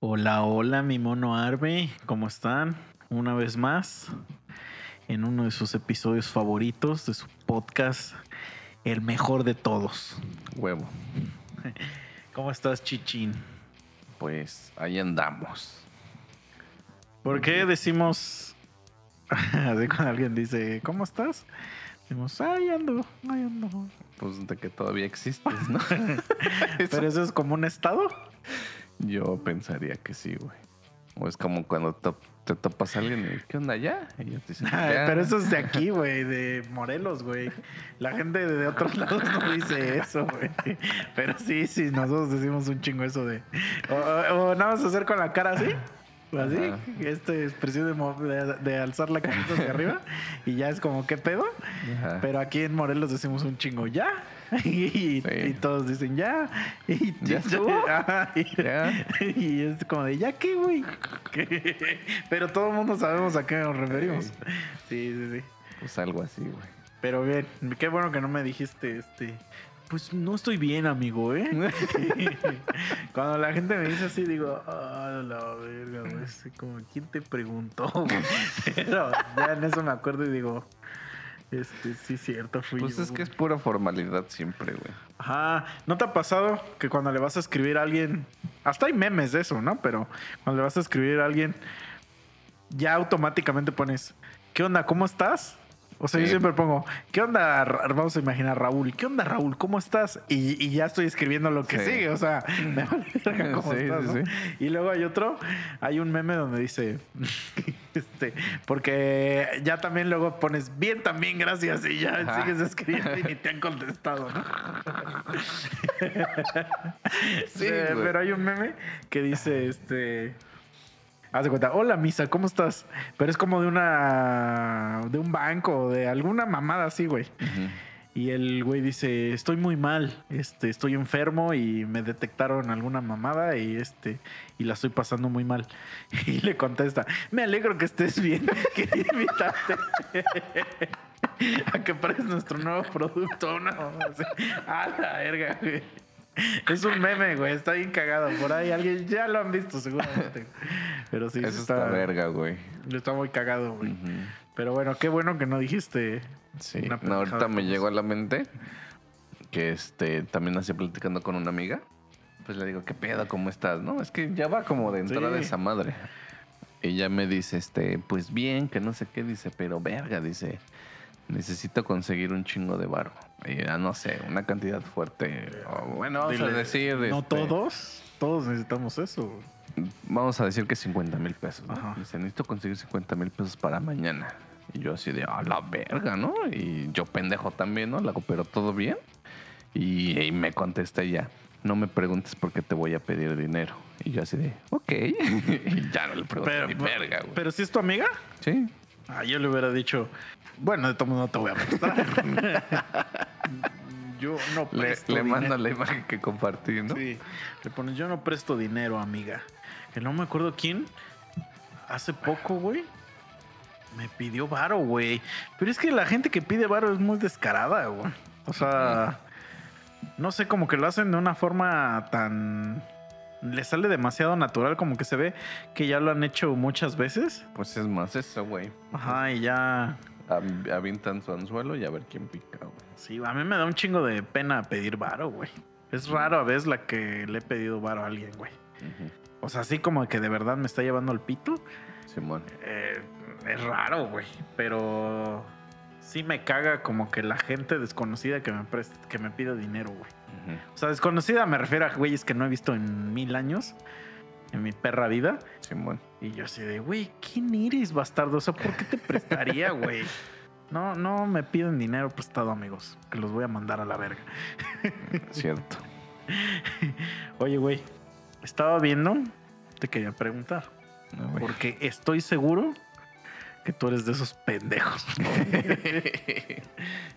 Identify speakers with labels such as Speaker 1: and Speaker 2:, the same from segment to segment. Speaker 1: Hola, hola, mi mono Arbe, ¿cómo están? Una vez más, en uno de sus episodios favoritos de su podcast, El mejor de todos.
Speaker 2: Huevo.
Speaker 1: ¿Cómo estás, Chichín?
Speaker 2: Pues ahí andamos.
Speaker 1: ¿Por qué decimos, así cuando alguien dice, ¿cómo estás? Decimos, ahí ando, ahí ando.
Speaker 2: Pues de que todavía existes, ¿no? Eso
Speaker 1: ¿Pero eso es como un estado?
Speaker 2: Yo pensaría que sí, güey. O es como cuando to- te topas a alguien y ¿qué onda ya? Y ellos te dicen, "Ya".
Speaker 1: Ah, Pero eso es de aquí, güey, de Morelos, güey. La gente de otros lados no dice eso, güey. Pero sí, sí, nosotros decimos un chingo eso de. O, o- o nada más hacer con la cara así. o Así,
Speaker 2: Ajá.
Speaker 1: esta expresión de, mo- de- de alzar la cabeza hacia arriba y ya es como, ¿qué pedo?
Speaker 2: Ajá.
Speaker 1: Pero aquí en Morelos decimos un chingo ya y,
Speaker 2: Sí.
Speaker 1: y todos dicen ya y,
Speaker 2: ¿Ya estuvo?
Speaker 1: Ajá, y-
Speaker 2: Ya.
Speaker 1: y es como de ya qué güey. Pero todo el mundo sabemos a qué nos referimos.
Speaker 2: Sí.
Speaker 1: Sí, sí, sí.
Speaker 2: Pues algo así, güey.
Speaker 1: Pero bien, qué bueno que no me dijiste este. Pues no estoy bien, amigo, ¿eh? Cuando la gente me dice así, digo, ah, la verga, güey. así como, ¿quién te preguntó? güey?" Pero ya en eso me acuerdo y digo, este, sí, cierto, fui
Speaker 2: Pues
Speaker 1: yo,
Speaker 2: es que
Speaker 1: güey.
Speaker 2: es pura formalidad siempre, güey.
Speaker 1: Ajá, ¿no te ha pasado que cuando le vas a escribir a alguien, hasta hay memes de eso, ¿no? Pero cuando le vas a escribir a alguien, ya automáticamente pones, ¿qué onda? ¿Cómo estás? O sea, yo
Speaker 2: Sí.
Speaker 1: siempre pongo, ¿qué onda? Ra- Vamos a imaginar Raúl, ¿qué onda Raúl? ¿Cómo estás? Y, y ya estoy escribiendo lo que
Speaker 2: Sí.
Speaker 1: sigue, o sea, me vale verga cómo
Speaker 2: Sí,
Speaker 1: estás,
Speaker 2: sí,
Speaker 1: ¿no?
Speaker 2: sí.
Speaker 1: Y luego hay otro, hay un meme donde dice, este, porque ya también luego pones, bien también, gracias, y ya
Speaker 2: Ajá.
Speaker 1: sigues escribiendo y ni te han contestado, ¿no?
Speaker 2: Sí,
Speaker 1: Eh,
Speaker 2: güey.
Speaker 1: pero hay un meme que dice, este, haz de cuenta, hola misa, ¿cómo estás? Pero es como de una, de un banco, de alguna mamada así, güey.
Speaker 2: Ujú.
Speaker 1: Y el güey dice, estoy muy mal, este, estoy enfermo y me detectaron alguna mamada y este, y la estoy pasando muy mal. Y le contesta, me alegro que estés bien, quería invitarte a que pruebes nuestro nuevo producto, no, así. a la verga, güey. Es un meme, güey, está bien cagado. Por ahí alguien ya lo han visto seguramente. Pero sí, sí
Speaker 2: Eso está verga, güey.
Speaker 1: está muy cagado, güey.
Speaker 2: Ujú.
Speaker 1: Pero bueno, qué bueno que no dijiste
Speaker 2: Sí.
Speaker 1: Una
Speaker 2: No, ahorita
Speaker 1: pendejada
Speaker 2: me
Speaker 1: como
Speaker 2: llegó a la mente que este también hacía platicando con una amiga. Pues le digo, ¿qué pedo? ¿Cómo estás? No, es que ya va como de entrada
Speaker 1: Sí.
Speaker 2: esa madre. Ella me dice, este, pues bien, que no sé qué, dice, pero verga, dice, necesito conseguir un chingo de varo. Y ya no sé, una cantidad fuerte. o bueno, vamos a
Speaker 1: Dile,
Speaker 2: decir.
Speaker 1: No
Speaker 2: este,
Speaker 1: todos, todos necesitamos eso.
Speaker 2: Vamos a decir que 50 mil pesos. ¿no?
Speaker 1: Ajá.
Speaker 2: Dice, necesito conseguir 50 mil pesos para mañana. Y yo así de, a la verga, ¿no? Y yo pendejo también, ¿no? La pero todo bien. Y, y me contesta ella, no me preguntes por qué te voy a pedir dinero. Y yo así de, ok. y ya no le pregunté ni verga, güey.
Speaker 1: Pero si es tu amiga,
Speaker 2: sí.
Speaker 1: ah, yo le hubiera dicho, bueno, de todo modo no te voy a prestar. yo no
Speaker 2: Le,
Speaker 1: presto
Speaker 2: le manda
Speaker 1: dinero.
Speaker 2: la imagen que compartí, ¿no?
Speaker 1: Sí. Le pones, yo no presto dinero, amiga. Que no me acuerdo quién, hace poco, güey, me pidió varo, güey. Pero es que la gente que pide varo es muy descarada, güey. O sea, no sé, como que lo hacen de una forma tan... Le sale demasiado natural, como que se ve que ya lo han hecho muchas veces.
Speaker 2: Pues es más eso, güey.
Speaker 1: Ajá, y ya.
Speaker 2: Av- Avientan su anzuelo y a ver quién pica, güey.
Speaker 1: Sí, a mí me da un chingo de pena pedir varo, güey. Es raro a veces la que le he pedido varo a alguien, güey.
Speaker 2: Ujú.
Speaker 1: O sea, así como que de verdad me está llevando el pito.
Speaker 2: Simón.
Speaker 1: eh, es raro, güey. Pero sí me caga como que la gente desconocida que me, presta, que me pida dinero, güey.
Speaker 2: Ujú.
Speaker 1: O sea, desconocida me refiero a güeyes que no he visto en mil años, en mi perra vida.
Speaker 2: Simón.
Speaker 1: Y yo así de, güey, ¿quién eres, bastardo? O sea, ¿por qué te prestaría, güey? No, no me piden dinero prestado, amigos, que los voy a mandar a la verga.
Speaker 2: Cierto.
Speaker 1: Oye, güey, estaba viendo, te quería preguntar,
Speaker 2: No, güey.
Speaker 1: porque estoy seguro que tú eres de esos pendejos.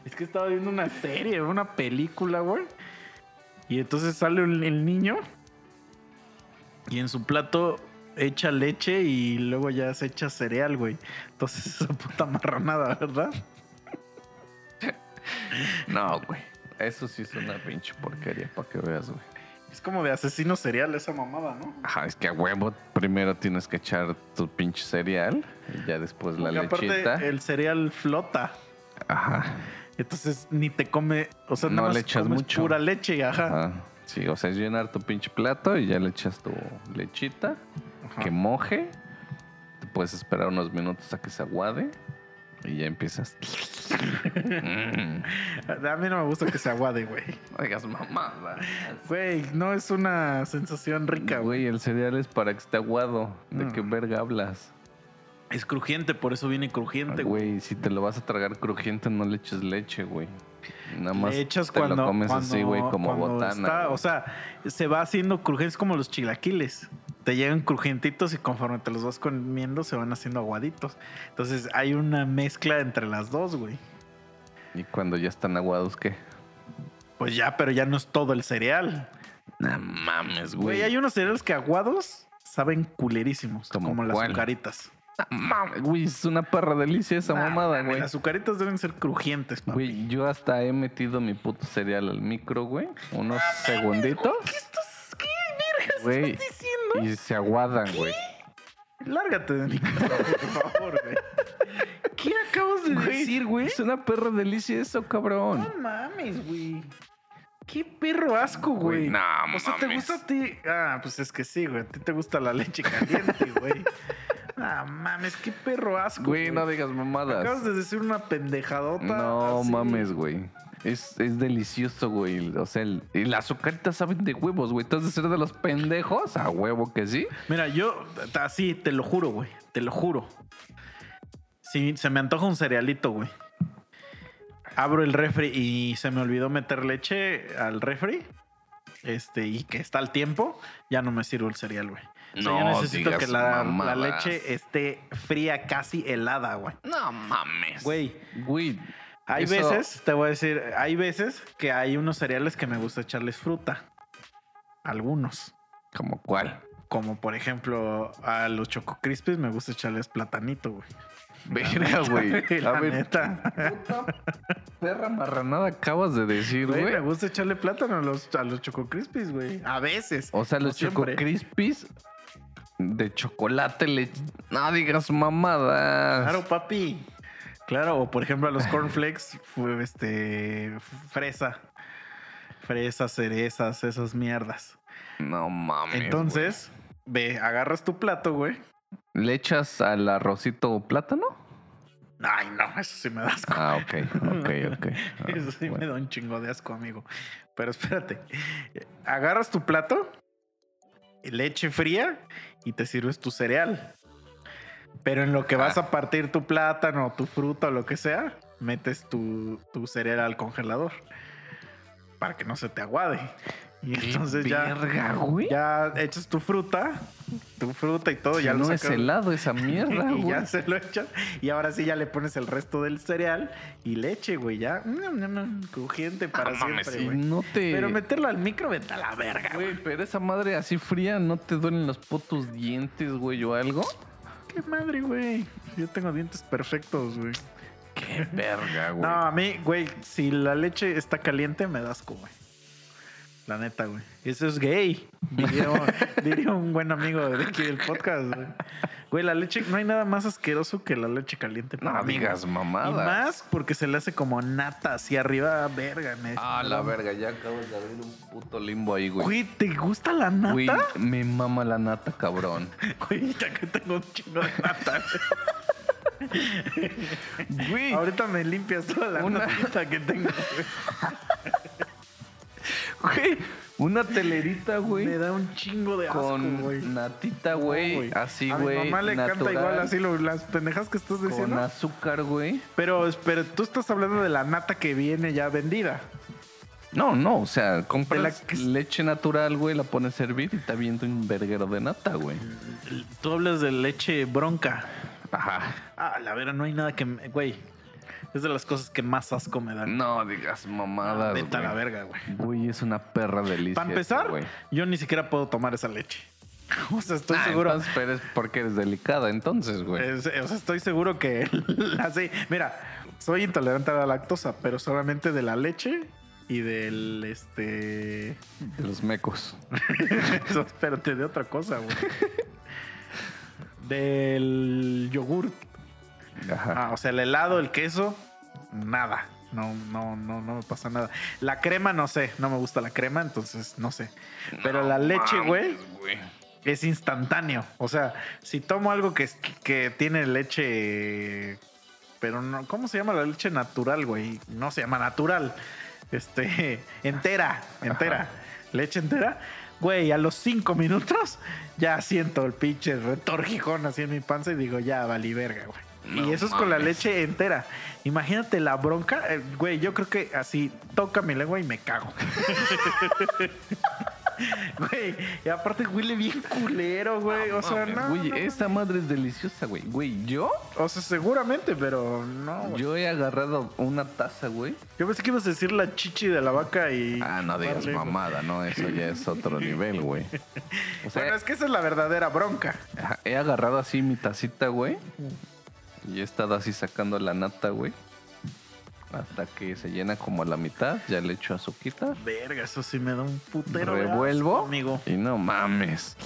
Speaker 1: es que estaba viendo una serie, una película, güey. Y entonces sale el, el niño y en su plato echa leche y luego ya se echa cereal, güey. Entonces esa puta marranada, ¿verdad?
Speaker 2: No, güey. Eso sí es una pinche porquería, para que veas, güey.
Speaker 1: Es como de asesino serial esa mamada, ¿no?
Speaker 2: Ajá, es que a huevo primero tienes que echar tu pinche cereal y ya después la
Speaker 1: Porque
Speaker 2: lechita.
Speaker 1: aparte el cereal flota.
Speaker 2: Ajá.
Speaker 1: Entonces ni te come, o sea,
Speaker 2: No
Speaker 1: nada más
Speaker 2: le echas
Speaker 1: comes
Speaker 2: mucho.
Speaker 1: pura leche, ajá.
Speaker 2: Ajá. Sí, o sea, es llenar tu pinche plato y ya le echas tu lechita,
Speaker 1: Ajá.
Speaker 2: que moje. Te puedes esperar unos minutos a que se aguade y ya empiezas. Mm.
Speaker 1: A mí no me gusta que se aguade, güey.
Speaker 2: No digas mamada.
Speaker 1: Güey, no es una sensación rica, güey. Mm.
Speaker 2: Güey, el cereal es para que esté aguado. ¿De
Speaker 1: No.
Speaker 2: qué verga hablas?
Speaker 1: Es crujiente, por eso viene crujiente, güey.
Speaker 2: Ah, Güey, si te lo vas a tragar crujiente, no le eches leche, güey. Nada más
Speaker 1: Le echas
Speaker 2: te
Speaker 1: cuando,
Speaker 2: lo comes así,
Speaker 1: cuando-
Speaker 2: güey, como
Speaker 1: cuando
Speaker 2: botana.
Speaker 1: está-
Speaker 2: güey.
Speaker 1: o sea, se va haciendo crujientes como los chilaquiles. Te llegan crujientitos y conforme te los vas comiendo se van haciendo aguaditos. Entonces hay una mezcla entre las dos, güey.
Speaker 2: Y cuando ya están aguados, ¿qué?
Speaker 1: Pues ya, pero ya no es todo el cereal.
Speaker 2: No mames, güey.
Speaker 1: Güey, hay unos cereales que aguados saben culerísimos,
Speaker 2: ¿Cómo
Speaker 1: como las
Speaker 2: cuál?
Speaker 1: azucaritas.
Speaker 2: No mames, güey, es una perra delicia esa
Speaker 1: Nah,
Speaker 2: mamada,
Speaker 1: mames,
Speaker 2: Ah, güey.
Speaker 1: Las azucaritas deben ser crujientes, papi.
Speaker 2: Güey, yo hasta he metido mi puto cereal al micro, güey. Unos segunditos.
Speaker 1: Ah, ¿Qué, estás, ¿Qué vergas
Speaker 2: Güey.
Speaker 1: estás diciendo?
Speaker 2: Y se aguadan, güey.
Speaker 1: Lárgate de mi casa, por favor, güey. ¿Qué acabas de decir, güey?
Speaker 2: Es una perra delicia eso, cabrón.
Speaker 1: No mames, güey. Qué perro asco, güey.
Speaker 2: Güey, no
Speaker 1: o sea, ¿te
Speaker 2: mames.
Speaker 1: gusta a ti? Ah, pues es que sí, güey. A ti te gusta la leche caliente, güey. No mames, qué perro asco.
Speaker 2: Güey, no digas
Speaker 1: Acabas
Speaker 2: mamadas.
Speaker 1: de decir una pendejadota.
Speaker 2: No
Speaker 1: así.
Speaker 2: mames, güey. Es, es delicioso, güey. O sea, el, y las azucaritas saben de huevos, güey. ¿Estás de ser de los pendejos? A huevo que sí.
Speaker 1: Mira, yo t- así, te lo juro, güey. Te lo juro. Si se me antoja un cerealito, güey. Abro el refri y se me olvidó meter leche al refri. Este, y que está al tiempo, ya no me sirve el cereal, güey. O sea, yo
Speaker 2: No
Speaker 1: necesito que
Speaker 2: digas
Speaker 1: la, la
Speaker 2: mamadas.
Speaker 1: leche eh, esté fría, casi helada, güey.
Speaker 2: No mames. Güey.
Speaker 1: Güey,
Speaker 2: Güey.
Speaker 1: hay
Speaker 2: Eso-
Speaker 1: veces, te voy a decir, hay veces que hay unos cereales que me gusta echarles fruta. Algunos.
Speaker 2: ¿Como cuál?
Speaker 1: Como por ejemplo a los Choco Crispies me gusta echarles platanito, güey.
Speaker 2: Verga, güey.
Speaker 1: La
Speaker 2: A ver,
Speaker 1: neta.
Speaker 2: puta perra marranada acabas de decir,
Speaker 1: Güey, me
Speaker 2: güey.
Speaker 1: gusta echarle plátano a los, a los Choco Crispies, güey. A veces.
Speaker 2: O sea,
Speaker 1: no
Speaker 2: los Choco
Speaker 1: siempre.
Speaker 2: Crispies de chocolate le... No digas mamadas.
Speaker 1: Claro, papi. Claro, o por ejemplo a los cornflakes, fue este fresa. Fresas, cerezas, esas mierdas.
Speaker 2: No mames.
Speaker 1: Entonces, ve, agarras tu plato, güey.
Speaker 2: güey. ¿Le echas al arrocito plátano?
Speaker 1: Ay, no, eso sí me da asco.
Speaker 2: Ah, ok, ok, ok. Ah,
Speaker 1: Eso sí me
Speaker 2: bueno.
Speaker 1: da un chingo de asco, amigo. Pero espérate. Agarras tu plato, leche fría y te sirves tu cereal. Pero en lo que vas
Speaker 2: Ah.
Speaker 1: a partir tu plátano, tu fruta o lo que sea, metes tu, tu cereal al congelador para que no se te aguade. Y
Speaker 2: Qué
Speaker 1: entonces ya,
Speaker 2: verga, güey.
Speaker 1: ya echas tu fruta, tu fruta y todo.
Speaker 2: Si
Speaker 1: ya lo
Speaker 2: no es
Speaker 1: sacas-
Speaker 2: helado esa mierda,
Speaker 1: y
Speaker 2: güey.
Speaker 1: ya se lo echas. Y ahora sí ya le pones el resto del cereal y leche, güey. Ya. Mm, mm, mm, crujiente para
Speaker 2: Ah, mames,
Speaker 1: siempre,
Speaker 2: y
Speaker 1: güey.
Speaker 2: no te...
Speaker 1: Pero meterlo al micro, vete a la verga, güey.
Speaker 2: Güey, pero esa madre así fría, ¿no te duelen los putos dientes, güey, o algo?
Speaker 1: Qué madre, güey. Yo tengo dientes perfectos, güey.
Speaker 2: Qué verga, güey.
Speaker 1: No, a mí, güey, si la leche está caliente, me das como, güey. La neta, güey. Eso es gay. Diría, diría un buen amigo de aquí del podcast, güey. Güey, la leche, no hay nada más asqueroso que la leche caliente.
Speaker 2: No,
Speaker 1: para mí, güey.
Speaker 2: digas mamada.
Speaker 1: Y más porque se le hace como nata hacia arriba, verga. me-
Speaker 2: Ah, la verga, ya acabo de abrir un puto limbo ahí, güey.
Speaker 1: Güey, ¿te gusta la nata?
Speaker 2: Güey, me mama la nata, cabrón.
Speaker 1: Güey, ya que tengo un chingo de nata.
Speaker 2: Güey,
Speaker 1: Ahorita me limpias toda la
Speaker 2: Una-
Speaker 1: natita que tengo. güey.
Speaker 2: güey, una telerita,
Speaker 1: Me
Speaker 2: güey,
Speaker 1: da un chingo de asco,
Speaker 2: con
Speaker 1: güey.
Speaker 2: natita,
Speaker 1: No,
Speaker 2: güey, así,
Speaker 1: A
Speaker 2: güey,
Speaker 1: mi mamá le
Speaker 2: natural,
Speaker 1: encanta igual así lo- las pendejas que estás
Speaker 2: con
Speaker 1: diciendo.
Speaker 2: azúcar, güey.
Speaker 1: Pero, pero tú estás hablando de la nata que viene ya vendida.
Speaker 2: No, no, o sea, compras
Speaker 1: De la que-
Speaker 2: leche natural, güey, la pones a hervir y está viendo un verguero de nata, güey.
Speaker 1: Tú hablas de leche bronca.
Speaker 2: Ajá.
Speaker 1: Ah, la vera, no hay nada que... me- Güey, es de las cosas que más asco me dan.
Speaker 2: No digas mamadas,
Speaker 1: Vete a la
Speaker 2: güey.
Speaker 1: verga, güey.
Speaker 2: Güey, es una perra delicia. este,
Speaker 1: Para empezar,
Speaker 2: güey.
Speaker 1: yo ni siquiera puedo tomar esa leche. O sea, estoy
Speaker 2: Ah,
Speaker 1: seguro. Eh.
Speaker 2: Entonces, pero es porque eres delicada, entonces, güey.
Speaker 1: es- o sea, estoy seguro que así. Mira, soy intolerante a la lactosa, pero solamente de la leche y y del este.
Speaker 2: De los mecos.
Speaker 1: Eso, espérate, de otra cosa, güey. Del yogur.
Speaker 2: Ajá.
Speaker 1: Ah, o sea, el helado, el queso, nada. No, no, no, no me pasa nada. La crema, no sé. No me gusta la crema, entonces no sé. Pero
Speaker 2: No
Speaker 1: la leche, güey,
Speaker 2: mames, güey.
Speaker 1: es instantáneo. O sea, si tomo algo que, es- que tiene leche. Pero no, ¿cómo se llama la leche natural, güey? No se llama natural. Este, entera, entera.
Speaker 2: Ajá.
Speaker 1: Leche entera. Güey, a los cinco minutos ya siento el pinche retorjijón así en mi panza y digo, ya, valí verga, güey.
Speaker 2: No
Speaker 1: y eso es con la
Speaker 2: mames.
Speaker 1: leche entera. Imagínate la bronca. eh, Güey, yo creo que así toca mi lengua y me cago. Güey, y aparte huele bien culero, güey. O sea,
Speaker 2: Mames,
Speaker 1: no.
Speaker 2: güey,
Speaker 1: no,
Speaker 2: esta madre es deliciosa, güey. Güey, yo,
Speaker 1: no. O sea, seguramente, pero no, güey. Yo,
Speaker 2: yo he agarrado una taza, güey.
Speaker 1: pensé que ibas a decir la chichi de la vaca y.
Speaker 2: Ah, no digas
Speaker 1: Vale, güey.
Speaker 2: mamada, no, eso ya es otro nivel, güey. O sea,
Speaker 1: Bueno, es que esa es la verdadera bronca.
Speaker 2: Ajá, He agarrado así mi tacita, güey. Y he estado así sacando la nata, güey. Hasta que se llena como a la mitad. Ya le echo azuquita.
Speaker 1: Verga, eso sí me da un putero. de
Speaker 2: Revuelvo.
Speaker 1: asco, amigo.
Speaker 2: Y no mames.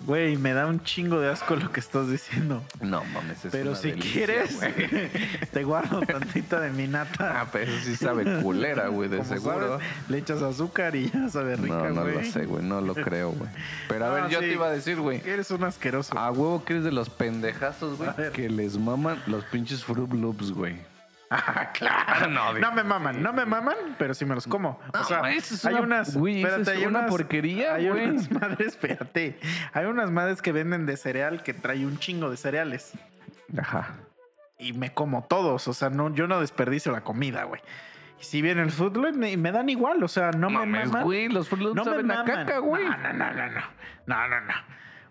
Speaker 1: Güey, me da un chingo de asco lo que estás diciendo.
Speaker 2: No mames. es
Speaker 1: pero
Speaker 2: una
Speaker 1: si
Speaker 2: delicia,
Speaker 1: quieres,
Speaker 2: güey.
Speaker 1: te guardo tantita de mi nata.
Speaker 2: Ah, pero eso sí sabe culera, güey, de
Speaker 1: Como
Speaker 2: seguro.
Speaker 1: sabes, le echas azúcar y ya sabe rica,
Speaker 2: no,
Speaker 1: güey.
Speaker 2: no lo sé, güey. No lo creo, güey. Pero a
Speaker 1: No,
Speaker 2: ver, yo
Speaker 1: sí.
Speaker 2: te iba a decir, güey.
Speaker 1: Eres un asqueroso.
Speaker 2: A huevo que eres de los pendejazos, güey.
Speaker 1: A ver.
Speaker 2: Que les maman los pinches Fruit Loops, güey.
Speaker 1: Ah, claro.
Speaker 2: No,
Speaker 1: No,
Speaker 2: de-
Speaker 1: me maman, no me maman, pero sí me los como.
Speaker 2: No,
Speaker 1: o sea,
Speaker 2: güey, eso es
Speaker 1: hay
Speaker 2: una-
Speaker 1: unas.
Speaker 2: güey, eso
Speaker 1: espérate,
Speaker 2: es
Speaker 1: hay
Speaker 2: una
Speaker 1: unas-
Speaker 2: porquería,
Speaker 1: Hay
Speaker 2: güey.
Speaker 1: unas madres, espérate. Hay unas madres que venden de cereal que trae un chingo de cereales.
Speaker 2: Ajá.
Speaker 1: Y me como todos. O sea, no, yo no desperdicio la comida, güey. Y si viene el Fruit Loop, me, me dan igual. O sea, no me
Speaker 2: mames,
Speaker 1: maman.
Speaker 2: güey. Los Fruit Loops
Speaker 1: No me
Speaker 2: saben a
Speaker 1: maman.
Speaker 2: caca, güey.
Speaker 1: No, no, no, no, no. No, no, no.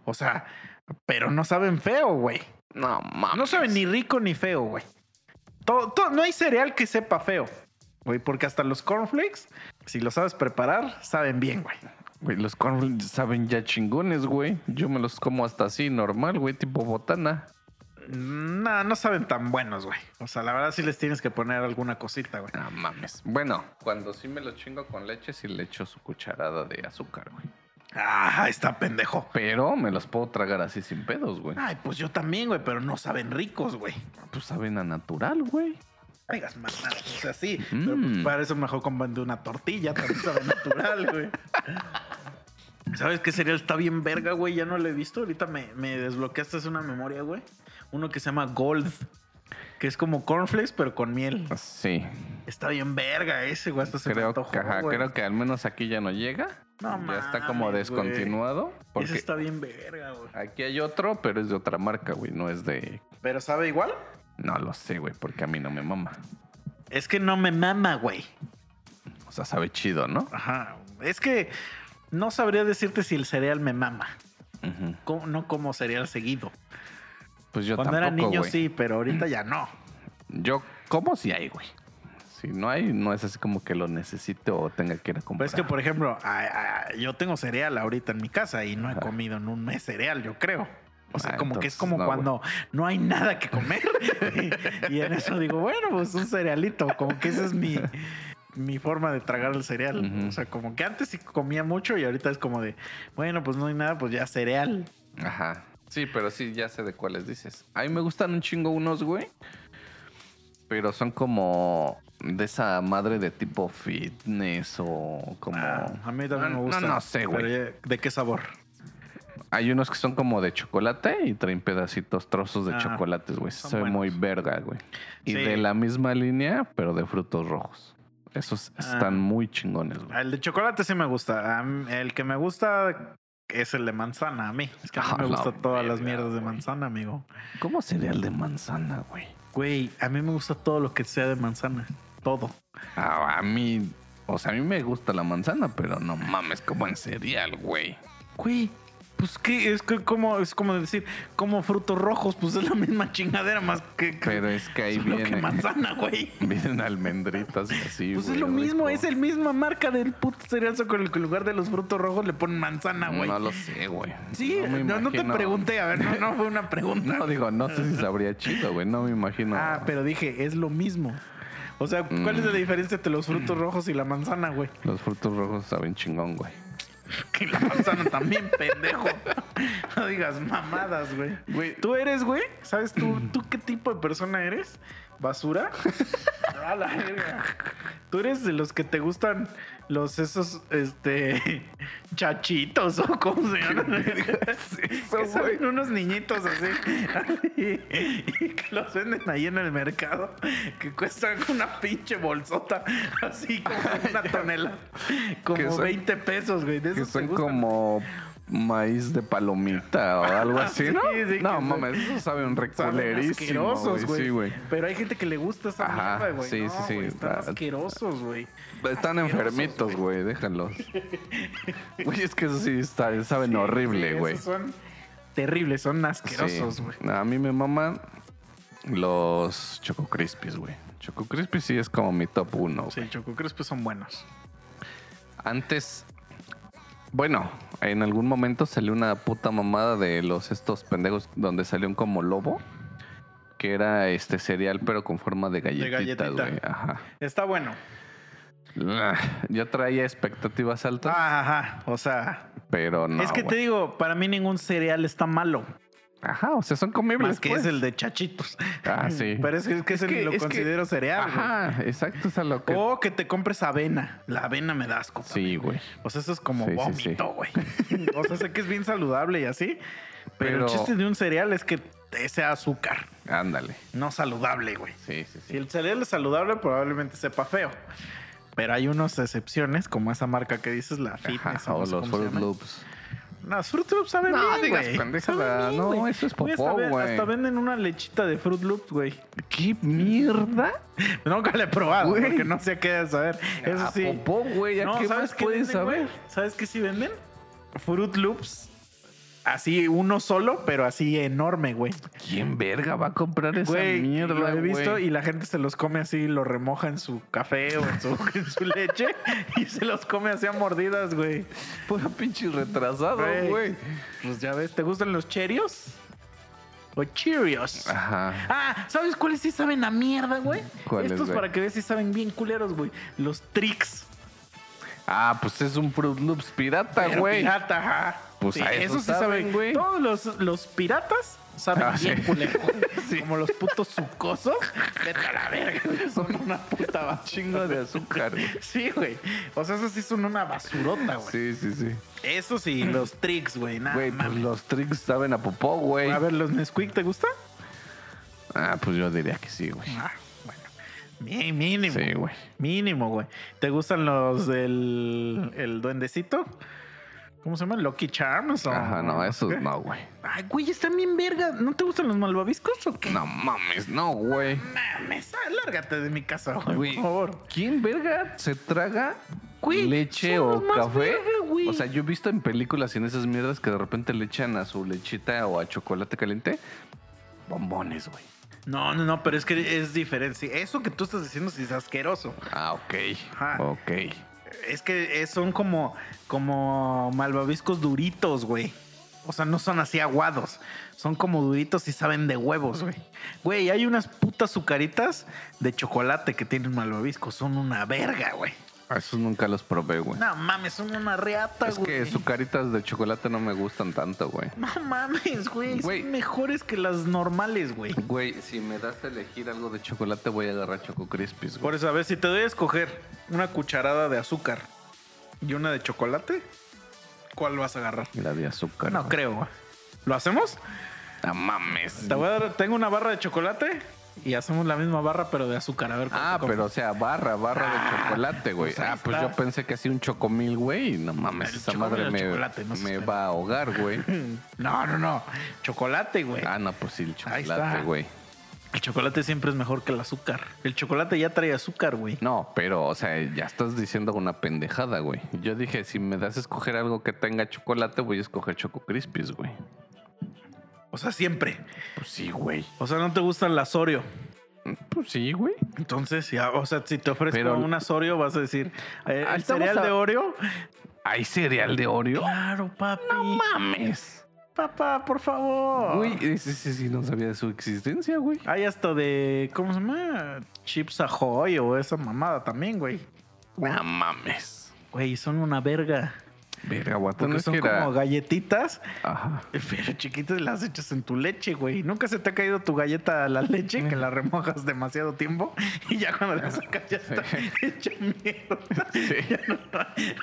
Speaker 1: O sea, pero no saben feo, güey.
Speaker 2: No mames.
Speaker 1: No sabe ni rico ni feo, güey. Todo, todo- no hay cereal que sepa feo, güey, porque hasta los cornflakes, si lo sabes preparar, saben bien, güey.
Speaker 2: Güey, los cornflakes saben ya chingones, güey. Yo me los como hasta así, normal, güey, tipo botana.
Speaker 1: No, no saben tan buenos, güey. O sea, la verdad sí les tienes que poner alguna cosita, güey.
Speaker 2: No mames. Bueno, cuando sí me los chingo con leche, sí le echo su cucharada de azúcar, güey.
Speaker 1: Ah, está pendejo.
Speaker 2: Pero me los puedo tragar así sin pedos, güey.
Speaker 1: Ay, pues yo también, güey, pero no saben ricos, güey.
Speaker 2: Pues saben a natural, güey.
Speaker 1: No digas mamadas, o sea, sí.
Speaker 2: Mm.
Speaker 1: Pero pues, para eso mejor compran de una tortilla, también sabe natural, güey. ¿Sabes qué cereal está bien verga, güey? Ya no lo he visto. Ahorita me, me desbloqueaste es una memoria, güey. Uno que se llama Gold, que es como cornflakes, pero con miel.
Speaker 2: Sí.
Speaker 1: Está bien verga ese, güey. Hasta se me
Speaker 2: Creo,
Speaker 1: antojó,
Speaker 2: que, ajá,
Speaker 1: güey.
Speaker 2: creo que al menos aquí ya no llega.
Speaker 1: No
Speaker 2: ya está como
Speaker 1: mames, güey.
Speaker 2: descontinuado. Porque Ah.
Speaker 1: Ese está bien verga, güey.
Speaker 2: aquí hay otro, pero es de otra marca, güey. No es de.
Speaker 1: ¿Pero sabe igual?
Speaker 2: No lo sé, güey, porque a mí no me mama.
Speaker 1: Es que no me mama, güey.
Speaker 2: O sea, sabe chido, ¿no?
Speaker 1: Ajá. Es que no sabría decirte si el cereal me mama.
Speaker 2: Ujú.
Speaker 1: Co- No como cereal seguido.
Speaker 2: Pues yo
Speaker 1: Cuando
Speaker 2: tampoco,
Speaker 1: era niño
Speaker 2: güey.
Speaker 1: sí, pero ahorita ya no.
Speaker 2: Yo como si hay, güey. Si no hay, no es así como que lo necesito o tenga que ir a comprar.
Speaker 1: Pues es que, por ejemplo, a- a- yo tengo cereal ahorita en mi casa y no he
Speaker 2: Ajá.
Speaker 1: comido en un mes cereal, yo creo. O sea,
Speaker 2: Ah,
Speaker 1: como que es
Speaker 2: entonces
Speaker 1: como
Speaker 2: no,
Speaker 1: cuando no hay nada que comer. y en eso digo, bueno, pues un cerealito. Como que esa es mi, mi forma de tragar el cereal.
Speaker 2: Ujú.
Speaker 1: O sea, como que antes sí comía mucho y ahorita es como de, bueno, pues no hay nada, pues ya cereal.
Speaker 2: Ajá. Sí, pero sí, ya sé de cuáles dices. A mí me gustan un chingo unos, güey. Pero son como de esa madre de tipo fitness o como...
Speaker 1: Ah, a mí también
Speaker 2: No,
Speaker 1: me gusta.
Speaker 2: No, no sé, güey.
Speaker 1: Pero ya- ¿De qué sabor?
Speaker 2: Hay unos que son como de chocolate y traen pedacitos, trozos de
Speaker 1: Ah,
Speaker 2: chocolates, güey. Se
Speaker 1: son
Speaker 2: ve
Speaker 1: buenos.
Speaker 2: muy verga, güey. Y
Speaker 1: Sí.
Speaker 2: de la misma línea, pero de frutos rojos. Esos están
Speaker 1: Ah.
Speaker 2: muy chingones, güey.
Speaker 1: El de chocolate sí me gusta. A mí- El que me gusta es el de manzana a mí. Es que a mí
Speaker 2: Ah,
Speaker 1: me
Speaker 2: la
Speaker 1: gustan todas las
Speaker 2: verga,
Speaker 1: mierdas de
Speaker 2: güey.
Speaker 1: manzana, amigo.
Speaker 2: ¿Cómo cereal de manzana, güey?
Speaker 1: Güey, a mí me gusta todo lo que sea de manzana. Todo.
Speaker 2: Ah, a mí, o sea, a mí me gusta la manzana, pero no mames, como en cereal, güey.
Speaker 1: Güey, pues qué, es que como, es como decir, como frutos rojos, pues es la misma chingadera más que, que-
Speaker 2: Pero es que ahí
Speaker 1: solo que
Speaker 2: viene,
Speaker 1: manzana, güey.
Speaker 2: vienen almendritas y así,
Speaker 1: Pues es
Speaker 2: güey,
Speaker 1: lo mismo,
Speaker 2: rico.
Speaker 1: es el misma marca del puto cereal, solo que en lugar de los frutos rojos le ponen manzana, güey.
Speaker 2: No lo sé, güey.
Speaker 1: sí,
Speaker 2: me
Speaker 1: no, no te
Speaker 2: imagino-
Speaker 1: pregunté, a ver, no, no fue una pregunta.
Speaker 2: No, digo, no sé si sabría chido, güey. No me imagino.
Speaker 1: Ah, pero dije, es lo mismo. O sea, ¿cuál es la
Speaker 2: Mm.
Speaker 1: diferencia entre los frutos rojos y la manzana, güey?
Speaker 2: Los frutos rojos saben chingón, güey.
Speaker 1: Que la manzana también, pendejo. No digas mamadas, güey.
Speaker 2: Güey.
Speaker 1: Tú eres, güey. ¿Sabes tú, tú qué tipo de persona eres? ¿Basura? A la verga. Tú eres de los que te gustan los esos, este, chachitos o cómo se llaman.
Speaker 2: eso,
Speaker 1: Que son
Speaker 2: güey?
Speaker 1: unos niñitos así, y que los venden ahí en el mercado, que cuestan una pinche bolsota, así como una tonelada, como
Speaker 2: son-
Speaker 1: 20 pesos, güey. De
Speaker 2: Que
Speaker 1: esos te
Speaker 2: son
Speaker 1: gustan.
Speaker 2: como maíz de palomita o algo así, ¿no?
Speaker 1: Sí, sí,
Speaker 2: no,
Speaker 1: que
Speaker 2: mames, eso sabe
Speaker 1: Saben
Speaker 2: un reculerísimo,
Speaker 1: asquerosos,
Speaker 2: güey.
Speaker 1: güey.
Speaker 2: Sí, güey.
Speaker 1: Pero hay gente que le gusta esa
Speaker 2: Ajá,
Speaker 1: mierda, güey.
Speaker 2: sí,
Speaker 1: no,
Speaker 2: sí, sí.
Speaker 1: güey, están
Speaker 2: Ah,
Speaker 1: asquerosos, güey.
Speaker 2: Están enfermitos, güey, déjalos. Güey, es que eso sí está, saben horrible,
Speaker 1: Sí,
Speaker 2: güey.
Speaker 1: esos son terribles, son asquerosos,
Speaker 2: Sí.
Speaker 1: güey.
Speaker 2: A mí me maman los Choco Crispies, güey. Choco Crispies sí es como mi top uno. güey.
Speaker 1: Sí, Choco Crispy son buenos.
Speaker 2: Antes, bueno, en algún momento salió una puta mamada de los estos pendejos donde salió un como lobo, que era este cereal pero con forma de galletita,
Speaker 1: galletita.
Speaker 2: güey. Ajá.
Speaker 1: Está bueno.
Speaker 2: Ah, Yo traía expectativas altas,
Speaker 1: Ajá, o sea,
Speaker 2: pero no.
Speaker 1: Ah, es que te
Speaker 2: güey.
Speaker 1: digo, para mí ningún cereal está malo,
Speaker 2: Ajá, o sea, son comibles.
Speaker 1: más que
Speaker 2: pues.
Speaker 1: es el de chachitos.
Speaker 2: Ah, sí.
Speaker 1: Pero es que, es que ese
Speaker 2: que-
Speaker 1: lo
Speaker 2: es que-
Speaker 1: considero cereal, güey. Oh,
Speaker 2: Ajá, exacto, es a lo que.
Speaker 1: O que te compres avena. La avena me da asco.
Speaker 2: sí, güey.
Speaker 1: O sea, eso es como
Speaker 2: Sí, sí, sí.
Speaker 1: vómito, güey. O sea, sé que es bien saludable y así. Pero, el
Speaker 2: Pero-
Speaker 1: chiste de un cereal es que te- sea azúcar,
Speaker 2: Ándale.
Speaker 1: no saludable, güey.
Speaker 2: Sí, sí,
Speaker 1: Si
Speaker 2: sí.
Speaker 1: el cereal es saludable, probablemente sepa feo. Pero hay unas excepciones, como esa marca que dices, la fitness.
Speaker 2: Ajá, o
Speaker 1: no sé
Speaker 2: los
Speaker 1: cómo se
Speaker 2: Fruit
Speaker 1: llama.
Speaker 2: Loops.
Speaker 1: No, Fruit Loops saben
Speaker 2: No,
Speaker 1: bien,
Speaker 2: digas
Speaker 1: güey.
Speaker 2: pendejada.
Speaker 1: Saben bien,
Speaker 2: No,
Speaker 1: güey.
Speaker 2: eso es
Speaker 1: Güey,
Speaker 2: popó,
Speaker 1: hasta,
Speaker 2: güey.
Speaker 1: hasta venden una lechita de Fruit Loops, güey.
Speaker 2: ¿Qué mierda?
Speaker 1: Nunca la he probado,
Speaker 2: Güey.
Speaker 1: porque no sé qué de saber. Eso
Speaker 2: Ah,
Speaker 1: sí.
Speaker 2: popó, güey, ¿a
Speaker 1: No,
Speaker 2: qué
Speaker 1: ¿sabes
Speaker 2: más
Speaker 1: qué
Speaker 2: puedes
Speaker 1: venden, güey?
Speaker 2: saber?
Speaker 1: ¿Sabes qué sí venden? Fruit Loops. Así uno solo, pero así enorme, güey.
Speaker 2: ¿Quién verga va a comprar esa
Speaker 1: Güey,
Speaker 2: mierda?
Speaker 1: lo he
Speaker 2: güey?
Speaker 1: visto y la gente se los come así, lo remoja en su café o en su, en su leche y se los come así a mordidas, güey.
Speaker 2: Puro pinche retrasado,
Speaker 1: Güey.
Speaker 2: güey.
Speaker 1: Pues ya ves, ¿te gustan los Cheerios? O Cheerios.
Speaker 2: Ajá.
Speaker 1: Ah, ¿sabes cuáles sí saben a mierda, güey?
Speaker 2: ¿Cuáles,
Speaker 1: Estos
Speaker 2: güey?
Speaker 1: para que veas si saben bien culeros, güey. Los Tricks.
Speaker 2: Ah, pues es un Fruit Loops pirata,
Speaker 1: Pero
Speaker 2: güey.
Speaker 1: pirata, ajá.
Speaker 2: Pues a eso saben, güey.
Speaker 1: Todos los, los piratas saben
Speaker 2: Ah,
Speaker 1: bien
Speaker 2: sí.
Speaker 1: culero, güey. Como los putos sucosos. Vete a la verga, güey. Son una puta basura.
Speaker 2: Chingo de azúcar. güey.
Speaker 1: Sí, güey. O sea, esos sí son una basurota, güey.
Speaker 2: Sí, sí, sí.
Speaker 1: Eso sí, los tricks, güey. Nada,
Speaker 2: Güey, pues
Speaker 1: mames.
Speaker 2: los tricks saben a popó, güey.
Speaker 1: Ah, A ver, ¿los Nesquik te gusta?
Speaker 2: Ah, pues yo diría que sí, güey.
Speaker 1: Ah, bueno. Mi- Mínimo.
Speaker 2: Sí, güey.
Speaker 1: Mínimo, güey. ¿Te gustan los del el duendecito? ¿Cómo se llama? ¿Lucky Charms? o-
Speaker 2: Ajá, no, esos
Speaker 1: ¿Qué?
Speaker 2: no, güey.
Speaker 1: Ay, güey, están bien verga. ¿No te gustan los malvaviscos o qué?
Speaker 2: No mames, no, güey.
Speaker 1: Mames, ah, lárgate de mi casa, güey,
Speaker 2: Güey,
Speaker 1: por favor.
Speaker 2: ¿Quién verga se traga
Speaker 1: Güey,
Speaker 2: leche
Speaker 1: son
Speaker 2: o
Speaker 1: los más
Speaker 2: café?
Speaker 1: verga, güey.
Speaker 2: o sea, yo he visto en películas y en esas mierdas que de repente le echan a su lechita o a chocolate caliente bombones, güey.
Speaker 1: No, no, no, pero es que es diferente. Sí, Eso que tú estás diciendo sí es asqueroso.
Speaker 2: Ah, ok.
Speaker 1: Ajá.
Speaker 2: Ok.
Speaker 1: Es que es- son como, como malvaviscos duritos, güey. O sea, no son así aguados. Son como duritos y saben de huevos, güey. Güey, hay unas putas azucaritas de chocolate que tienen malvaviscos. Son una verga, güey.
Speaker 2: A Esos nunca los probé, güey.
Speaker 1: No mames, son una reata,
Speaker 2: es
Speaker 1: güey.
Speaker 2: que sucaritas de chocolate no me gustan tanto, güey.
Speaker 1: No mames, güey.
Speaker 2: Güey.
Speaker 1: Son mejores que las normales, güey.
Speaker 2: Güey, si me das a elegir algo de chocolate, voy a agarrar Choco Crispies, güey.
Speaker 1: Por eso, a ver, si te doy a escoger una cucharada de azúcar y una de chocolate, ¿cuál vas a agarrar?
Speaker 2: La de azúcar.
Speaker 1: No
Speaker 2: güey.
Speaker 1: creo, güey. ¿Lo hacemos?
Speaker 2: No mames.
Speaker 1: Te voy a dar- tengo una barra de chocolate y hacemos la misma barra, pero de azúcar. A ver cuál
Speaker 2: Ah,
Speaker 1: te comes.
Speaker 2: pero o sea, barra, barra
Speaker 1: Ah,
Speaker 2: de chocolate, güey.
Speaker 1: pues ahí
Speaker 2: ah, pues
Speaker 1: está.
Speaker 2: yo pensé que hacía un chocomil, güey. No mames,
Speaker 1: El
Speaker 2: esa
Speaker 1: chocomil
Speaker 2: madre
Speaker 1: o
Speaker 2: me,
Speaker 1: chocolate, no seas
Speaker 2: me
Speaker 1: pendejo.
Speaker 2: va a ahogar, güey.
Speaker 1: No, no, no. Chocolate, güey.
Speaker 2: Ah, no, pues sí, el
Speaker 1: Ahí está.
Speaker 2: chocolate, güey.
Speaker 1: El chocolate siempre es mejor que el azúcar. El chocolate ya trae azúcar, güey.
Speaker 2: No, pero, o sea, ya estás diciendo una pendejada, güey. Yo dije, si me das a escoger algo que tenga chocolate, voy a escoger Choco Crispies, güey.
Speaker 1: O sea, siempre.
Speaker 2: Pues sí, güey.
Speaker 1: O sea, no te gustan las Oreo.
Speaker 2: Pues sí, güey.
Speaker 1: Entonces, ya, o sea, si te ofrezco
Speaker 2: Pero-
Speaker 1: unas Oreo, vas a decir, eh,
Speaker 2: Ah,
Speaker 1: ¿el
Speaker 2: estamos
Speaker 1: cereal
Speaker 2: a-
Speaker 1: de Oreo?
Speaker 2: ¿Hay cereal de Oreo?
Speaker 1: Claro, papi.
Speaker 2: No mames.
Speaker 1: Papá, por favor.
Speaker 2: Güey, ese sí, sí, no sabía de su existencia, güey.
Speaker 1: Hay hasta de. ¿Cómo se llama? Chips Ahoy o esa mamada también, güey.
Speaker 2: No mames.
Speaker 1: Güey, son una verga. Porque
Speaker 2: Verga, guatón, es
Speaker 1: son
Speaker 2: que era...
Speaker 1: como galletitas,
Speaker 2: Ajá.
Speaker 1: pero chiquitas y las echas en tu leche, güey. Nunca se te ha caído tu galleta a la leche que la remojas demasiado tiempo y ya cuando la sacas ya está hecha mierda. Ya no-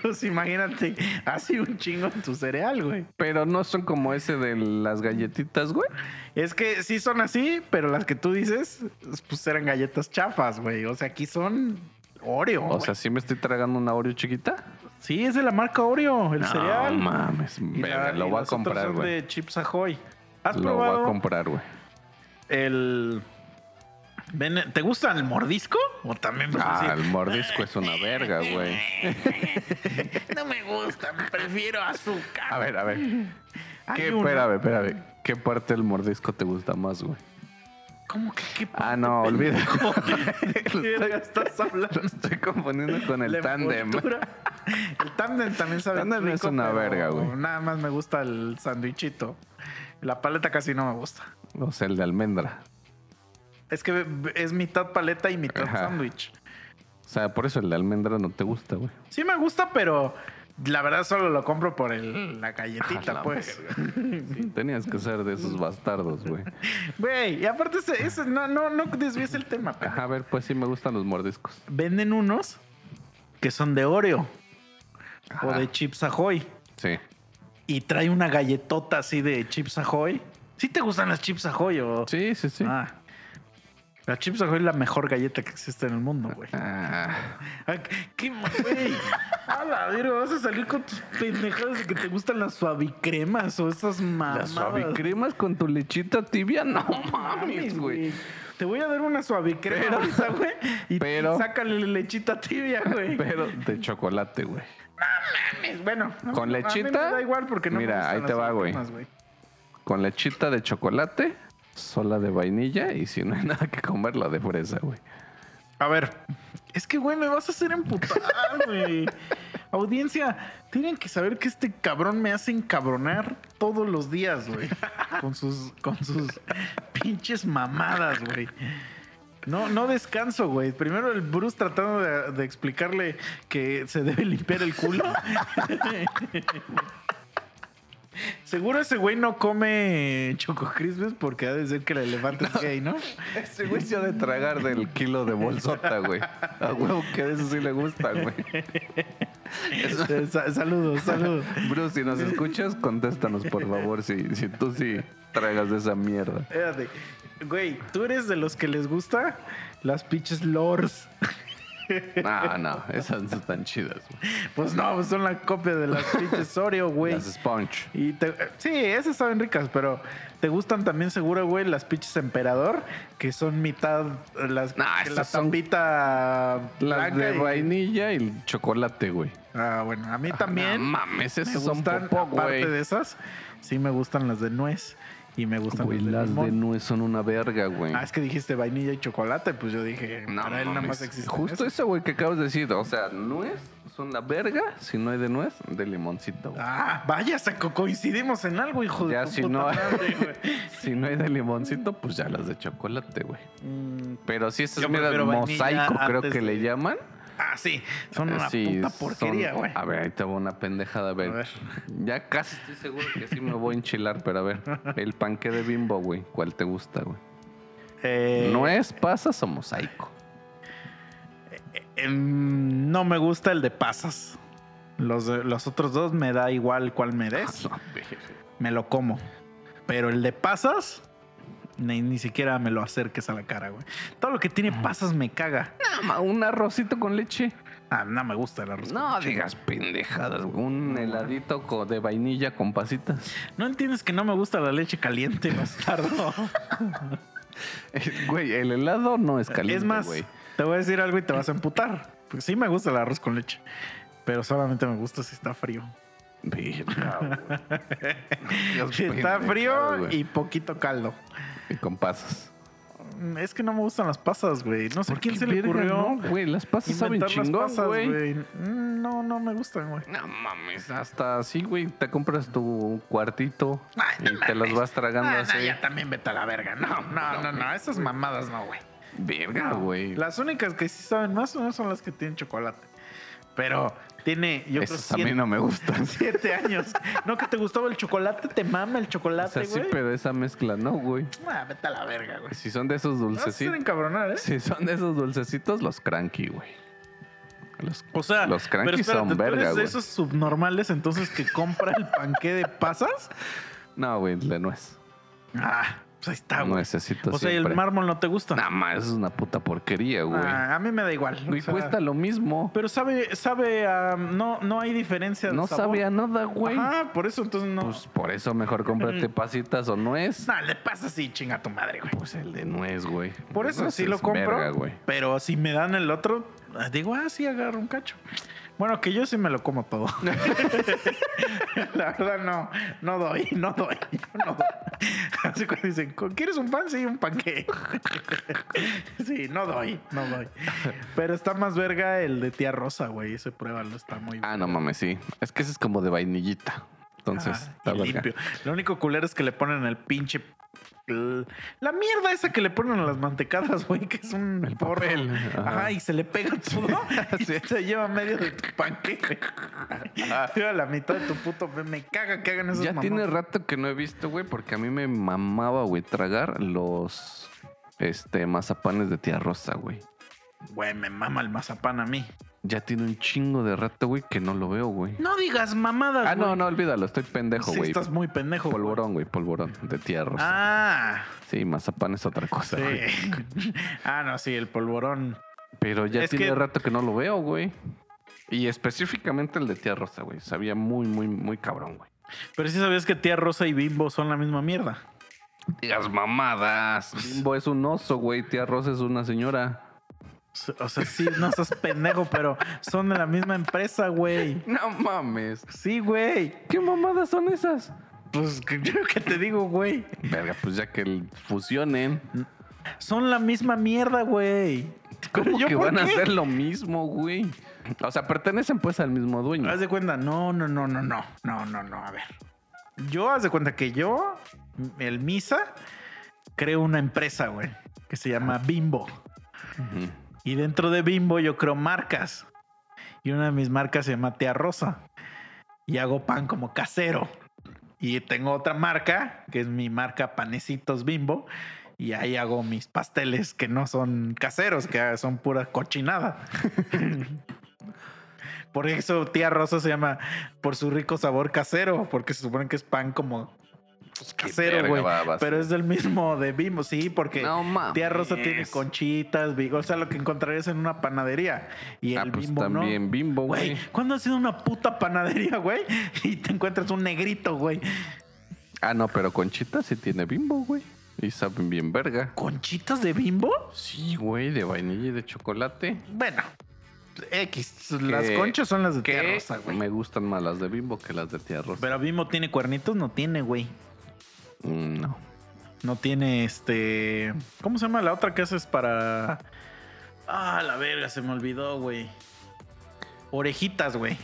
Speaker 1: pues imagínate, así un chingo en tu cereal, güey.
Speaker 2: Pero no son como ese de las galletitas, güey.
Speaker 1: Es que sí son así, pero las que tú dices, pues eran galletas chafas, güey. O sea, aquí son Oreo.
Speaker 2: O
Speaker 1: Oh, güey.
Speaker 2: sea, sí me estoy tragando una Oreo chiquita.
Speaker 1: sí, es de la marca Oreo, el cereal.
Speaker 2: No mames,
Speaker 1: Y la-
Speaker 2: verga, lo
Speaker 1: y
Speaker 2: voy a
Speaker 1: las otras
Speaker 2: comprar,
Speaker 1: son
Speaker 2: güey.
Speaker 1: de Chips Ahoy. ¿Has
Speaker 2: Lo voy a
Speaker 1: probado
Speaker 2: comprar, güey.
Speaker 1: el... ven- ¿Te gusta el mordisco? ¿O también vas a
Speaker 2: Ah,
Speaker 1: decir, "Eh,
Speaker 2: el mordisco es una verga, güey.
Speaker 1: No me gusta, prefiero azúcar.
Speaker 2: A ver, a ver.
Speaker 1: Hay
Speaker 2: ¿Qué,
Speaker 1: una-
Speaker 2: espérame, espérame. ¿Qué parte del mordisco te gusta más, güey?
Speaker 1: ¿Cómo que qué
Speaker 2: Ah, no, olvida.
Speaker 1: ¿Qué
Speaker 2: Pues
Speaker 1: verga estás hablando?
Speaker 2: Lo estoy confundiendo con
Speaker 1: La
Speaker 2: el tándem.
Speaker 1: envoltura. El tándem también sabe
Speaker 2: Tándem
Speaker 1: rico,
Speaker 2: es una
Speaker 1: pero
Speaker 2: verga, güey.
Speaker 1: Nada más me gusta el sandwichito. La paleta casi no me gusta.
Speaker 2: O sea, el de almendra.
Speaker 1: Es que es mitad paleta y mitad
Speaker 2: Ajá.
Speaker 1: sándwich.
Speaker 2: O sea, por eso el de almendra no te gusta, güey.
Speaker 1: Sí me gusta, pero la verdad solo lo compro por el- la
Speaker 2: Mm. A
Speaker 1: galletita,
Speaker 2: la
Speaker 1: pues.
Speaker 2: Sí, Tenías que ser de esos bastardos, güey.
Speaker 1: Güey, y aparte ese, ese- no, no, no desvíes el tema. pendejo.
Speaker 2: Ajá, a ver, pues sí me gustan los mordiscos.
Speaker 1: Venden unos que son de Oreo o
Speaker 2: Ajá.
Speaker 1: de Chips Ahoy.
Speaker 2: Sí.
Speaker 1: Y trae una galletota así de Chips Ahoy. ¿Sí te gustan las Chips Ahoy o...?
Speaker 2: Sí, sí, sí.
Speaker 1: Ah. La Chips Ahoy es la mejor galleta que existe en el mundo, güey.
Speaker 2: Ah.
Speaker 1: Ah, ¿Qué, ma- güey? A la verga, vas a salir con tus pendejadas de que te gustan las suavicremas o esas
Speaker 2: Las
Speaker 1: mamadas.
Speaker 2: suavicremas con tu lechita tibia, no mames, güey.
Speaker 1: Te voy a dar una suavicrema
Speaker 2: Pero-
Speaker 1: ahorita, güey. Y
Speaker 2: pero-
Speaker 1: sácale lechita tibia, güey.
Speaker 2: Pero de chocolate, güey.
Speaker 1: Bueno, a mí
Speaker 2: ¿Con
Speaker 1: no- a mí
Speaker 2: lechita?
Speaker 1: me da igual porque no me
Speaker 2: Mira,
Speaker 1: gustan
Speaker 2: ahí
Speaker 1: las
Speaker 2: te va, güey.
Speaker 1: suavicremas,
Speaker 2: Con lechita de chocolate, sola de vainilla y si no hay nada que comer, la de fresa, güey.
Speaker 1: A ver, es que, güey, me vas a hacer emputar, güey. Audiencia, tienen que saber que este cabrón me hace encabronar todos los días, güey. Con sus, con sus pinches mamadas, güey. No, no descanso, güey. Primero el Bruce tratando de, de explicarle que se debe limpiar el culo. Seguro ese güey no come Choco Crispis porque ha de ser que el elefante es gay, ¿no?
Speaker 2: Ese güey se ha de tragar del kilo de bolsota, güey. A huevo que a eso sí le gusta, güey.
Speaker 1: Eh, sa- Saludos, saludos.
Speaker 2: Bruce, si nos escuchas, contéstanos, por favor, si, si tú sí tragas de esa mierda.
Speaker 1: Espérate. Güey, tú eres de los que les gusta las pinches lores.
Speaker 2: No, no, esas no están chidas, güey.
Speaker 1: Pues no, pues son la copia de las pinches Oreo, güey.
Speaker 2: Las sponge.
Speaker 1: Y te- eh, sí, esas saben ricas, pero te gustan también seguro, güey, las pinches emperador, que son mitad eh, las
Speaker 2: No,
Speaker 1: que
Speaker 2: esas
Speaker 1: la
Speaker 2: son-
Speaker 1: tapita
Speaker 2: Las
Speaker 1: blanca
Speaker 2: de
Speaker 1: y-
Speaker 2: vainilla y chocolate, güey.
Speaker 1: Ah, bueno, a mí
Speaker 2: No
Speaker 1: también
Speaker 2: mames,
Speaker 1: me
Speaker 2: esas son
Speaker 1: gustan
Speaker 2: popó,
Speaker 1: aparte
Speaker 2: güey.
Speaker 1: de esas, sí me gustan las de nuez y me gustan
Speaker 2: Güey,
Speaker 1: las de
Speaker 2: las
Speaker 1: limón.
Speaker 2: de nuez son una verga, güey.
Speaker 1: Ah, es que dijiste vainilla y chocolate, pues yo dije,
Speaker 2: No
Speaker 1: para él nada
Speaker 2: mames.
Speaker 1: más existe
Speaker 2: Justo eso, güey, que acabas de decir. O sea, nuez son la verga. Si no hay de nuez, de limoncito, güey.
Speaker 1: Ah, vaya, hasta co- coincidimos en algo, hijo
Speaker 2: Ya,
Speaker 1: de tu
Speaker 2: si
Speaker 1: puta
Speaker 2: no-
Speaker 1: madre, güey.
Speaker 2: Si no hay de limoncito, pues ya las de chocolate, güey.
Speaker 1: Mm,
Speaker 2: Pero si esas
Speaker 1: Yo
Speaker 2: miras
Speaker 1: prefiero vainilla
Speaker 2: mosaico, creo
Speaker 1: antes
Speaker 2: que
Speaker 1: de-
Speaker 2: le llaman.
Speaker 1: ah, sí, son una
Speaker 2: Sí,
Speaker 1: puta
Speaker 2: son-
Speaker 1: porquería, güey.
Speaker 2: A ver, ahí te va una pendejada, a ver.
Speaker 1: A ver.
Speaker 2: Ya casi estoy seguro que sí me voy a enchilar, pero a ver. El panque de bimbo, güey. ¿Cuál te gusta, güey?
Speaker 1: Eh,
Speaker 2: ¿Nuez, pasas o mosaico?
Speaker 1: em, no me gusta el de pasas. Los, de- los otros dos me da igual cuál me des,
Speaker 2: A ver.
Speaker 1: me lo como. Pero el de pasas, ni, ni siquiera me lo acerques a la cara, güey. Todo lo que tiene
Speaker 2: Ah.
Speaker 1: pasas me caga.
Speaker 2: Ma, Un arrocito con leche.
Speaker 1: Ah, no me gusta el arroz.
Speaker 2: No digas pendejadas, güey. Un heladito co- de vainilla con pasitas.
Speaker 1: No entiendes que no me gusta la leche caliente, bastardo.
Speaker 2: Güey, el helado no es caliente,
Speaker 1: es más,
Speaker 2: güey.
Speaker 1: te voy a decir algo y te vas a emputar. Porque sí me gusta el arroz con leche. Pero solamente me gusta si está frío.
Speaker 2: Verga, güey. Dios
Speaker 1: Si está
Speaker 2: pendejado,
Speaker 1: frío
Speaker 2: güey.
Speaker 1: y poquito caldo. Mm,
Speaker 2: Y con pasas.
Speaker 1: Es que no me gustan las pasas, güey. No sé
Speaker 2: ¿Por
Speaker 1: quién
Speaker 2: qué
Speaker 1: se le
Speaker 2: verga,
Speaker 1: ocurrió
Speaker 2: no, güey, las pasas saben
Speaker 1: inventar las
Speaker 2: chingón,
Speaker 1: pasas,
Speaker 2: güey.
Speaker 1: güey. Mm, No, no me gustan, güey.
Speaker 2: No mames, hasta así, güey. Te compras tu cuartito
Speaker 1: Ay, Ah, no
Speaker 2: y te las
Speaker 1: mames.
Speaker 2: vas tragando
Speaker 1: Ah, no,
Speaker 2: así.
Speaker 1: ya también vete a la verga. No, no, no, no. Esas mamadas no, güey.
Speaker 2: Verga, güey.
Speaker 1: Las únicas que sí saben más o menos son las que tienen chocolate. Pero tiene, yo creo,
Speaker 2: Esas a mí
Speaker 1: siete,
Speaker 2: no me gustan.
Speaker 1: siete años. No, que te gustaba el chocolate, te mama el
Speaker 2: O
Speaker 1: chocolate,
Speaker 2: sea,
Speaker 1: güey.
Speaker 2: sí, pero esa mezcla no, güey.
Speaker 1: Ah, vete a la verga, güey.
Speaker 2: Si son de esos
Speaker 1: No se quieren
Speaker 2: dulcecitos.
Speaker 1: encabronar, ¿eh?
Speaker 2: Si son de esos dulcecitos, los cranky, güey. Los
Speaker 1: O sea,
Speaker 2: Los crankies
Speaker 1: pero espérate,
Speaker 2: son
Speaker 1: ¿tú
Speaker 2: verga,
Speaker 1: eres de
Speaker 2: güey.
Speaker 1: esos subnormales entonces que compra el panqué de pasas?
Speaker 2: No, güey, la nuez.
Speaker 1: Ah, pues ahí está, güey.
Speaker 2: Nuecesito
Speaker 1: O sea, ¿y
Speaker 2: siempre.
Speaker 1: el mármol no te gusta.
Speaker 2: Nada más, eso es una puta porquería, güey.
Speaker 1: Ah, a mí me da igual.
Speaker 2: y
Speaker 1: o sea,
Speaker 2: cuesta lo mismo.
Speaker 1: Pero sabe, sabe, a- no, no hay diferencia. de
Speaker 2: No
Speaker 1: sabía
Speaker 2: sabe a nada, güey.
Speaker 1: Ah, por eso entonces no.
Speaker 2: Pues por eso mejor
Speaker 1: Mm.
Speaker 2: cómprate pasitas o nuez.
Speaker 1: No, le pasa así, chinga tu madre, güey.
Speaker 2: Pues el de nuez, güey.
Speaker 1: Por eso
Speaker 2: Nuez
Speaker 1: sí
Speaker 2: es
Speaker 1: lo compro.
Speaker 2: verga, güey.
Speaker 1: Pero si me dan el otro, ah, digo, ah, sí, agarro un cacho. Bueno, que yo sí me lo como todo. La verdad, no, no doy, no doy, no doy. Así cuando dicen, "¿Con- ¿quieres un pan? Sí, un panqué. sí, no doy, no doy. Pero está más verga el de tía Rosa, güey. Ese pruébalo, está muy
Speaker 2: Ah, no mames, sí. Es que ese es como de vainillita. Entonces,
Speaker 1: Ajá,
Speaker 2: está
Speaker 1: Ah, y
Speaker 2: verga.
Speaker 1: limpio. Lo único culero es que le ponen el pinche. La mierda esa que le ponen a las mantecadas, güey, que es un
Speaker 2: El
Speaker 1: forro.
Speaker 2: papel.
Speaker 1: Ajá.
Speaker 2: Ajá.
Speaker 1: y se le pega todo y se lleva medio de tu panqueque. Lleva la mitad de tu puto. me- Me caga que hagan esos
Speaker 2: Ya tiene rato que no he visto, güey, porque a mí me mamaba, güey, tragar los este mazapanes de tía Rosa, güey.
Speaker 1: Güey, me mama el mazapán a mí.
Speaker 2: Ya tiene un chingo de rato, güey, que no lo veo, güey.
Speaker 1: No digas mamadas,
Speaker 2: Ah, no,
Speaker 1: güey.
Speaker 2: no, olvídalo, estoy pendejo,
Speaker 1: Sí,
Speaker 2: güey.
Speaker 1: estás muy pendejo. güey.
Speaker 2: polvorón, güey, polvorón de tía Rosa.
Speaker 1: Ah,
Speaker 2: Sí, mazapán es otra cosa, güey.
Speaker 1: sí. ah, no, sí, el polvorón.
Speaker 2: Pero ya
Speaker 1: Es
Speaker 2: tiene
Speaker 1: que-
Speaker 2: rato que no lo veo, güey. Y específicamente el de tía Rosa, güey. Sabía muy, muy, muy cabrón, güey.
Speaker 1: Pero sí sabías que tía Rosa y Bimbo son la misma mierda.
Speaker 2: Digas mamadas. Bimbo es un oso, güey. Tía Rosa es una señora.
Speaker 1: O sea, sí, no seas pendejo, pero son de la misma empresa, güey.
Speaker 2: No mames.
Speaker 1: Sí, güey.
Speaker 2: ¿Qué mamadas son esas?
Speaker 1: Pues que- yo que te digo, güey.
Speaker 2: Verga, pues ya que el- fusionen.
Speaker 1: Son la misma mierda, güey.
Speaker 2: ¿Cómo
Speaker 1: Pero yo
Speaker 2: que
Speaker 1: por
Speaker 2: van a
Speaker 1: qué?
Speaker 2: hacer lo mismo, güey? O sea, pertenecen pues al mismo dueño.
Speaker 1: Haz de cuenta, no, no, no, no, no, no, no, no, a ver. Yo haz de cuenta que yo, el Misa, creo una empresa, güey, que se llama Bimbo.
Speaker 2: Ujú.
Speaker 1: Y dentro de Bimbo yo creo marcas. Y una de mis marcas se llama Tía Rosa. Y hago pan como casero. Y tengo otra marca, que es mi marca Panecitos Bimbo. Y ahí hago mis pasteles que no son caseros, que son pura cochinada. Por eso Tía Rosa se llama por su rico sabor casero, porque se supone que es pan como pues,
Speaker 2: Qué
Speaker 1: casero,
Speaker 2: verga
Speaker 1: güey.
Speaker 2: va- va a
Speaker 1: Pero es del mismo de Bimbo, sí, porque
Speaker 2: No mames.
Speaker 1: Tía Rosa tiene conchitas, big- o sea, lo que encontrarías en una panadería. Y
Speaker 2: Ah,
Speaker 1: el
Speaker 2: pues
Speaker 1: bimbo
Speaker 2: también
Speaker 1: no.
Speaker 2: bimbo,
Speaker 1: Güey,
Speaker 2: güey.
Speaker 1: ¿cuándo has ido a una puta panadería, güey? Y te encuentras un negrito, güey.
Speaker 2: Ah, no, pero Conchita sí tiene bimbo, güey. Y saben bien verga.
Speaker 1: ¿Conchitas de bimbo?
Speaker 2: Sí, güey, de vainilla y de chocolate.
Speaker 1: Bueno, X. Las
Speaker 2: Que-
Speaker 1: conchas son las de tía
Speaker 2: Que
Speaker 1: Rosa, güey.
Speaker 2: me gustan más las de bimbo que las de tía Rosa.
Speaker 1: Pero bimbo tiene cuernitos, no tiene, güey.
Speaker 2: Mm, No.
Speaker 1: No tiene este. ¿Cómo se llama la otra que haces para. Ah, la verga, se me olvidó, güey. Orejitas, güey.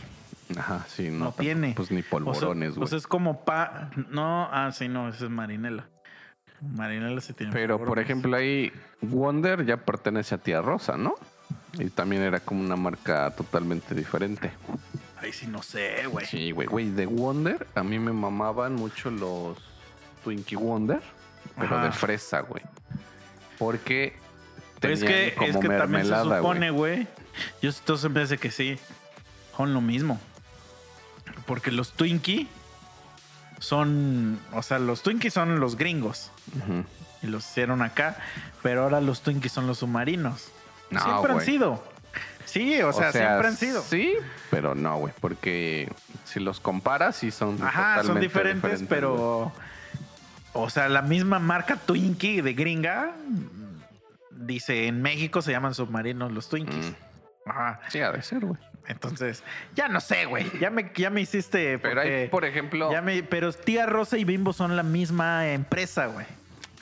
Speaker 2: Ajá, sí, no.
Speaker 1: No
Speaker 2: tampoco,
Speaker 1: tiene.
Speaker 2: Pues ni
Speaker 1: O sea,
Speaker 2: polvorones, güey.
Speaker 1: O sea, es como pa. No, ah, sí, no, esa es Marinela. Marinela sí tiene.
Speaker 2: Pero, por
Speaker 1: polvorones.
Speaker 2: ejemplo, ahí Wonder ya pertenece a Tía Rosa, ¿no? Y también era como una marca totalmente diferente.
Speaker 1: Ay, sí, no sé, güey.
Speaker 2: Sí, güey. Güey, de Wonder a mí me mamaban mucho los Twinkie Wonder, pero
Speaker 1: Ajá.
Speaker 2: de fresa, güey. Porque
Speaker 1: Pero es
Speaker 2: tenían
Speaker 1: que,
Speaker 2: como
Speaker 1: es que también se
Speaker 2: mermelada, güey.
Speaker 1: supone, güey. Yo entonces me hace que sí. Son lo mismo. Porque los Twinkie son. O sea, los Twinkie son los gringos.
Speaker 2: Ujú.
Speaker 1: Y los hicieron acá. Pero ahora los Twinkies son los submarinos.
Speaker 2: No,
Speaker 1: siempre han
Speaker 2: güey.
Speaker 1: sido. Sí, o sea, siempre han sido.
Speaker 2: Sí, pero no, güey. Porque si los comparas, sí son.
Speaker 1: Ajá, son
Speaker 2: totalmente
Speaker 1: diferentes,
Speaker 2: güey.
Speaker 1: pero. O sea, la misma marca Twinkie de gringa. Dice, en México se llaman submarinos los Twinkies.
Speaker 2: Mm,
Speaker 1: Ajá.
Speaker 2: sí, ha de ser, güey.
Speaker 1: Entonces, ya no sé, güey. Ya me, ya me hiciste.
Speaker 2: Pero hay,
Speaker 1: porque
Speaker 2: por ejemplo.
Speaker 1: ya me- pero tía Rosa y Bimbo son la misma empresa, güey.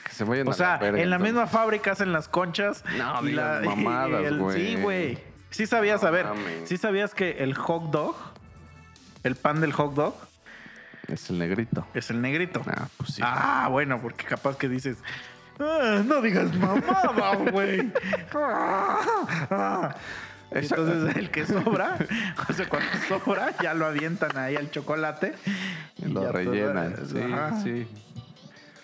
Speaker 2: que se vayan
Speaker 1: O
Speaker 2: a
Speaker 1: sea,
Speaker 2: verga,
Speaker 1: en la
Speaker 2: entonces.
Speaker 1: misma fábrica hacen las conchas.
Speaker 2: No digas mamadas, güey.
Speaker 1: Sí, güey. Sí sabías,
Speaker 2: No
Speaker 1: a ver,
Speaker 2: mames.
Speaker 1: sí sabías que el hot dog, el pan del hot dog,
Speaker 2: Es el negrito.
Speaker 1: es el negrito.
Speaker 2: Ah, pues sí.
Speaker 1: Ah, bueno, porque capaz que dices, "Ah, no digas mamada, güey. Ah, ah.
Speaker 2: Eso-
Speaker 1: Entonces el que sobra, o sea, cuando sobra, ya lo avientan ahí al chocolate. y ya
Speaker 2: lo
Speaker 1: todo-
Speaker 2: rellenan. Sí,
Speaker 1: Ajá.
Speaker 2: sí.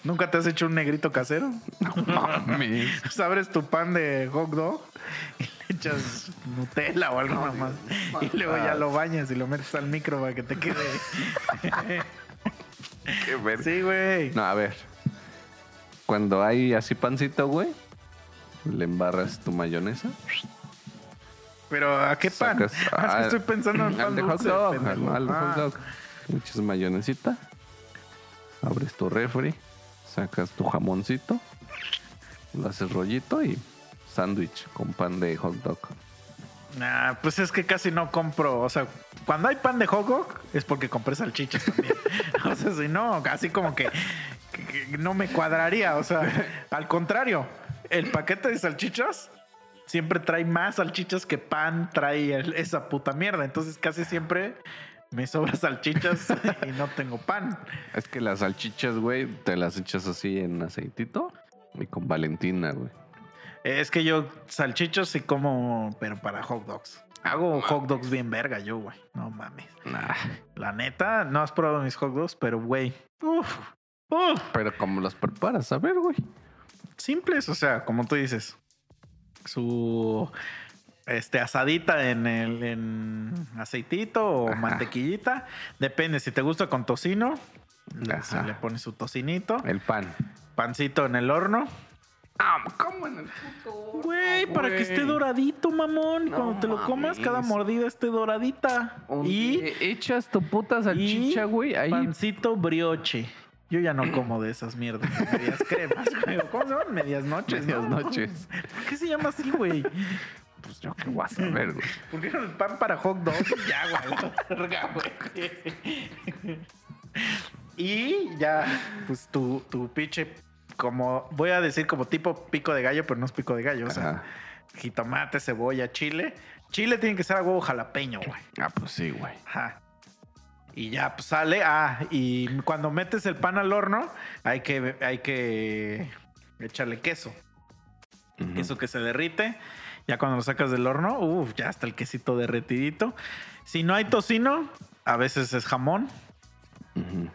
Speaker 1: ¿Nunca te has hecho un negrito casero?
Speaker 2: Mames.
Speaker 1: Pues abres tu pan de hot dog y le echas Nutella o algo más. Y luego
Speaker 2: ah.
Speaker 1: ya lo bañas y lo metes al micro para que te quede.
Speaker 2: Qué verga.
Speaker 1: Sí, güey.
Speaker 2: No, a ver. Cuando hay así pancito, güey, le embarras tu mayonesa.
Speaker 1: Pero ¿a qué pan?
Speaker 2: sacas-
Speaker 1: Ah, es que
Speaker 2: ah,
Speaker 1: estoy pensando en pan
Speaker 2: al de hot
Speaker 1: dulce,
Speaker 2: dog,
Speaker 1: pendejo.
Speaker 2: al- al
Speaker 1: Ah,
Speaker 2: hot dog. Le echas mayonesita. Abres tu refri. Sacas tu jamoncito. Lo haces rollito y sándwich con pan de hot dog.
Speaker 1: nah, pues es que casi no compro. O sea, cuando hay pan de hot dog es porque compré salchichas también. o sea, si no, así como que, que- que no me cuadraría. O sea, al contrario, el paquete de salchichas siempre trae más salchichas que pan trae el- esa puta mierda. Entonces casi siempre me sobra salchichas y no tengo pan.
Speaker 2: Es que las salchichas, güey, te las echas así en aceitito y con Valentina, güey.
Speaker 1: Es que yo salchichos sí como, pero para hot dogs. Hago hot dogs bien verga yo, güey. No mames.
Speaker 2: Nah,
Speaker 1: La neta, no has probado mis hot dogs, pero güey. Uf, uf,
Speaker 2: pero como las preparas, a ver, güey.
Speaker 1: simples, o sea, como tú dices. Su este asadita en el en aceitito o
Speaker 2: Ajá.
Speaker 1: mantequillita, depende si te gusta con tocino, le-
Speaker 2: Ajá. Eh.
Speaker 1: le pones su tocinito,
Speaker 2: El pan.
Speaker 1: pancito en el horno.
Speaker 2: Ah, ¿cómo en el puto?
Speaker 1: Güey, para que esté
Speaker 2: dorado.
Speaker 1: doradito, mamón.
Speaker 2: No
Speaker 1: Cuando te lo comas, cada
Speaker 2: mames.
Speaker 1: mordida esté doradita.
Speaker 2: Y
Speaker 1: Y
Speaker 2: echas tu puta salchicha, güey, ahí.
Speaker 1: pancito brioche. Yo ya no como de esas mierdas, medias cremas, güey. ¿Cómo se llaman? Medias noches.
Speaker 2: Medias
Speaker 1: ¿no?
Speaker 2: noches.
Speaker 1: ¿Por qué se llama así, güey?
Speaker 2: Pues yo qué voy a saber, güey.
Speaker 1: ¿Por qué no el pan para hot dog? Y Ya, güey. la verga, güey. Y ya, pues tu, tu pinche, como voy a decir como tipo pico de gallo, pero no es pico de gallo. O sea,
Speaker 2: Ajá.
Speaker 1: jitomate, cebolla, chile. Chile tiene que ser a huevo jalapeño, güey.
Speaker 2: Ah, pues sí, güey.
Speaker 1: Ajá. Y ya pues, sale. Ah, y cuando metes el pan al horno, hay que, hay que echarle queso.
Speaker 2: Ujú.
Speaker 1: Queso que se derrite. Ya cuando lo sacas del horno, uff, ya está el quesito derretidito. Si no hay tocino, a veces es jamón.
Speaker 2: Ujú.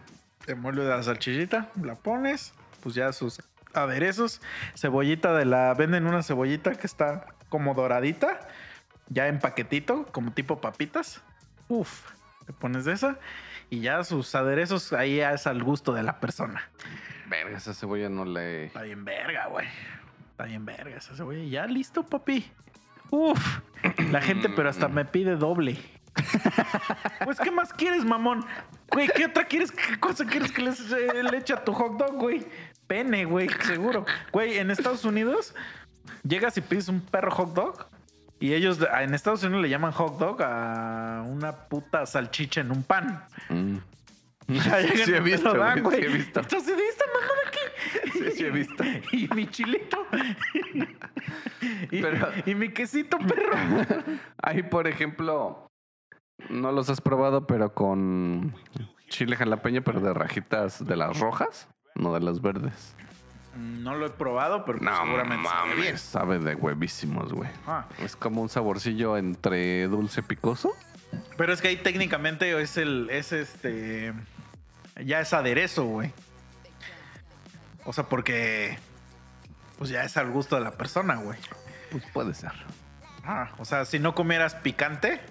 Speaker 1: Te mueves la salchichita, la pones, pues ya sus aderezos. Cebollita de la. Venden una cebollita que está como doradita, ya en paquetito, como tipo papitas. Uf, te pones de esa y ya sus aderezos ahí ya es al gusto de la persona.
Speaker 2: Verga, esa cebolla no le.
Speaker 1: Está bien verga, güey. Está bien verga esa cebolla. Y Ya listo, papi. Uf, la gente, pero hasta me pide doble. Pues, ¿qué más quieres, mamón? Güey, ¿qué otra quieres? ¿Qué cosa quieres que les, eh, le eche a tu hot dog, güey? Pene, güey, seguro. Güey, en Estados Unidos llegas y pides un perro hot dog y ellos en Estados Unidos le llaman hot dog a una puta salchicha en un pan.
Speaker 2: Mm.
Speaker 1: Ya llegan
Speaker 2: Sí he
Speaker 1: y te lo
Speaker 2: visto,
Speaker 1: dan,
Speaker 2: güey, sí
Speaker 1: güey.
Speaker 2: he visto.
Speaker 1: Entonces, ¿de esta mamada qué?
Speaker 2: Sí, sí he visto.
Speaker 1: Y mi chilito. y,
Speaker 2: Pero-
Speaker 1: y mi quesito, perro.
Speaker 2: Ahí, por ejemplo, no los has probado, pero con chile jalapeño, pero de rajitas de las rojas, no de las verdes.
Speaker 1: No lo he probado, pero pues
Speaker 2: No
Speaker 1: seguramente sabe bien.
Speaker 2: mames, sabe de huevísimos, güey.
Speaker 1: Ah,
Speaker 2: Es como un saborcillo entre dulce picoso.
Speaker 1: pero es que ahí técnicamente es el, es este, ya es aderezo, güey. O sea, porque, pues ya es al gusto de la persona, güey.
Speaker 2: Pues puede ser.
Speaker 1: Ah, o sea, si no comieras picante,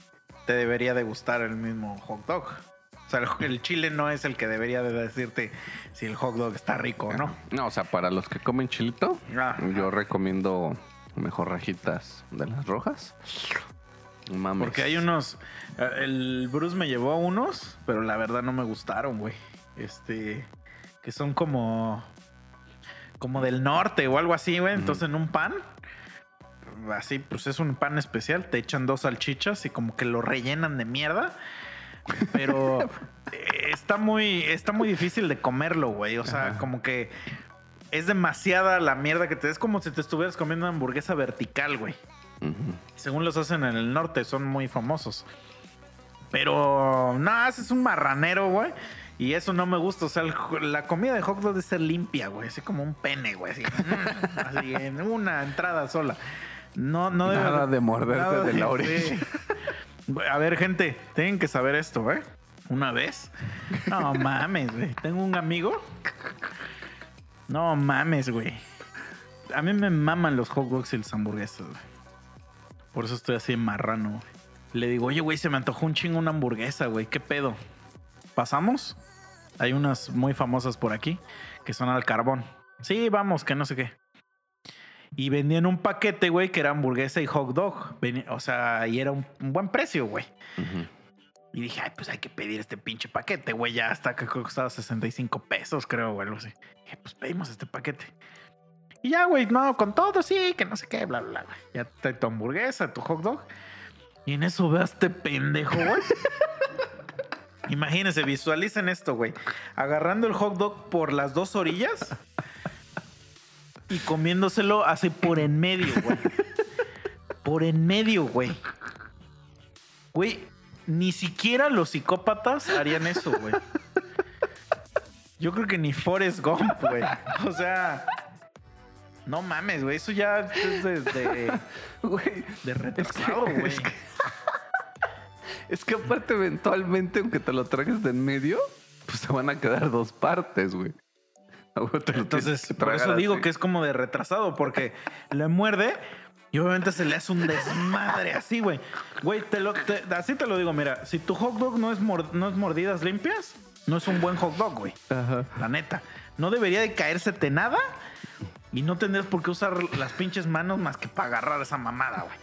Speaker 1: te debería de gustar el mismo hot dog. O sea, el, el chile no es el que debería de decirte si el hot dog está rico o no.
Speaker 2: No, o sea, para los que comen chilito,
Speaker 1: Ah.
Speaker 2: yo recomiendo mejor rajitas de las rojas. Mames.
Speaker 1: Porque hay unos. eh, El Bruce me llevó a unos, pero la verdad no me gustaron, güey. Este. Que son como. Como del norte o algo así, güey. Entonces en un pan. Así, pues es un pan especial. Te echan dos salchichas y como que lo rellenan de mierda. Pero eh, está muy. Está muy difícil de comerlo, güey. O sea,
Speaker 2: Ajá.
Speaker 1: como que. es demasiada la mierda que te es como si te estuvieras comiendo una hamburguesa vertical, güey.
Speaker 2: Ujú.
Speaker 1: Según los hacen en el norte, son muy famosos. Pero nada, es un marranero, güey. Y eso no me gusta. O sea, el jo- la comida de hot dog debe ser limpia, güey. Así como un pene, güey. Así, mm, así en una entrada sola. No, no debe
Speaker 2: Nada de morderse
Speaker 1: nada
Speaker 2: de la orilla.
Speaker 1: sí. A ver, gente, tienen que saber esto, ¿eh? Una vez. No mames, güey. Tengo un amigo. No mames, güey. A mí me maman los hot dogs y las hamburguesas, güey. Por eso estoy así marrano, güey. Le digo, oye, güey, se me antojó un chingo una hamburguesa, güey. ¿Qué pedo? ¿Pasamos? Hay unas muy famosas por aquí que son al carbón. Sí, vamos, que no sé qué. Y vendían un paquete, güey, que era hamburguesa y hot dog. Venía- o sea, y era un, un buen precio, güey.
Speaker 2: Ujú.
Speaker 1: Y dije, ay, pues hay que pedir este pinche paquete, güey. Ya hasta que costaba 65 pesos, creo, güey. algo así. Dije, pues pedimos este paquete. Y ya, güey, no, con todo, sí, que no sé qué, bla, bla, bla. güey. Ya te tu hamburguesa, tu hot dog. Y en eso ve a este pendejo, güey. Imagínense, visualicen esto, güey. Agarrando el hot dog por las dos orillas y comiéndoselo así por en medio, güey. Por en medio, güey. Güey, ni siquiera los psicópatas harían eso, güey. Yo creo que ni Forrest Gump, güey. O sea, no mames, güey. Eso ya es de, de,
Speaker 2: Güey,
Speaker 1: de retrasado, güey.
Speaker 2: es que- es que aparte eventualmente, aunque te lo tragues de en medio, pues se van a quedar dos partes, güey. A huevo te lo tienes
Speaker 1: Entonces,
Speaker 2: que
Speaker 1: por eso
Speaker 2: tragar
Speaker 1: digo
Speaker 2: así.
Speaker 1: que es como de retrasado, porque le muerde y obviamente se le hace un desmadre así, güey. Güey, te lo- te- así te lo digo, mira, si tu hot dog no es, mor- no es mordidas limpias, no es un buen hot dog, güey.
Speaker 2: Ajá.
Speaker 1: La neta. No debería de caérsete nada y no tendrías por qué usar las pinches manos más que para agarrar esa mamada, güey.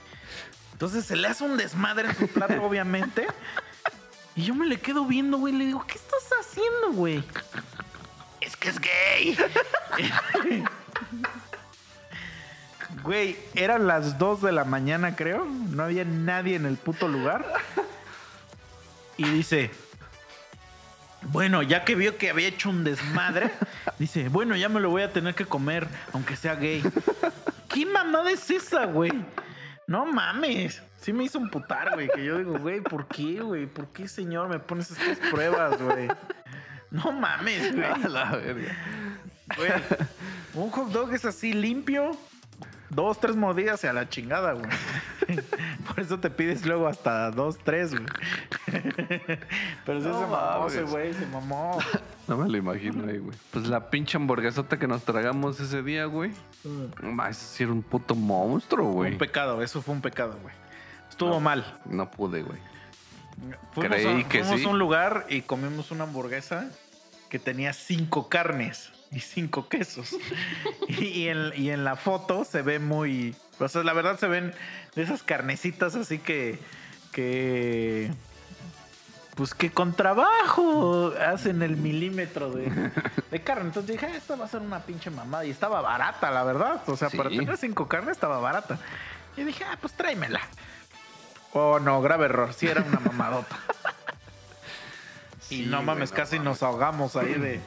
Speaker 1: Entonces se le hace un desmadre en su plato, obviamente. Y yo me le quedo viendo, güey. y Le digo, ¿qué estás haciendo, güey? Es que es gay. Güey, eran las 2 de la mañana, creo. No había nadie en el puto lugar. Y dice, bueno, ya que vio que había hecho un desmadre, dice, bueno, ya me lo voy a tener que comer, aunque sea gay. ¿Qué mamada es esa, güey? No mames. Sí me hizo un putar, güey. Que yo digo, güey, ¿por qué, güey? ¿Por qué, señor, me pones estas pruebas, güey? No mames, güey.
Speaker 2: A la verga.
Speaker 1: Güey, un hot dog es así limpio. Dos, tres mordidas y a la chingada, güey. Por eso te pides luego hasta dos, tres, güey. Pero sí
Speaker 2: No
Speaker 1: se mamó
Speaker 2: mames.
Speaker 1: ese güey, se mamó.
Speaker 2: No me lo imagino ahí, güey. Pues la pinche hamburguesota que nos tragamos ese día, güey. No mames, ese sí era un puto monstruo,
Speaker 1: Fue
Speaker 2: güey.
Speaker 1: Mm. Un pecado, eso fue un pecado, güey. Estuvo mal.
Speaker 2: No pude, güey.
Speaker 1: Fuimos,
Speaker 2: Creí
Speaker 1: a,
Speaker 2: que
Speaker 1: fuimos
Speaker 2: sí.
Speaker 1: a un lugar y comimos una hamburguesa que tenía cinco carnes y cinco quesos. y, y en, y en la foto se ve muy. O sea, la verdad se ven de esas carnecitas así que. que pues que con trabajo hacen el milímetro de, de carne. Entonces dije, "Ah, esta va a ser una pinche mamada. Y estaba barata, la verdad. O sea,
Speaker 2: Sí.
Speaker 1: para tener cinco carnes estaba barata. Y dije, ah, pues tráemela. Oh, no, grave error. Sí, era una mamadota.
Speaker 2: Sí,
Speaker 1: y no
Speaker 2: güey,
Speaker 1: mames,
Speaker 2: no
Speaker 1: casi nos ahogamos ahí de,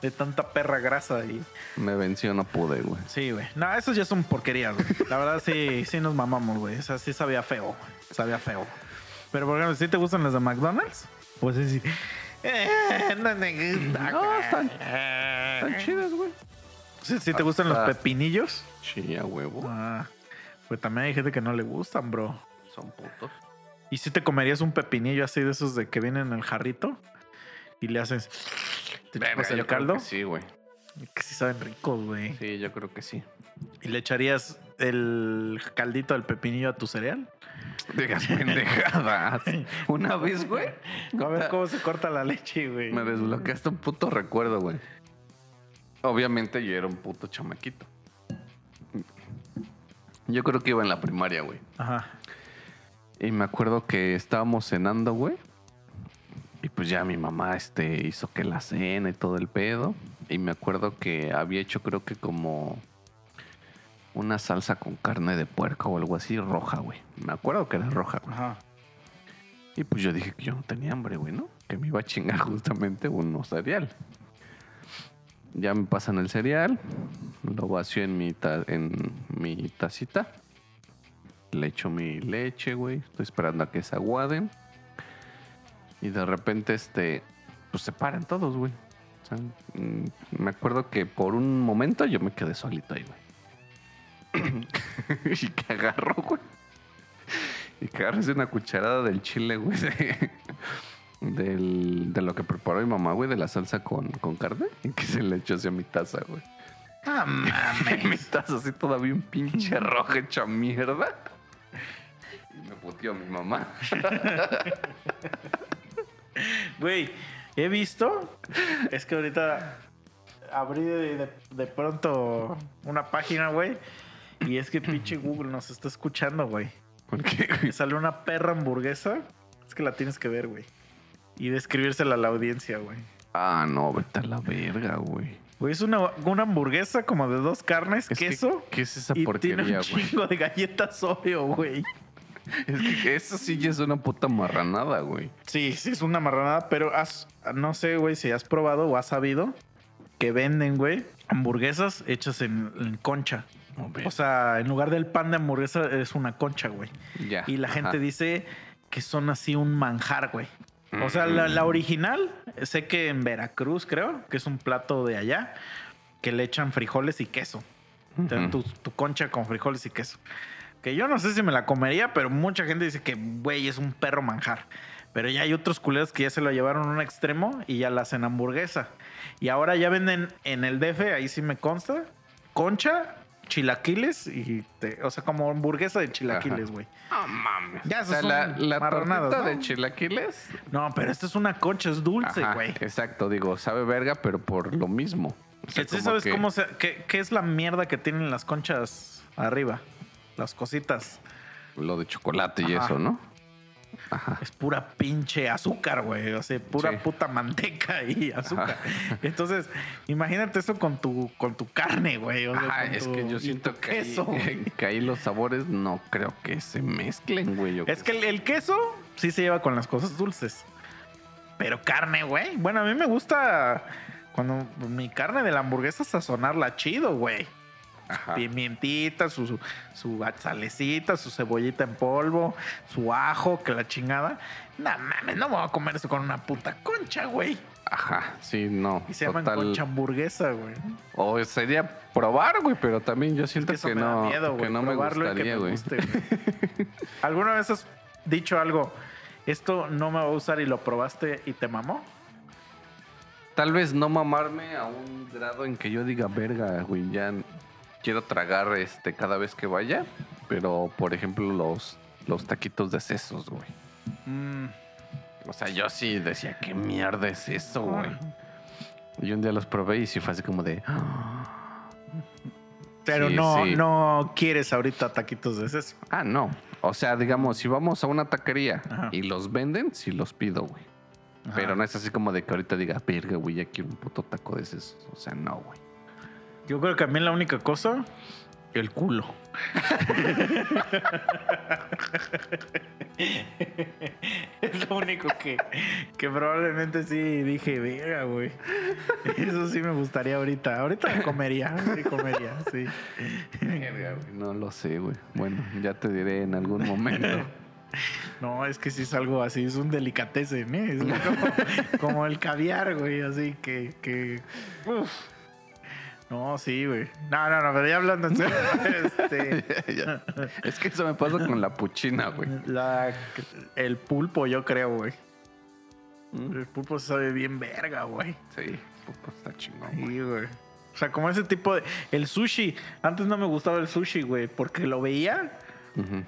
Speaker 1: de tanta perra grasa. Y...
Speaker 2: Me venció, no pude, güey.
Speaker 1: Sí, güey. No, esos ya son porquerías, güey. La verdad, sí, sí nos mamamos, güey. O sea, sí sabía feo. güey. Sabía feo. Pero, por ejemplo, ¿sí te gustan las de McDonald's? Pues sí, sí. Eh, no me gusta.
Speaker 2: No, están-
Speaker 1: Eh.
Speaker 2: Están chidas, güey.
Speaker 1: Sí, sí te gustan los
Speaker 2: Hasta-
Speaker 1: pepinillos.
Speaker 2: Sí, a huevo.
Speaker 1: Ah, pues también hay gente que no le gustan, bro.
Speaker 2: Son putos.
Speaker 1: ¿Y si te comerías un pepinillo así de esos de que vienen en el jarrito? Y le haces. ¿Te
Speaker 2: Verga,
Speaker 1: chupas el
Speaker 2: yo creo
Speaker 1: caldo?
Speaker 2: que Sí, güey.
Speaker 1: Que sí saben ricos, güey.
Speaker 2: Sí, yo creo que sí.
Speaker 1: ¿Y le echarías el caldito del pepinillo a tu cereal?
Speaker 2: Digas pendejadas. Una vez, güey.
Speaker 1: A ver cómo se corta la leche, güey.
Speaker 2: Ah. Me desbloqueaste un puto recuerdo, güey. Obviamente yo era un puto chamaquito. Yo creo que iba en la primaria, güey.
Speaker 1: Ajá.
Speaker 2: Y me acuerdo que estábamos cenando, güey. Y pues ya mi mamá este, hizo que la cena y todo el pedo. Y me acuerdo que había hecho creo que como una salsa con carne de puerco o algo así roja, güey. Me acuerdo que era roja, güey.
Speaker 1: Ajá.
Speaker 2: Y pues yo dije que yo no tenía hambre, güey, ¿no? Que me iba a chingar justamente uno cereal. Ya me pasan el cereal. Lo vacío en mi, ta- en mi tacita. Le echo mi leche, güey. Estoy esperando a que se aguaden. Y de repente, este, pues se paran todos, güey. O sea, mm, me acuerdo que por un momento yo me quedé solito ahí, güey. y que agarro, güey. Y que agarras una cucharada del chile, güey. De, del- de lo que preparó mi mamá, güey, de la salsa con, con carne. Y que se le echó hacia mi taza, güey.
Speaker 1: Ah,
Speaker 2: mi
Speaker 1: mames.
Speaker 2: taza así todavía un pinche roja hecha mierda. Y me puteó mi mamá.
Speaker 1: Güey, he visto. Es que ahorita abrí de, de- de pronto una página, güey. Y es que pinche Google nos está escuchando, güey.
Speaker 2: Porque,
Speaker 1: Me sale una perra hamburguesa. Es que la tienes que ver, güey. Y describírsela a la audiencia, güey.
Speaker 2: Ah, no, vete a la verga, güey.
Speaker 1: Güey, es una, una hamburguesa como de dos carnes,
Speaker 2: Es que,
Speaker 1: queso.
Speaker 2: ¿Qué es esa
Speaker 1: y tiene
Speaker 2: porquería,
Speaker 1: un
Speaker 2: güey?
Speaker 1: chingo de galletas obvio, güey.
Speaker 2: Es que eso sí ya es una puta marranada, güey.
Speaker 1: Sí, sí, es una marranada, pero has, no sé, güey, si has probado o has sabido que venden, güey, hamburguesas hechas en, en concha.
Speaker 2: No,
Speaker 1: O sea, en lugar del pan de hamburguesa es una concha, güey.
Speaker 2: ya.
Speaker 1: Y la
Speaker 2: ajá.
Speaker 1: gente dice que son así un manjar, güey. O sea, la,
Speaker 2: Mm.
Speaker 1: la original, sé que en Veracruz, creo, que es un plato de allá, que le echan frijoles y queso. Te dan
Speaker 2: Ujú.
Speaker 1: tu, tu concha con frijoles y queso. Que yo no sé si me la comería, pero mucha gente dice que, güey, es un perro manjar. Pero ya hay otros culeros que ya se lo llevaron a un extremo y ya la hacen hamburguesa. Y ahora ya venden en el DF, ahí sí me consta, concha, chilaquiles y, te- o sea, como hamburguesa de chilaquiles,
Speaker 2: Ajá.
Speaker 1: güey.
Speaker 2: Ah, mames.
Speaker 1: Ya,
Speaker 2: o sea,
Speaker 1: esas son
Speaker 2: la, la
Speaker 1: marranadas,
Speaker 2: tortita
Speaker 1: ¿no?
Speaker 2: de chilaquiles.
Speaker 1: No, pero esta es una concha, es dulce,
Speaker 2: Ajá,
Speaker 1: güey.
Speaker 2: exacto, digo, sabe verga, pero por lo mismo. O sea,
Speaker 1: Que sí
Speaker 2: como
Speaker 1: Este, sabes
Speaker 2: que-
Speaker 1: cómo se, qué, qué es la mierda que tienen las conchas arriba, las cositas.
Speaker 2: Lo de chocolate y
Speaker 1: Ajá.
Speaker 2: eso, ¿no? Ajá.
Speaker 1: Es pura pinche azúcar, güey. O sea, pura
Speaker 2: Sí.
Speaker 1: puta manteca y azúcar. Entonces, imagínate eso con tu, con tu carne, güey. O sea,
Speaker 2: Ajá,
Speaker 1: con
Speaker 2: es
Speaker 1: tu-
Speaker 2: que
Speaker 1: y
Speaker 2: yo
Speaker 1: tu
Speaker 2: siento que,
Speaker 1: queso,
Speaker 2: ahí,
Speaker 1: güey.
Speaker 2: que ahí los sabores no creo que se mezclen, güey. yo
Speaker 1: Es
Speaker 2: qué
Speaker 1: que el, el queso sí se lleva con las cosas dulces. Pero carne, güey. Bueno, a mí me gusta cuando mi carne de la hamburguesa sazonarla chido, güey.
Speaker 2: Ajá.
Speaker 1: pimientita, su, su, su salecita, su cebollita en polvo, su ajo, que la chingada. No mames, no me voy a comer eso con una puta concha, güey.
Speaker 2: Ajá, sí, no.
Speaker 1: Y se llaman concha hamburguesa, güey.
Speaker 2: O sería probar, güey, pero también yo siento
Speaker 1: eso
Speaker 2: que,
Speaker 1: me
Speaker 2: no,
Speaker 1: da miedo,
Speaker 2: que
Speaker 1: güey.
Speaker 2: no me
Speaker 1: probarlo y que
Speaker 2: gustaría, güey.
Speaker 1: guste, güey. ¿Alguna vez has dicho algo? Esto no me va a usar y lo probaste y te mamó.
Speaker 2: Tal vez no mamarme a un grado en que yo diga, verga, güey, ya quiero tragar este cada vez que vaya, pero por ejemplo los, los taquitos de sesos, güey.
Speaker 1: Mm,
Speaker 2: O sea, yo sí decía, ¿qué mierda es eso, güey? Y un día los probé y sí fue así como de...
Speaker 1: Pero
Speaker 2: Sí,
Speaker 1: no,
Speaker 2: sí.
Speaker 1: no quieres ahorita taquitos de seso.
Speaker 2: Ah, no. O sea, digamos, si vamos a una taquería
Speaker 1: Ajá.
Speaker 2: y los venden, sí los pido, güey. Pero no es así como de que ahorita diga, verga, güey, ya quiero un puto taco de esos. O sea, no, güey.
Speaker 1: Yo creo que a mí la única cosa, el culo. es lo único que, que probablemente sí dije, verga, güey. Eso sí me gustaría ahorita. Ahorita comería, sí comería, sí.
Speaker 2: No lo sé, güey. Bueno, ya te diré en algún momento.
Speaker 1: No, es que sí es algo así, es un delicatessen, ¿eh? Es como, como el caviar, güey, así que... que uf. No, sí, güey. No, no, no, pero ya hablando en serio, este...
Speaker 2: Ya. es que eso me pasa con la puchina, güey.
Speaker 1: La- el pulpo, yo creo, güey. El pulpo se sabe bien verga, güey.
Speaker 2: Sí, puto, está chingón, güey.
Speaker 1: Sí, güey. O sea, como ese tipo de... El sushi. Antes no me gustaba el sushi, güey, porque lo veía
Speaker 2: Ujú.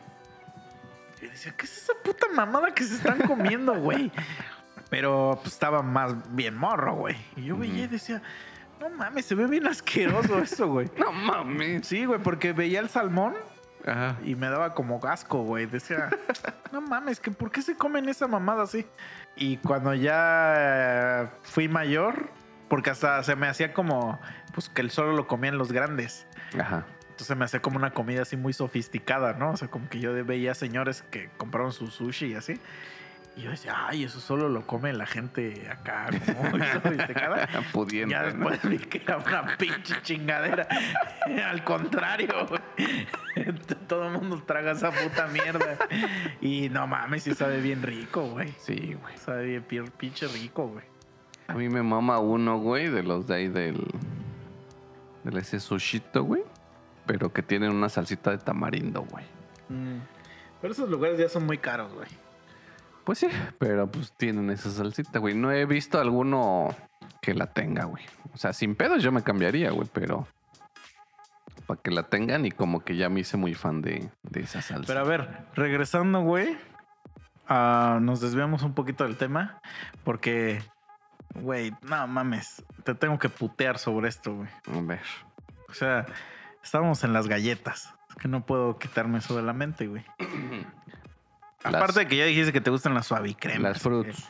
Speaker 1: y decía, ¿qué es esa puta mamada que se están comiendo, güey? Pero pues, estaba más bien morro, güey. Y yo veía y
Speaker 2: Ujú.
Speaker 1: decía, no mames, se ve bien asqueroso eso, güey.
Speaker 2: No mames.
Speaker 1: Sí, güey, porque veía el salmón
Speaker 2: Ajá.
Speaker 1: Y me daba como asco, güey. Decía, no mames, que ¿por qué se comen esa mamada así? Y cuando ya eh, fui mayor, porque hasta se me hacía como, pues que el solo lo comían los grandes.
Speaker 2: Ajá.
Speaker 1: Entonces me hacía como una comida así muy sofisticada, ¿no? O sea, como que yo veía señores que compraron su sushi y así. Y yo decía, ay, eso solo lo come la gente acá, como sofisticada.
Speaker 2: Pudiendo.
Speaker 1: Ya
Speaker 2: ¿no?
Speaker 1: después vi que era una pinche chingadera. Al contrario, güey. todo el mundo traga esa puta mierda. Y no mames, sí sabe bien rico, güey.
Speaker 2: Sí, güey.
Speaker 1: Sabe bien pier- pinche rico, güey.
Speaker 2: A mí me mama uno, güey, de los de ahí del. Del ese sushito, güey. Pero que tienen una salsita de tamarindo, güey.
Speaker 1: Mm. Pero esos lugares ya son muy caros, güey.
Speaker 2: Pues sí, pero pues tienen esa salsita, güey. No he visto alguno que la tenga, güey. O sea, sin pedos yo me cambiaría, güey, pero. Para que la tengan y como que ya me hice muy fan de, de esa salsa.
Speaker 1: Pero a ver, regresando, güey, ah, nos desviamos un poquito del tema porque, güey, no mames, te tengo que putear sobre esto, güey.
Speaker 2: A ver.
Speaker 1: O sea, estábamos en las galletas. Es que no puedo quitarme eso de la mente, güey.
Speaker 2: Las-
Speaker 1: Aparte de que ya dijiste que te gustan las suavicremas.
Speaker 2: Las fruits.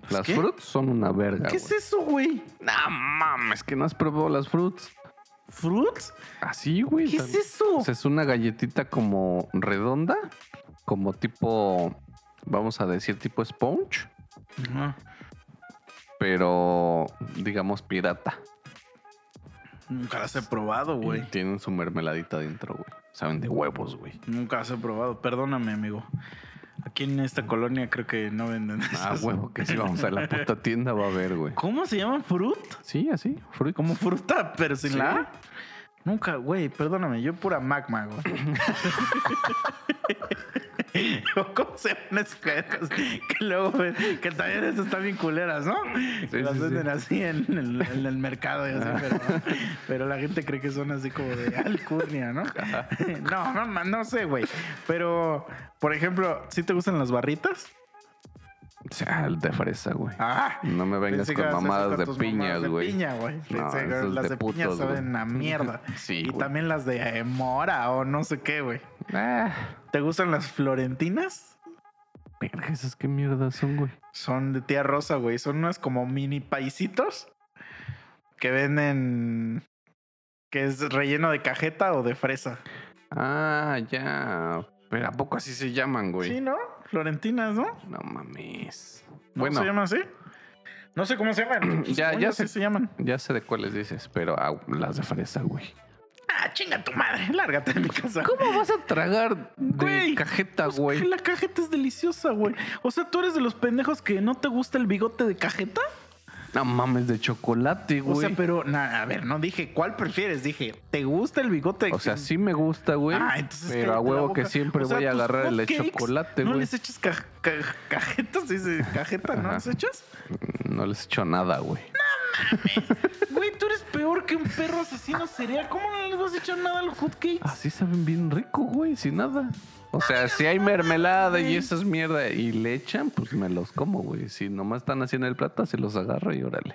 Speaker 1: Pues,
Speaker 2: Las
Speaker 1: ¿qué?
Speaker 2: fruits son una verga.
Speaker 1: ¿Qué
Speaker 2: güey.
Speaker 1: es eso, güey?
Speaker 2: No mames, que no has probado las fruits.
Speaker 1: ¿Fruits?
Speaker 2: Así, ¿Ah, güey.
Speaker 1: ¿Qué
Speaker 2: tan-
Speaker 1: es eso?
Speaker 2: O sea, es una galletita como redonda, como tipo, vamos a decir, tipo sponge,
Speaker 1: No,
Speaker 2: pero digamos pirata.
Speaker 1: nunca las he probado,
Speaker 2: Y
Speaker 1: güey.
Speaker 2: tienen su mermeladita adentro, güey. Saben de huevos, güey.
Speaker 1: Nunca las he probado. Perdóname, amigo. Aquí en esta colonia creo que no venden
Speaker 2: Ah,
Speaker 1: esas.
Speaker 2: huevo, que si vamos a la puta tienda va a haber, güey.
Speaker 1: ¿Cómo se llaman fruit?
Speaker 2: Sí, así, fruit.
Speaker 1: Como fruta, pero sin
Speaker 2: Sí.
Speaker 1: la A. Nunca, güey, perdóname, yo pura magma, güey. O ¿Cómo se llaman esas galletas? Que luego, ven- que también esas están bien culeras, ¿no? que las
Speaker 2: sí, sí.
Speaker 1: venden así en el, en el mercado y así, pero, pero la gente cree que son así como de alcurnia, ¿no? No, no, ma- no sé, güey. Pero, por ejemplo, ¿sí te gustan las barritas?
Speaker 2: O sea, el de fresa, güey.
Speaker 1: Ah,
Speaker 2: No me vengas
Speaker 1: Pensé que
Speaker 2: con
Speaker 1: ibas a
Speaker 2: mamadas
Speaker 1: hacer
Speaker 2: de
Speaker 1: tus
Speaker 2: piñas,
Speaker 1: mamadas de
Speaker 2: güey.
Speaker 1: piña, güey.
Speaker 2: No,
Speaker 1: Pensé que
Speaker 2: eso es
Speaker 1: las
Speaker 2: de
Speaker 1: de, piña
Speaker 2: putos, güey.
Speaker 1: saben a mierda.
Speaker 2: Sí,
Speaker 1: Y
Speaker 2: güey.
Speaker 1: también las de eh, mora o no sé qué, güey.
Speaker 2: Ah,
Speaker 1: ¿Te gustan las florentinas?
Speaker 2: verga, esas qué mierdas son, güey.
Speaker 1: Son de tía Rosa, güey. Son unas como mini paisitos que venden que es relleno de cajeta o de fresa.
Speaker 2: Ah, ya. Pero ¿a poco así se llaman, güey?
Speaker 1: Sí, ¿no? Florentinas, ¿no?
Speaker 2: No mames.
Speaker 1: ¿No pues
Speaker 2: bueno,
Speaker 1: se llaman así? No sé cómo se llaman.
Speaker 2: Ya-
Speaker 1: Según
Speaker 2: ya
Speaker 1: yo sí
Speaker 2: sé.
Speaker 1: se llaman.
Speaker 2: ya sé de cuáles dices, pero ah, las de fresa, güey.
Speaker 1: Ah, chinga tu madre. Lárgate de mi casa.
Speaker 2: ¿Cómo vas a tragar de
Speaker 1: Güey,
Speaker 2: cajeta, güey? pues,
Speaker 1: Que la cajeta es deliciosa, güey. O sea, tú eres de los pendejos que no te gusta el bigote de cajeta.
Speaker 2: No mames, de chocolate,
Speaker 1: O sea,
Speaker 2: güey.
Speaker 1: pero, na- a ver, no dije cuál prefieres, dije, ¿te gusta el bigote de
Speaker 2: O sea, sí me gusta, güey.
Speaker 1: Ah, entonces
Speaker 2: pero
Speaker 1: cállate
Speaker 2: a
Speaker 1: la
Speaker 2: huevo
Speaker 1: boca.
Speaker 2: que siempre
Speaker 1: O sea,
Speaker 2: voy a
Speaker 1: tus
Speaker 2: agarrar el de
Speaker 1: hotcakes,
Speaker 2: chocolate,
Speaker 1: ¿No
Speaker 2: güey.
Speaker 1: les echas ca- ca- cajetas? Dice, cajeta, ¿no
Speaker 2: Ajá.
Speaker 1: les echas?
Speaker 2: No les echo nada, güey.
Speaker 1: Güey, tú eres peor que un perro asesino serial. ¿Cómo no les vas a echar nada a los hotcakes?
Speaker 2: Así saben bien rico, güey, sin nada. O sea, si hay mermelada y
Speaker 1: mames.
Speaker 2: esas mierda y le echan, pues me los como, güey. Si nomás están así en el plato, se los agarro y órale.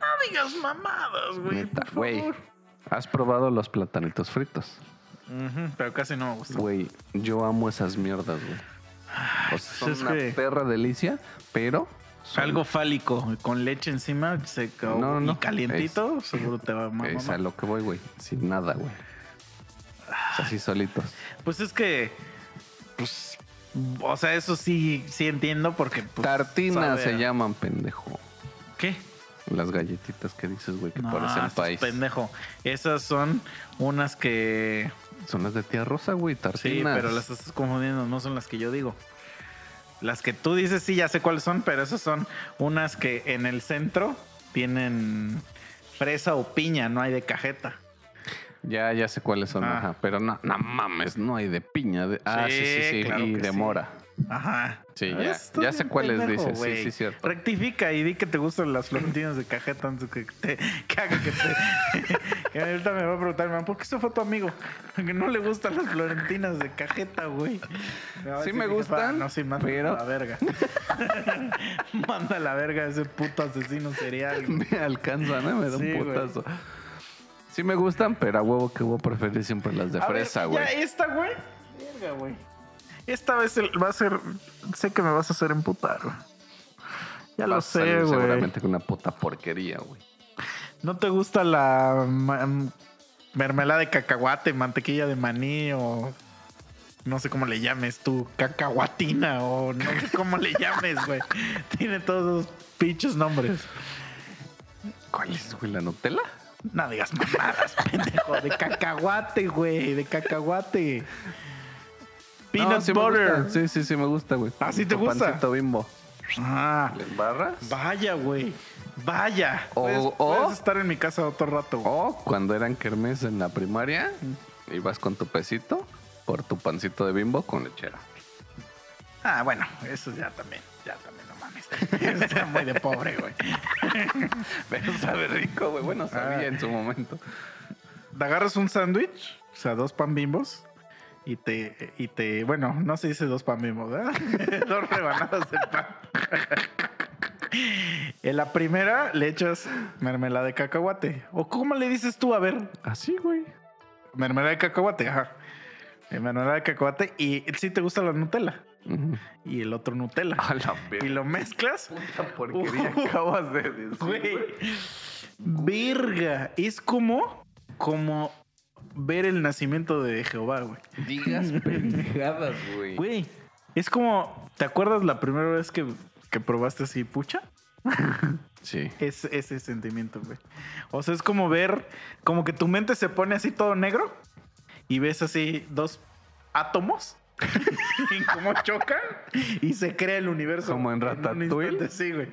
Speaker 1: No digas mamadas, güey,
Speaker 2: Neta,
Speaker 1: por
Speaker 2: güey.
Speaker 1: favor.
Speaker 2: ¿Has probado los platanitos fritos?
Speaker 1: Ujú, pero casi no me gusta.
Speaker 2: Güey, yo amo esas mierdas, güey. O sea, son
Speaker 1: pues es
Speaker 2: una
Speaker 1: que-
Speaker 2: perra delicia, pero son-
Speaker 1: Algo fálico, con leche encima seco
Speaker 2: No, no,
Speaker 1: y
Speaker 2: no.
Speaker 1: calientito, seguro te va a mamar.
Speaker 2: es a lo que voy, güey. Sin nada, güey. O sea, así solitos.
Speaker 1: Pues es que, pues, o sea, eso sí, sí entiendo porque... Pues,
Speaker 2: Tartinas
Speaker 1: sabe
Speaker 2: se
Speaker 1: a-
Speaker 2: llaman, pendejo.
Speaker 1: ¿Qué?
Speaker 2: Las galletitas que dices, güey, que
Speaker 1: No,
Speaker 2: parecen
Speaker 1: estás
Speaker 2: país.
Speaker 1: pendejo. Esas son unas que... pues
Speaker 2: Son las de tía Rosa, güey,
Speaker 1: Sí,
Speaker 2: tartinas.
Speaker 1: pero las estás confundiendo, no son las que yo digo. Las que tú dices, sí, ya sé cuáles son, pero esas son unas que en el centro tienen fresa o piña, no hay de cajeta.
Speaker 2: Ya, ya sé cuáles son,
Speaker 1: Ah.
Speaker 2: ajá. Pero no, no mames, no hay de piña. de- Ah, sí, sí, sí.
Speaker 1: Sí, claro
Speaker 2: y
Speaker 1: que
Speaker 2: de
Speaker 1: sí.
Speaker 2: mora.
Speaker 1: Ajá.
Speaker 2: Sí,
Speaker 1: Ah,
Speaker 2: ya.
Speaker 1: estás
Speaker 2: Ya sé
Speaker 1: bien
Speaker 2: cuáles
Speaker 1: pendejo,
Speaker 2: dices, sí,
Speaker 1: güey.
Speaker 2: sí, cierto.
Speaker 1: Rectifica y di que te gustan las florentinas de cajeta antes que te que haga que te. que ahorita me va a preguntar, man, ¿por qué se fue tu amigo? Que no le gustan las florentinas de cajeta, güey. va a
Speaker 2: Sí
Speaker 1: decir
Speaker 2: me
Speaker 1: mi jefa,
Speaker 2: gustan,
Speaker 1: No, sí, manda
Speaker 2: pero-
Speaker 1: a la verga. manda a la verga a ese puto asesino serial. güey.
Speaker 2: me alcanzan, ¿eh? me da
Speaker 1: Sí,
Speaker 2: un
Speaker 1: güey.
Speaker 2: putazo. Sí me gustan, pero a huevo que voy a preferir siempre las de
Speaker 1: A ver,
Speaker 2: fresa, güey.
Speaker 1: Ya esta, güey. Verga, güey. Esta vez el- va a ser. Sé que me vas a hacer emputar, güey. Ya lo
Speaker 2: Vas a salir
Speaker 1: sé, güey.
Speaker 2: Seguramente con una puta porquería, güey.
Speaker 1: ¿No te gusta la ma- mermelada de cacahuate, mantequilla de maní o no sé cómo le llames tú, cacahuatina o no sé cómo le llames, güey. Tiene todos esos pinches nombres.
Speaker 2: ¿Cuál es, güey? ¿La Nutella?
Speaker 1: No digas mamadas, pendejo. De cacahuate, güey. De cacahuate. Peanut
Speaker 2: No, sí me gusta.
Speaker 1: butter.
Speaker 2: Sí, sí, sí, me gusta, güey.
Speaker 1: ¿Ah, sí te
Speaker 2: Con
Speaker 1: gusta?
Speaker 2: Pancito bimbo.
Speaker 1: Ah,
Speaker 2: ¿Le embarras?
Speaker 1: vaya, güey. Vaya.
Speaker 2: O-
Speaker 1: puedes,
Speaker 2: o-
Speaker 1: puedes estar en mi casa otro rato. güey.
Speaker 2: O cuando eran kermés en la primaria, ibas con tu pesito por tu pancito de bimbo con lechera.
Speaker 1: Ah, bueno, eso ya también. Ya también, no mames. Eso está muy de pobre, güey.
Speaker 2: Pero sabe rico, güey. Bueno, sabía
Speaker 1: Ah.
Speaker 2: en su momento.
Speaker 1: te agarras un sándwich, o sea, dos pan bimbos, y te, y te, bueno, no se dice dos pan bimbos, ¿verdad? dos rebanadas de pan. en la primera le echas mermelada de cacahuate. ¿O cómo le dices tú? A ver,
Speaker 2: Así, güey.
Speaker 1: mermelada de cacahuate, ajá. Eh, Mermelada de cacahuate y si te gusta la Nutella y el otro Nutella.
Speaker 2: A la
Speaker 1: Y
Speaker 2: verga.
Speaker 1: lo mezclas.
Speaker 2: Puta porquería acabas de decir,
Speaker 1: Güey.
Speaker 2: güey.
Speaker 1: Verga. Es como, como ver el nacimiento de Jehová, güey.
Speaker 2: Digas pendejadas, güey.
Speaker 1: Güey, es como, ¿te acuerdas la primera vez que, que probaste así pucha?
Speaker 2: Sí.
Speaker 1: Es ese sentimiento, güey. O sea, es como ver, como que tu mente se pone así todo negro y ves así dos átomos y cómo chocan y se crea el universo.
Speaker 2: Como en
Speaker 1: un
Speaker 2: Ratatouille.
Speaker 1: instante, sí, güey.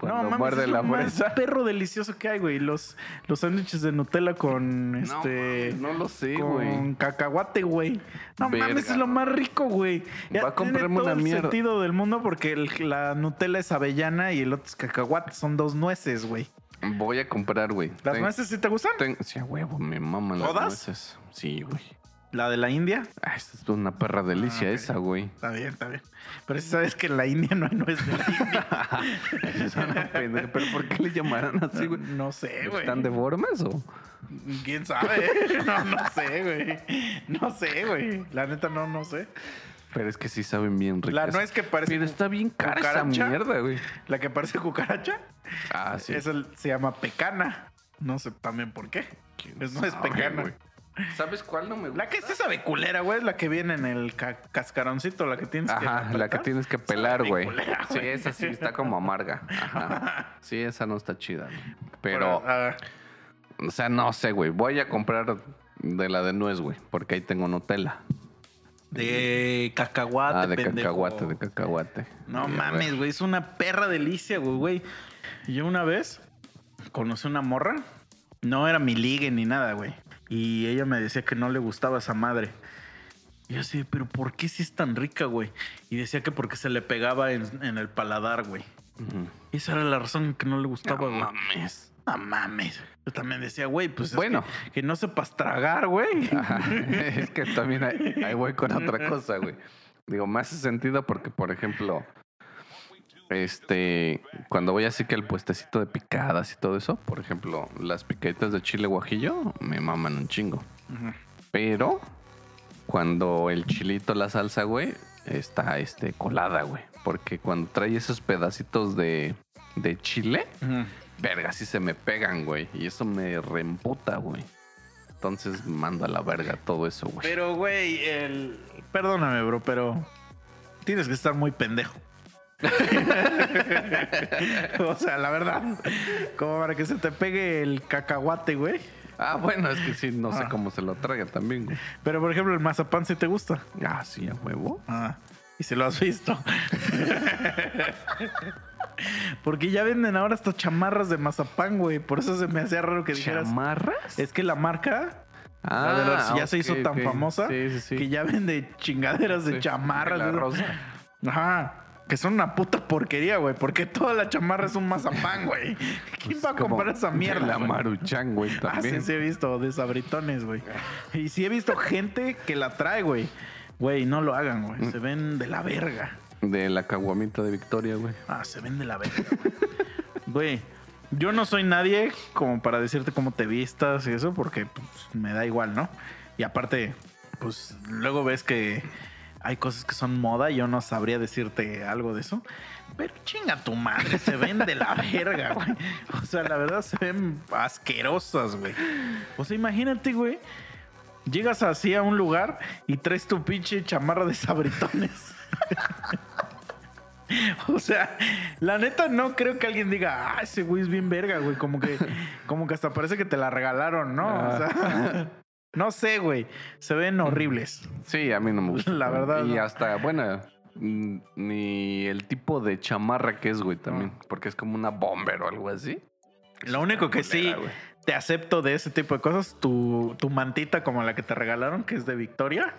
Speaker 2: Cuando muerde
Speaker 1: es
Speaker 2: la
Speaker 1: lo más
Speaker 2: fresa.
Speaker 1: perro delicioso que hay, güey. Los, los sándwiches de Nutella con este
Speaker 2: No, mames, no lo sé, güey.
Speaker 1: con cacahuate, güey. No
Speaker 2: Verga,
Speaker 1: mames, es lo
Speaker 2: güey.
Speaker 1: más rico, güey.
Speaker 2: Va a comprarme
Speaker 1: tiene todo
Speaker 2: una
Speaker 1: el
Speaker 2: mierda.
Speaker 1: sentido del mundo porque el- la Nutella es avellana y el otro es cacahuate. Son dos nueces, güey.
Speaker 2: Voy a comprar, güey.
Speaker 1: ¿Las
Speaker 2: Ten-
Speaker 1: nueces sí te gustan?
Speaker 2: ten- Sí, a huevo, me maman las
Speaker 1: ¿Todas?
Speaker 2: nueces. Sí, güey.
Speaker 1: La de la India.
Speaker 2: Ah, esta es una perra delicia
Speaker 1: ok.
Speaker 2: esa, güey.
Speaker 1: Está bien, está bien. Pero si sabes que en la India no hay nuez de la India.
Speaker 2: Es una pendeja, Pero ¿por qué le llamarán así, güey?
Speaker 1: No sé, güey.
Speaker 2: ¿Están deformes o?
Speaker 1: ¿Quién sabe? No, no sé, güey. No sé, güey. La neta, no, no sé.
Speaker 2: Pero es que sí saben bien ricas.
Speaker 1: La nuez que parece,
Speaker 2: Pero está bien cara esa
Speaker 1: cucaracha.
Speaker 2: mierda, güey.
Speaker 1: la que parece cucaracha,
Speaker 2: Ah, sí.
Speaker 1: esa se llama pecana. No sé también por qué.
Speaker 2: ¿Quién
Speaker 1: Es nuez
Speaker 2: sabe,
Speaker 1: pecana.
Speaker 2: güey? ¿Sabes cuál no me gusta?
Speaker 1: La que sí sabe culera, güey, es la que viene en el ca- cascaroncito, la que tienes que
Speaker 2: Ajá, la que
Speaker 1: apretar.
Speaker 2: tienes que pelar,
Speaker 1: Sabe
Speaker 2: güey.
Speaker 1: culera,
Speaker 2: Sí,
Speaker 1: güey.
Speaker 2: esa sí está como amarga. Ajá. Sí, esa no está chida. güey. Pero,
Speaker 1: Ah,
Speaker 2: o sea, no sé, güey. Voy a comprar de la de nuez, güey. Porque ahí tengo Nutella.
Speaker 1: de cacahuate,
Speaker 2: ah, de
Speaker 1: pendejo.
Speaker 2: cacahuate, de cacahuate.
Speaker 1: No
Speaker 2: Y a
Speaker 1: mames,
Speaker 2: ver.
Speaker 1: güey, es una perra delicia, güey, güey. Yo una vez conocí una morra, no era mi ligue ni nada, güey. Y ella me decía que no le gustaba esa madre. Y yo así, pero ¿por qué si es tan rica, güey? Y decía que porque se le pegaba en, en el paladar, güey.
Speaker 2: Ujú.
Speaker 1: Esa era la razón que no le
Speaker 2: No
Speaker 1: gustaba, güey.
Speaker 2: mames.
Speaker 1: Ah, mames. Yo también decía, güey, pues es
Speaker 2: Bueno.
Speaker 1: que, que no sepas tragar, güey.
Speaker 2: Ajá. Es que también ahí, ahí voy con otra cosa, güey. Digo, me hace sentido porque, por ejemplo, este, cuando voy así que el puestecito de picadas y todo eso, por ejemplo, las picaditas de chile guajillo me maman un chingo.
Speaker 1: Ujú.
Speaker 2: Pero cuando el chilito, la salsa, güey, está este, colada, güey. Porque cuando trae esos pedacitos de, de chile,
Speaker 1: Ujú.
Speaker 2: verga, sí se me pegan, güey. Y eso me reemputa, güey. Entonces mando a la verga todo eso, güey.
Speaker 1: Pero, güey, el... perdóname, bro, pero tienes que estar muy pendejo. o sea, la verdad, como para que se te pegue el cacahuate, güey.
Speaker 2: Ah, bueno, es que sí, no
Speaker 1: Ah.
Speaker 2: sé cómo se lo traga también, güey.
Speaker 1: Pero, por ejemplo, el mazapán sí te gusta.
Speaker 2: Ah, sí, a huevo.
Speaker 1: Ah, y si lo has visto. Porque ya venden ahora hasta chamarras de mazapán, güey. Por eso se me hacía raro que dijeras.
Speaker 2: ¿Chamarras?
Speaker 1: Es que la marca
Speaker 2: Ah,
Speaker 1: la de los- ya se
Speaker 2: ok,
Speaker 1: hizo tan
Speaker 2: ok.
Speaker 1: famosa
Speaker 2: Sí, sí, sí.
Speaker 1: que ya vende chingaderas de
Speaker 2: Sí,
Speaker 1: chamarras.
Speaker 2: de la
Speaker 1: de-
Speaker 2: rosa.
Speaker 1: Ajá. Que son una puta porquería, güey. Porque toda la chamarra es un mazapán, güey. ¿Quién
Speaker 2: Pues
Speaker 1: va a
Speaker 2: como
Speaker 1: comprar esa mierda?
Speaker 2: La
Speaker 1: güey?
Speaker 2: maruchan, güey,
Speaker 1: Ah, sí,
Speaker 2: también.
Speaker 1: sí he visto de sabritones, güey. Y sí he visto gente que la trae, güey. Güey, no lo hagan,
Speaker 2: Mm.
Speaker 1: güey. Se ven de la verga.
Speaker 2: De la caguamita de Victoria, güey.
Speaker 1: Ah, se ven de la verga, güey. Güey, yo no soy nadie como para decirte cómo te vistas y eso, porque pues, me da igual, ¿no? Y aparte, pues luego ves que hay cosas que son moda y yo no sabría decirte algo de eso. Pero chinga tu madre, se ven de la verga, güey. O sea, la verdad se ven asquerosas, güey. O sea, imagínate, güey, Llegas así a un lugar y traes tu pinche chamarra de sabritones. O sea, la neta no creo que alguien diga, ah, ese güey es bien verga, güey. Como que, como que hasta parece que te la regalaron, ¿no? O
Speaker 2: Ah.
Speaker 1: sea, no sé, güey. Se
Speaker 2: Mm.
Speaker 1: ven horribles.
Speaker 2: Sí, a mí no me gusta.
Speaker 1: La
Speaker 2: güey.
Speaker 1: verdad,
Speaker 2: Y
Speaker 1: no.
Speaker 2: hasta, bueno, mm, ni el tipo de chamarra que es, güey, también.
Speaker 1: Ah.
Speaker 2: Porque es como una bomber o algo así.
Speaker 1: Lo único que sí
Speaker 2: Culera, güey.
Speaker 1: te acepto de ese tipo de cosas, tu, tu mantita como la que te regalaron, que es de Victoria.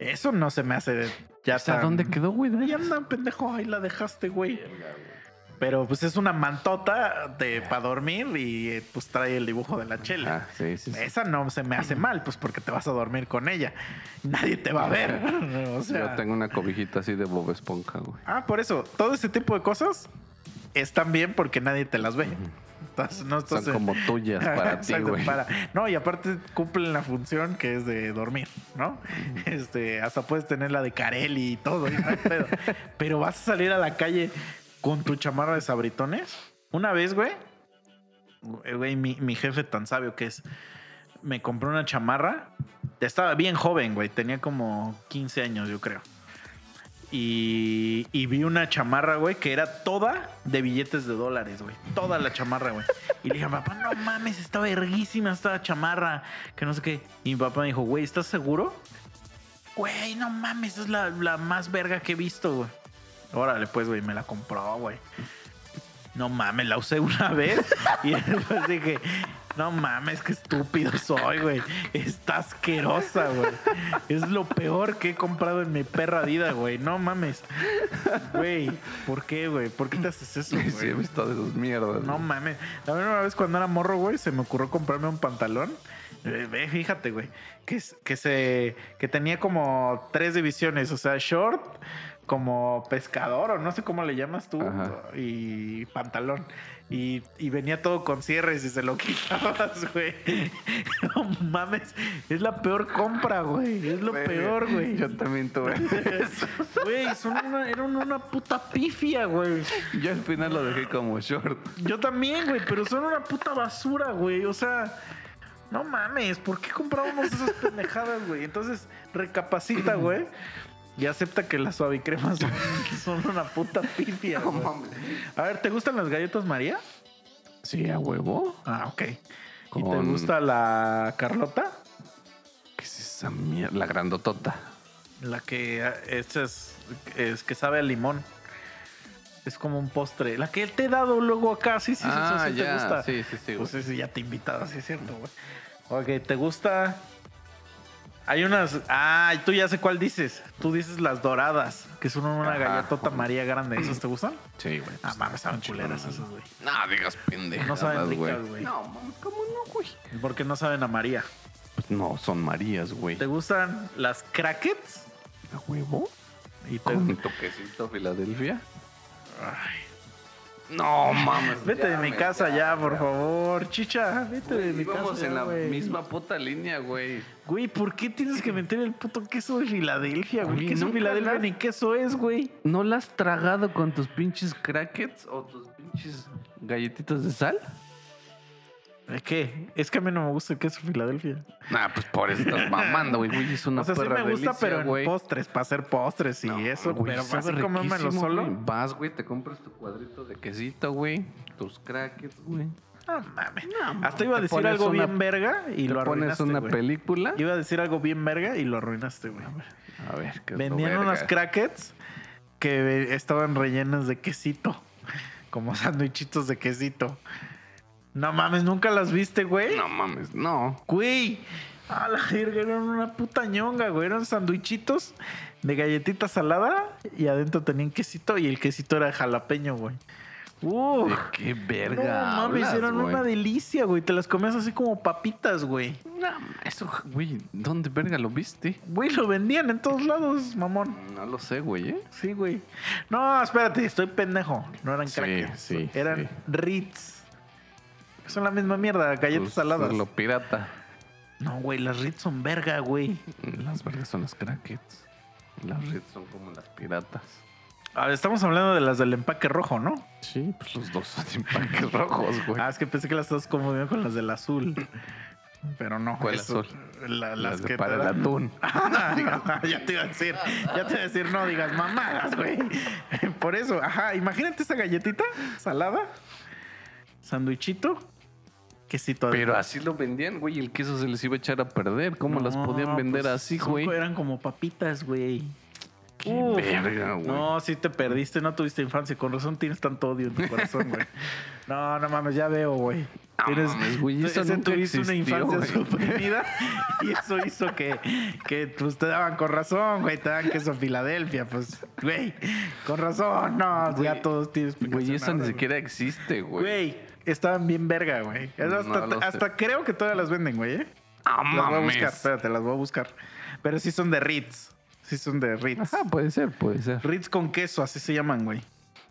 Speaker 1: Eso no se me hace de- ya
Speaker 2: ¿Hasta
Speaker 1: tan-
Speaker 2: dónde quedó, güey?
Speaker 1: Ahí anda, pendejo, ahí la dejaste, güey. Pero pues es una mantota de para dormir y eh, pues trae el dibujo de la chela.
Speaker 2: Ah, sí, sí. sí.
Speaker 1: Esa no se me hace mal, pues porque te vas a dormir con ella. Nadie te va a ver. O sea,
Speaker 2: Yo tengo una cobijita así de Bob Esponja, güey.
Speaker 1: Ah, por eso, todo ese tipo de cosas están bien porque nadie te las ve. Entonces, no estás
Speaker 2: Son como tuyas para ti,
Speaker 1: Exacto,
Speaker 2: güey.
Speaker 1: para- No, y aparte cumplen la función que es de dormir, ¿no? Este, hasta puedes tener la de Carelli y todo, y no hay pedo. Pero vas a salir a la calle con tu chamarra de sabritones. Una vez, güey, eh, güey, mi, mi jefe tan sabio que es, me compró una chamarra. Estaba bien joven, güey, tenía como 15 años, yo creo. Y, y vi una chamarra, güey, que era toda de billetes de dólares, güey. Toda la chamarra, güey. Y le dije a mi papá, no mames, está verguísima esta chamarra. Que no sé qué. Y mi papá me dijo, güey, ¿estás seguro? Güey, no mames, es la, la más verga que he visto, güey. Órale, pues, güey, me la compró, güey. No mames, la usé una vez y después dije, no mames, qué estúpido soy, güey. Está asquerosa, güey. Es lo peor que he comprado en mi perra vida, güey. No mames. Güey, ¿por qué, güey? ¿Por qué te haces eso,
Speaker 2: Sí, sí, he
Speaker 1: güey?
Speaker 2: visto de esas mierdas.
Speaker 1: No
Speaker 2: güey.
Speaker 1: mames. La primera vez cuando era morro, güey, se me ocurrió comprarme un pantalón. Eh, Ve, fíjate, güey. Que, es- que se. que tenía como tres divisiones. O sea, short, como pescador, o no sé cómo le llamas tú.
Speaker 2: Ajá.
Speaker 1: Y pantalón. Y, y venía todo con cierres y se lo quitabas, güey. No mames. Es la peor compra, güey. Es lo
Speaker 2: Güey,
Speaker 1: peor, güey.
Speaker 2: Yo también tuve. eso.
Speaker 1: Güey, son una- eran una puta pifia, güey.
Speaker 2: Yo al final lo dejé como short.
Speaker 1: Yo también, güey, pero son una puta basura, güey. O sea, no mames, ¿por qué comprábamos esas pendejadas, güey? Entonces, recapacita, güey. Y acepta que las suavicremas son, son una puta pifia, güey. A ver, ¿te gustan las galletas María?
Speaker 2: Sí, a huevo.
Speaker 1: Ah, ok. ¿Y te
Speaker 2: Con-
Speaker 1: gusta la Carlota?
Speaker 2: ¿Qué es esa mierda? La grandotota.
Speaker 1: La que ah, esa es, es que sabe a limón. Es como un postre. La que te he dado luego acá, sí, sí, eso sí te gusta.
Speaker 2: Ah, Sí, sí, sí.
Speaker 1: Pues ese ya te he invitado, sí es cierto, güey. Ok, ¿te gusta? Hay unas. Ah, tú ya sé cuál dices. Tú dices las doradas, que son una
Speaker 2: Ajá.
Speaker 1: galletota María grande. ¿Esas te gustan?
Speaker 2: Sí, güey.
Speaker 1: Ah, mames, saben culeras
Speaker 2: eso.
Speaker 1: esas, güey.
Speaker 2: No, digas pendejadas,
Speaker 1: No saben ricas, güey.
Speaker 2: No, mames, ¿cómo no, güey?
Speaker 1: Porque no saben a María.
Speaker 2: Pues no, son Marías, güey.
Speaker 1: ¿Te gustan las crackets?
Speaker 2: ¿A huevo?
Speaker 1: Y te...
Speaker 2: Con toquecito Filadelfia.
Speaker 1: Ay,
Speaker 2: No, mames.
Speaker 1: vete de mi casa ya, por favor. Chicha, vete de mi
Speaker 2: Vamos
Speaker 1: casa.
Speaker 2: en
Speaker 1: ya,
Speaker 2: la
Speaker 1: güey.
Speaker 2: misma puta línea, güey.
Speaker 1: Güey, ¿por qué tienes que meter el puto queso de Filadelfia, güey?
Speaker 2: Güey,
Speaker 1: Queso de
Speaker 2: nunca
Speaker 1: Filadelfia
Speaker 2: las-
Speaker 1: ni queso es, güey.
Speaker 2: ¿No la has tragado con tus pinches crackets o tus pinches galletitas de sal?
Speaker 1: ¿Es qué? Es que a mí no me gusta el queso Filadelfia.
Speaker 2: Nah, pues por eso estás mamando, güey. Güey, es una
Speaker 1: o sea, sí me
Speaker 2: perra
Speaker 1: gusta,
Speaker 2: delicia,
Speaker 1: pero en
Speaker 2: güey.
Speaker 1: postres, para hacer postres y
Speaker 2: No,
Speaker 1: eso,
Speaker 2: güey,
Speaker 1: pero
Speaker 2: sabe
Speaker 1: así comérmelo
Speaker 2: riquísimo,
Speaker 1: solo.
Speaker 2: güey. Vas, güey, te compras tu cuadrito de quesito, güey. Tus crackers, güey.
Speaker 1: No mames. Hasta iba a
Speaker 2: Te
Speaker 1: decir
Speaker 2: pones
Speaker 1: algo
Speaker 2: una-
Speaker 1: bien verga y
Speaker 2: te
Speaker 1: lo
Speaker 2: pones
Speaker 1: arruinaste.
Speaker 2: una
Speaker 1: güey.
Speaker 2: película.
Speaker 1: Iba a decir algo bien verga y lo arruinaste, güey.
Speaker 2: A ver, ¿qué es lo
Speaker 1: Vendían
Speaker 2: verga?
Speaker 1: unas crackets que estaban rellenas de quesito, como sándwichitos de quesito. No mames, nunca las viste, güey.
Speaker 2: No mames, no.
Speaker 1: Güey, a la verga, eran una puta ñonga, güey. Eran sandwichitos de galletita salada y adentro tenían quesito y el quesito era jalapeño, güey. Uh,
Speaker 2: ¿De qué
Speaker 1: no
Speaker 2: verga
Speaker 1: mames,
Speaker 2: hablas,
Speaker 1: eran
Speaker 2: güey?
Speaker 1: una delicia, güey. Te las comías así como papitas, güey.
Speaker 2: No, eso, güey, ¿dónde verga lo viste?
Speaker 1: Güey, lo vendían en todos lados, mamón.
Speaker 2: No lo sé, güey, ¿eh?
Speaker 1: Sí, güey. No, espérate, estoy pendejo. No eran
Speaker 2: Sí,
Speaker 1: crackers.
Speaker 2: sí,
Speaker 1: eran
Speaker 2: sí.
Speaker 1: Ritz. Son la misma mierda, galletas
Speaker 2: Pues,
Speaker 1: saladas.
Speaker 2: Lo pirata.
Speaker 1: No, güey, las Ritz son verga, güey.
Speaker 2: Las vergas son las crackets. Las reds son como las piratas.
Speaker 1: A ver, Ah, estamos hablando de las del empaque rojo, ¿no?
Speaker 2: Sí, pues los dos son empaques rojos, güey.
Speaker 1: Ah, es que pensé que las estabas confundiendo con las del azul. Pero no,
Speaker 2: ¿Cuál
Speaker 1: eso-
Speaker 2: azul?
Speaker 1: la- las,
Speaker 2: Las de
Speaker 1: que
Speaker 2: para
Speaker 1: te
Speaker 2: el
Speaker 1: dan-
Speaker 2: atún.
Speaker 1: Ajá, diga, "Ah, ya te iba a decir, ya te iba a decir, no digas mamadas, güey. Por eso, ajá, imagínate esa galletita salada, sanduichito, quesito.
Speaker 2: Pero
Speaker 1: adentro.
Speaker 2: así lo vendían, güey. El queso se les iba a echar a perder. ¿Cómo las
Speaker 1: No,
Speaker 2: podían vender
Speaker 1: pues,
Speaker 2: así,
Speaker 1: son-
Speaker 2: güey?
Speaker 1: Eran como papitas, güey.
Speaker 2: Qué
Speaker 1: Uf.
Speaker 2: verga, güey.
Speaker 1: No, sí te perdiste, no tuviste infancia. Con razón tienes tanto odio en tu corazón, güey. No, no mames, ya veo, güey.
Speaker 2: No
Speaker 1: Tienes-
Speaker 2: mames, güey, eso
Speaker 1: ese
Speaker 2: nunca
Speaker 1: tuviste una
Speaker 2: existió,
Speaker 1: infancia
Speaker 2: güey.
Speaker 1: suprimida y eso hizo que, que pues, te daban con razón, güey. Te daban queso Filadelfia, pues, güey. Con razón, no, ya
Speaker 2: Güey,
Speaker 1: todos tienes
Speaker 2: Güey, eso ni siquiera existe, güey.
Speaker 1: Güey, estaban bien verga, güey. Es
Speaker 2: No
Speaker 1: Hasta,
Speaker 2: lo sé.
Speaker 1: hasta creo que todavía las venden, güey. ¿eh?
Speaker 2: Ah,
Speaker 1: Las voy a
Speaker 2: mames.
Speaker 1: buscar, espérate, las voy a buscar. Pero sí son de Ritz. Sí son de Ritz.
Speaker 2: Ajá, puede ser, puede ser.
Speaker 1: Ritz con queso, así se llaman, güey.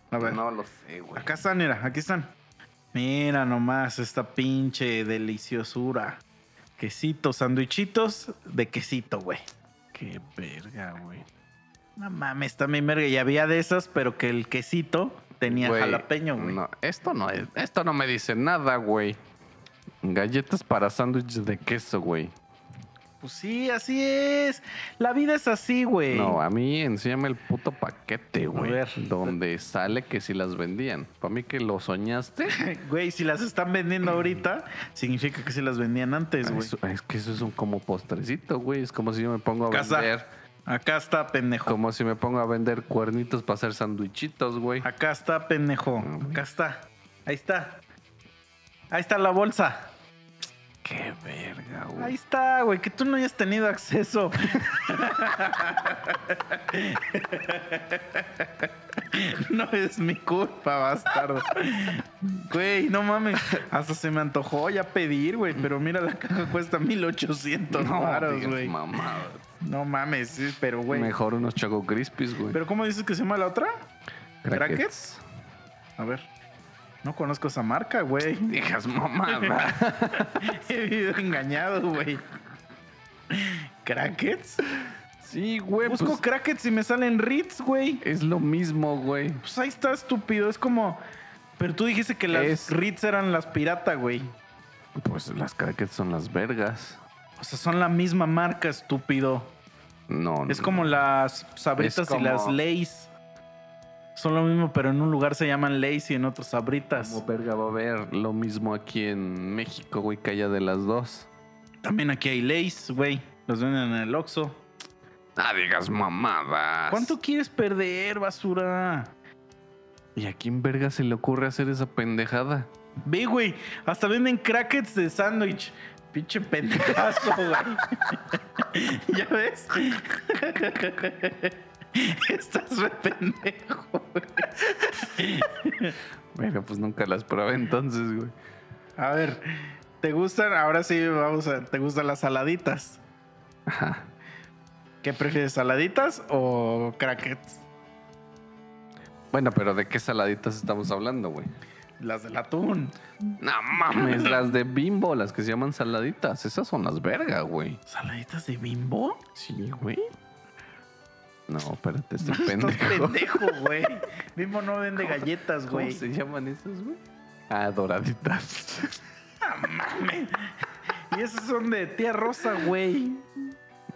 Speaker 1: A ver.
Speaker 2: No lo sé, güey.
Speaker 1: Acá están, mira, aquí están. Mira nomás esta pinche deliciosura. Quesitos, sandwichitos de quesito, güey.
Speaker 2: Qué verga, güey.
Speaker 1: No mames, también verga. Y había de esas, pero que el quesito tenía
Speaker 2: Güey,
Speaker 1: jalapeño, güey.
Speaker 2: No, esto no es, esto no me dice nada, güey. Galletas para sándwiches de queso, güey.
Speaker 1: Pues sí, así es. La vida es así, güey.
Speaker 2: No, a mí enséñame el puto paquete, güey.
Speaker 1: ver.
Speaker 2: Donde sale que si las vendían. Para mí que lo soñaste.
Speaker 1: Güey, si las están vendiendo ahorita, significa que se las vendían antes, güey.
Speaker 2: Ah, Eso- es que eso es un como postrecito, güey. Es como si yo me pongo a
Speaker 1: Casa.
Speaker 2: vender.
Speaker 1: Acá está, pendejo.
Speaker 2: Como si me pongo a vender cuernitos para hacer sándwichitos, güey.
Speaker 1: Acá está, pendejo.
Speaker 2: Ah, güey.
Speaker 1: Acá está. Ahí está. Ahí está la bolsa.
Speaker 2: Qué verga,
Speaker 1: Ahí
Speaker 2: güey.
Speaker 1: está, güey, que tú no hayas tenido acceso. No es mi culpa, bastardo. Güey, no mames. Hasta se me antojó ya pedir, güey. Pero mira, la caja cuesta 1800
Speaker 2: No,
Speaker 1: varos,
Speaker 2: digas
Speaker 1: güey.
Speaker 2: mamadas.
Speaker 1: No mames, sí, pero güey.
Speaker 2: Mejor unos Choco Crispies, güey.
Speaker 1: ¿Pero cómo dices que se llama la otra?
Speaker 2: Crackets.
Speaker 1: ¿Crackets? A ver. No conozco esa marca, güey.
Speaker 2: Digas mamada.
Speaker 1: He vivido engañado, güey. ¿Crackets?
Speaker 2: sí, güey.
Speaker 1: Busco
Speaker 2: Eh, pues,
Speaker 1: crackets y me salen Ritz, güey.
Speaker 2: es lo mismo, güey.
Speaker 1: Pues ahí está, estúpido. Es como. Pero tú dijiste que las
Speaker 2: Es-
Speaker 1: Ritz eran las pirata, güey.
Speaker 2: Pues las crackets son las vergas.
Speaker 1: O sea, son la misma marca, estúpido.
Speaker 2: No,
Speaker 1: Es como las sabritas
Speaker 2: Es como-
Speaker 1: y las Lays. Son lo mismo, pero en un lugar se llaman Lays y en otro sabritas.
Speaker 2: Como verga va a haber lo mismo aquí en México, güey, que haya de las dos.
Speaker 1: También aquí hay Lays, güey. Los venden en el Oxxo.
Speaker 2: Ah, digas mamadas.
Speaker 1: ¿Cuánto quieres perder, basura?
Speaker 2: ¿Y a quién verga se le ocurre hacer esa pendejada?
Speaker 1: Ve, güey. Hasta venden crackets de sándwich. Pinche pendejazo, güey. ¿Ya ves? Estás re pendejo.
Speaker 2: Verga, pues nunca las probé entonces, güey.
Speaker 1: A ver, ¿te gustan? Ahora sí, vamos a. ¿Te gustan las saladitas?
Speaker 2: Ajá.
Speaker 1: ¿Qué prefieres, saladitas o crackets?
Speaker 2: Bueno, pero ¿de qué saladitas estamos hablando, güey?
Speaker 1: Las del atún.
Speaker 2: No mames, las de bimbo, las que se llaman saladitas. Esas son las verga, güey.
Speaker 1: ¿Saladitas de bimbo?
Speaker 2: Sí, güey. No, espérate, estoy
Speaker 1: Estás
Speaker 2: pendejo.
Speaker 1: pendejo, güey. Bimbo no vende galletas,
Speaker 2: ¿Cómo
Speaker 1: güey.
Speaker 2: se llaman esas, güey? Ah, doraditas.
Speaker 1: Y esos son de tía rosa, güey.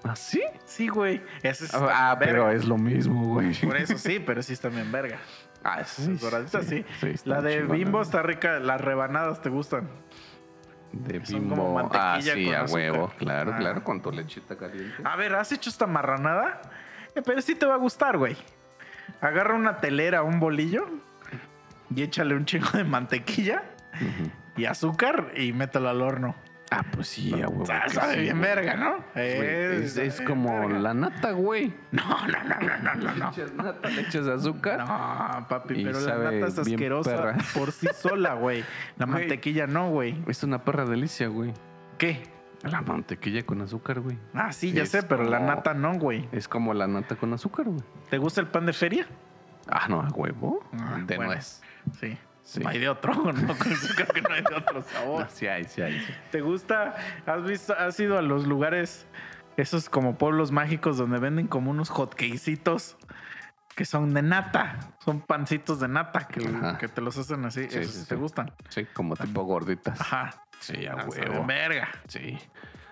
Speaker 2: ¿Ah, sí?
Speaker 1: Sí, güey. Ese es
Speaker 2: Ah, pero es lo mismo, güey.
Speaker 1: Por eso sí, pero sí están bien verga.
Speaker 2: Ah,
Speaker 1: Las doraditas sí.
Speaker 2: sí, están
Speaker 1: la de
Speaker 2: chingonas.
Speaker 1: Bimbo está rica. Las rebanadas te gustan.
Speaker 2: De
Speaker 1: son como
Speaker 2: bimbo. Ah,
Speaker 1: mantequilla
Speaker 2: sí,
Speaker 1: con
Speaker 2: a
Speaker 1: azúcar.
Speaker 2: huevo. Claro,
Speaker 1: Ah.
Speaker 2: claro, con tu lechita caliente.
Speaker 1: A ver, ¿has hecho esta marranada? Eh, pero sí te va a gustar, güey. Agarra una telera, un bolillo y échale un chingo de mantequilla
Speaker 2: Ujú.
Speaker 1: y azúcar y mételo al horno.
Speaker 2: Ah, pues sí, a huevo.
Speaker 1: O sea,
Speaker 2: que
Speaker 1: sabe
Speaker 2: sí,
Speaker 1: bien
Speaker 2: güey.
Speaker 1: verga, ¿no? Eh,
Speaker 2: Güey, Es, es como
Speaker 1: verga.
Speaker 2: la nata, güey.
Speaker 1: No, no, no, no, no, no. no.
Speaker 2: Lechas nata, lechas de azúcar.
Speaker 1: No, papi,
Speaker 2: Y
Speaker 1: pero la
Speaker 2: sabe
Speaker 1: nata es
Speaker 2: bien
Speaker 1: asquerosa
Speaker 2: perra.
Speaker 1: por sí sola, güey. La
Speaker 2: Güey.
Speaker 1: mantequilla no, güey.
Speaker 2: Es una perra delicia, güey.
Speaker 1: ¿Qué?
Speaker 2: La mantequilla con azúcar, güey.
Speaker 1: Ah, sí, ya
Speaker 2: Es
Speaker 1: sé, pero la
Speaker 2: como-
Speaker 1: nata no, güey.
Speaker 2: Es como la nata con azúcar, güey.
Speaker 1: ¿Te gusta el pan de feria?
Speaker 2: Ah, no, a huevo.
Speaker 1: Ah,
Speaker 2: de
Speaker 1: bueno.
Speaker 2: nuez.
Speaker 1: Sí.
Speaker 2: Sí.
Speaker 1: No hay de otro, no, creo que no hay de otro sabor.
Speaker 2: No, sí hay, sí hay. sí.
Speaker 1: ¿Te gusta? ¿Has visto, has ido a los lugares, esos como pueblos mágicos donde venden como unos hotcakecitos que son de nata? Son pancitos de nata que,
Speaker 2: Ajá.
Speaker 1: que te los hacen así,
Speaker 2: Sí,
Speaker 1: esos
Speaker 2: sí,
Speaker 1: te
Speaker 2: sí.
Speaker 1: gustan.
Speaker 2: Sí, como tipo gorditas.
Speaker 1: Ajá.
Speaker 2: Sí, a
Speaker 1: Hasta
Speaker 2: huevo.
Speaker 1: la Verga.
Speaker 2: Sí.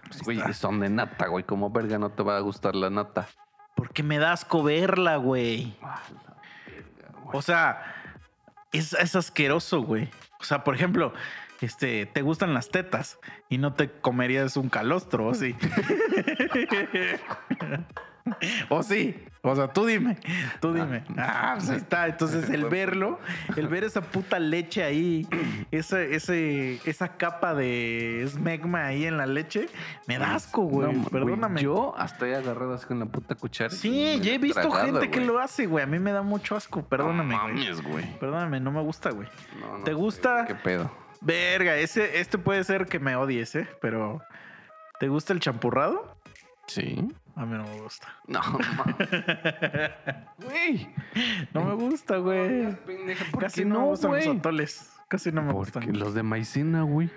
Speaker 2: Pues,
Speaker 1: Ahí
Speaker 2: güey,
Speaker 1: está.
Speaker 2: son de nata, güey. Como verga no te va a gustar la nata.
Speaker 1: Porque me da asco verla, güey.
Speaker 2: Ah, la verga, güey.
Speaker 1: O sea, es, es asqueroso, güey. O sea, por ejemplo, este, te gustan las tetas y no te comerías un calostro, ¿o sí? o sí. O sea, tú dime, tú dime. Ah, pues ahí está. Entonces, el verlo, el ver esa puta leche ahí, ese, ese, esa capa de esmegma ahí en la leche, me da asco,
Speaker 2: No,
Speaker 1: güey.
Speaker 2: ma-
Speaker 1: Perdóname.
Speaker 2: Yo hasta he agarrado así con la puta cuchara.
Speaker 1: Sí, ya he visto gente que lo hace, güey. A mí me da mucho asco, perdóname.
Speaker 2: No
Speaker 1: güey.
Speaker 2: mames, güey.
Speaker 1: Perdóname, no me gusta, güey.
Speaker 2: No, no
Speaker 1: ¿Te
Speaker 2: sé,
Speaker 1: gusta?
Speaker 2: güey, ¿Qué pedo?
Speaker 1: Verga, ese, este puede ser que me odies, ¿eh? Pero. ¿Te gusta el champurrado?
Speaker 2: Sí.
Speaker 1: A mí no me gusta.
Speaker 2: No, mames. Güey.
Speaker 1: No me gusta, güey. Casi no, me gustan los atoles. Casi no me
Speaker 2: Porque
Speaker 1: gustan.
Speaker 2: los de maicena, güey.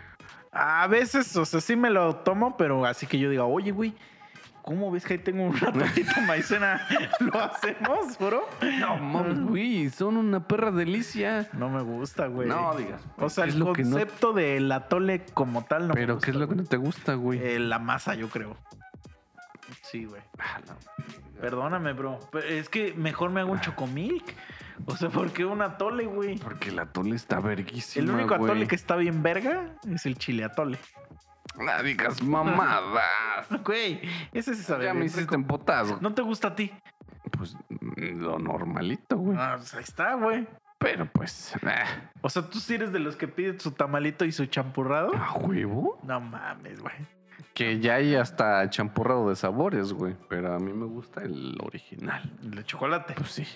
Speaker 1: A veces, o sea, sí me lo tomo, pero así que yo diga, oye, güey, ¿cómo ves que ahí tengo un ratito maicena? ¿Lo hacemos, bro?
Speaker 2: No mames, güey. Son una perra delicia.
Speaker 1: No me gusta, güey.
Speaker 2: No digas, güey.
Speaker 1: O sea,
Speaker 2: ¿Qué es
Speaker 1: el
Speaker 2: lo que no-
Speaker 1: concepto del atole como tal no me
Speaker 2: Pero,
Speaker 1: gusta,
Speaker 2: ¿qué es lo que
Speaker 1: güey.
Speaker 2: no te gusta, güey?
Speaker 1: Eh, la masa, yo creo. Sí, güey.
Speaker 2: Ah, la
Speaker 1: Perdóname, bro. pero es que mejor me hago un chocomilk. O sea, ¿por qué un atole, güey?
Speaker 2: Porque el atole está verguísima,
Speaker 1: El único atole
Speaker 2: güey.
Speaker 1: que está bien verga es el chile atole.
Speaker 2: No digas mamadas.
Speaker 1: Güey, ese se sabe.
Speaker 2: ya me
Speaker 1: bien
Speaker 2: hiciste
Speaker 1: rico.
Speaker 2: en potas.
Speaker 1: No te gusta a ti.
Speaker 2: Pues mm, lo normalito, güey.
Speaker 1: Ah, pues ahí está, güey.
Speaker 2: Pero pues, eh,
Speaker 1: O sea, tú sí eres de los que piden su tamalito y su champurrado.
Speaker 2: a huevo.
Speaker 1: No mames, güey.
Speaker 2: Que ya hay hasta champurrado de sabores, güey. Pero a mí me gusta el original.
Speaker 1: El de chocolate.
Speaker 2: Pues sí.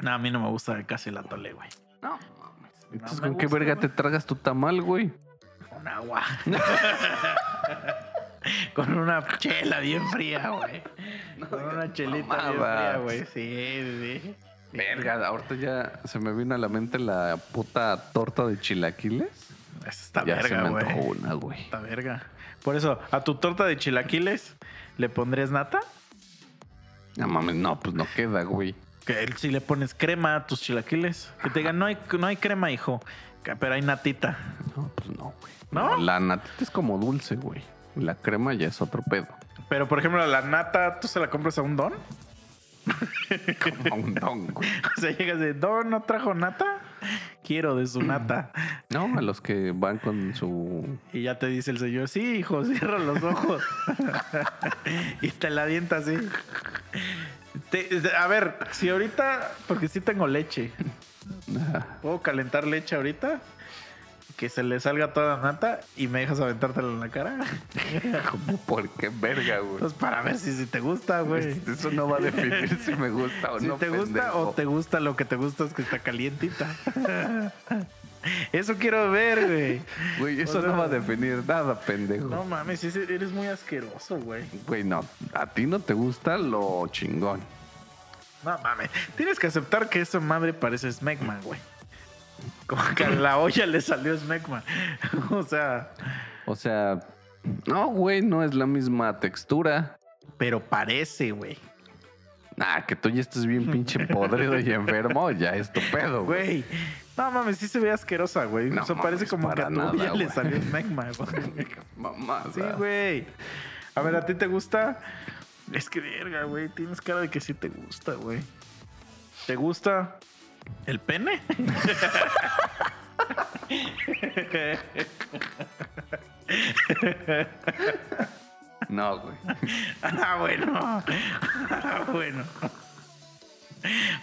Speaker 1: No, a mí no me gusta casi el atole, güey.
Speaker 2: No mames. Entonces,
Speaker 1: me
Speaker 2: ¿con qué
Speaker 1: gusta,
Speaker 2: verga
Speaker 1: güey.
Speaker 2: te tragas tu tamal, güey?
Speaker 1: Con agua. Con una chela bien fría, güey. Con una chelita bien fría,
Speaker 2: mamadas.
Speaker 1: güey. Sí, sí, sí.
Speaker 2: Verga, ahorita ya se me vino a la mente la puta torta de chilaquiles.
Speaker 1: Esa está
Speaker 2: ya se me
Speaker 1: verga,
Speaker 2: antojó
Speaker 1: güey.
Speaker 2: una, güey.
Speaker 1: Está verga. Por eso, a tu torta de chilaquiles le pondrías nata.
Speaker 2: No mames, no, pues no queda, güey.
Speaker 1: Que él- si le pones crema a tus chilaquiles. Que te digan, no hay, no hay crema, hijo. que- Pero hay natita.
Speaker 2: No, pues no, güey.
Speaker 1: ¿No?
Speaker 2: La natita es como dulce, güey. La crema ya es otro pedo.
Speaker 1: Pero, por ejemplo, la nata, ¿tú se la compras a un don?
Speaker 2: Como un don, güey.
Speaker 1: O sea, llegas de, don, ¿no trajo nata? Quiero de su nata.
Speaker 2: No, a los que van con su.
Speaker 1: Y ya te dice el señor, sí, hijo, cierra los ojos. y te la avienta así. Te- a ver, si ahorita, porque sí tengo leche,
Speaker 2: Ah,
Speaker 1: puedo calentar leche ahorita, que se le salga toda la nata y me dejas aventártela en la cara.
Speaker 2: como, ¿Por qué verga, güey? Este,
Speaker 1: Pues para ver si, si te gusta, güey.
Speaker 2: Eso no va a definir si me gusta o
Speaker 1: Si
Speaker 2: no.
Speaker 1: te gusta
Speaker 2: pendejo.
Speaker 1: o te gusta lo que te gusta es que está calientita. Eso quiero ver, güey.
Speaker 2: Güey, eso
Speaker 1: o sea-
Speaker 2: no va a definir nada, pendejo.
Speaker 1: No mames, ese- eres muy asqueroso, güey.
Speaker 2: Güey, no. A ti no te gusta lo chingón.
Speaker 1: No mames. Tienes que aceptar que esa madre parece Smegma, güey. Como que a la olla le salió Smegma. O sea,
Speaker 2: O sea. No, güey, no es la misma textura.
Speaker 1: pero parece, güey.
Speaker 2: Ah, que tú ya estés bien pinche podrido y enfermo, ya es tu pedo, güey.
Speaker 1: Güey. No mames, sí se ve asquerosa, güey.
Speaker 2: No
Speaker 1: o sea, parece
Speaker 2: mames,
Speaker 1: como que a
Speaker 2: para
Speaker 1: tu
Speaker 2: nada,
Speaker 1: olla le
Speaker 2: güey.
Speaker 1: salió Smegma, güey.
Speaker 2: Mamá.
Speaker 1: Sí, güey. A ver, ¿a ti te gusta? Es que verga, güey. Tienes cara de que sí te gusta, güey. ¿Te gusta el pene?
Speaker 2: No, güey.
Speaker 1: Ah, bueno. Ah, bueno.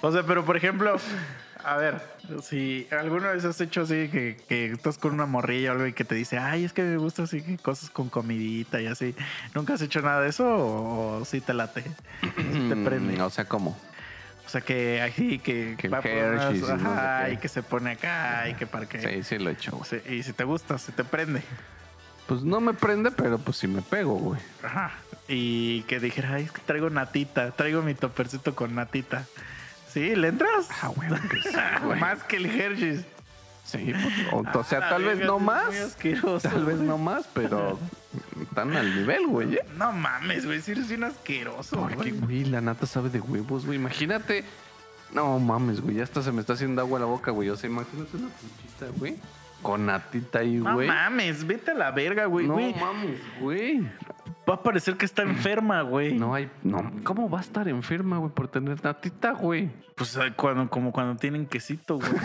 Speaker 1: O sea, pero por ejemplo, a ver, si alguna vez has hecho así que, que estás con una morrilla o algo y que te dice, ay, es que me gusta así que cosas con comidita y así. ¿Nunca has hecho nada de eso o, o sí te late? Sí te prende.
Speaker 2: Mm, O sea, ¿cómo?
Speaker 1: O sea, que así que,
Speaker 2: Que
Speaker 1: va por unas-
Speaker 2: Hershey's y no sé
Speaker 1: ajá,
Speaker 2: qué.
Speaker 1: y que se pone acá y que para qué.
Speaker 2: Sí, sí lo he hecho, güey.
Speaker 1: Sí, y si te gusta, si te prende.
Speaker 2: Pues no me prende, pero pues sí me pego, güey.
Speaker 1: Ajá. Y que dijera, ay, es que traigo natita, traigo mi topercito con natita. ¿Sí? ¿Le entras?
Speaker 2: Ah, güey, que sí, güey.
Speaker 1: más que el Hershey's.
Speaker 2: Sí, pues, o, o sea,
Speaker 1: Ah,
Speaker 2: tal vez
Speaker 1: verga,
Speaker 2: no
Speaker 1: es muy
Speaker 2: más.
Speaker 1: asqueroso,
Speaker 2: Tal vez
Speaker 1: güey.
Speaker 2: no más, pero están al nivel, güey. ¿eh?
Speaker 1: No mames, güey, si eres bien asqueroso,
Speaker 2: Porque,
Speaker 1: güey.
Speaker 2: güey, la nata sabe de huevos, güey. Imagínate. No mames, güey. Ya hasta se me está haciendo agua la boca, güey. O sea, imagínate una puchita, güey. con natita ahí,
Speaker 1: No
Speaker 2: güey.
Speaker 1: mames, vete a la verga, güey.
Speaker 2: no
Speaker 1: güey.
Speaker 2: mames, Eh. güey.
Speaker 1: Va a parecer que está enferma, güey.
Speaker 2: No hay. No, ¿Cómo va a estar enferma, güey, por tener natita, güey?
Speaker 1: Pues ah, cuando, como cuando tienen quesito, güey.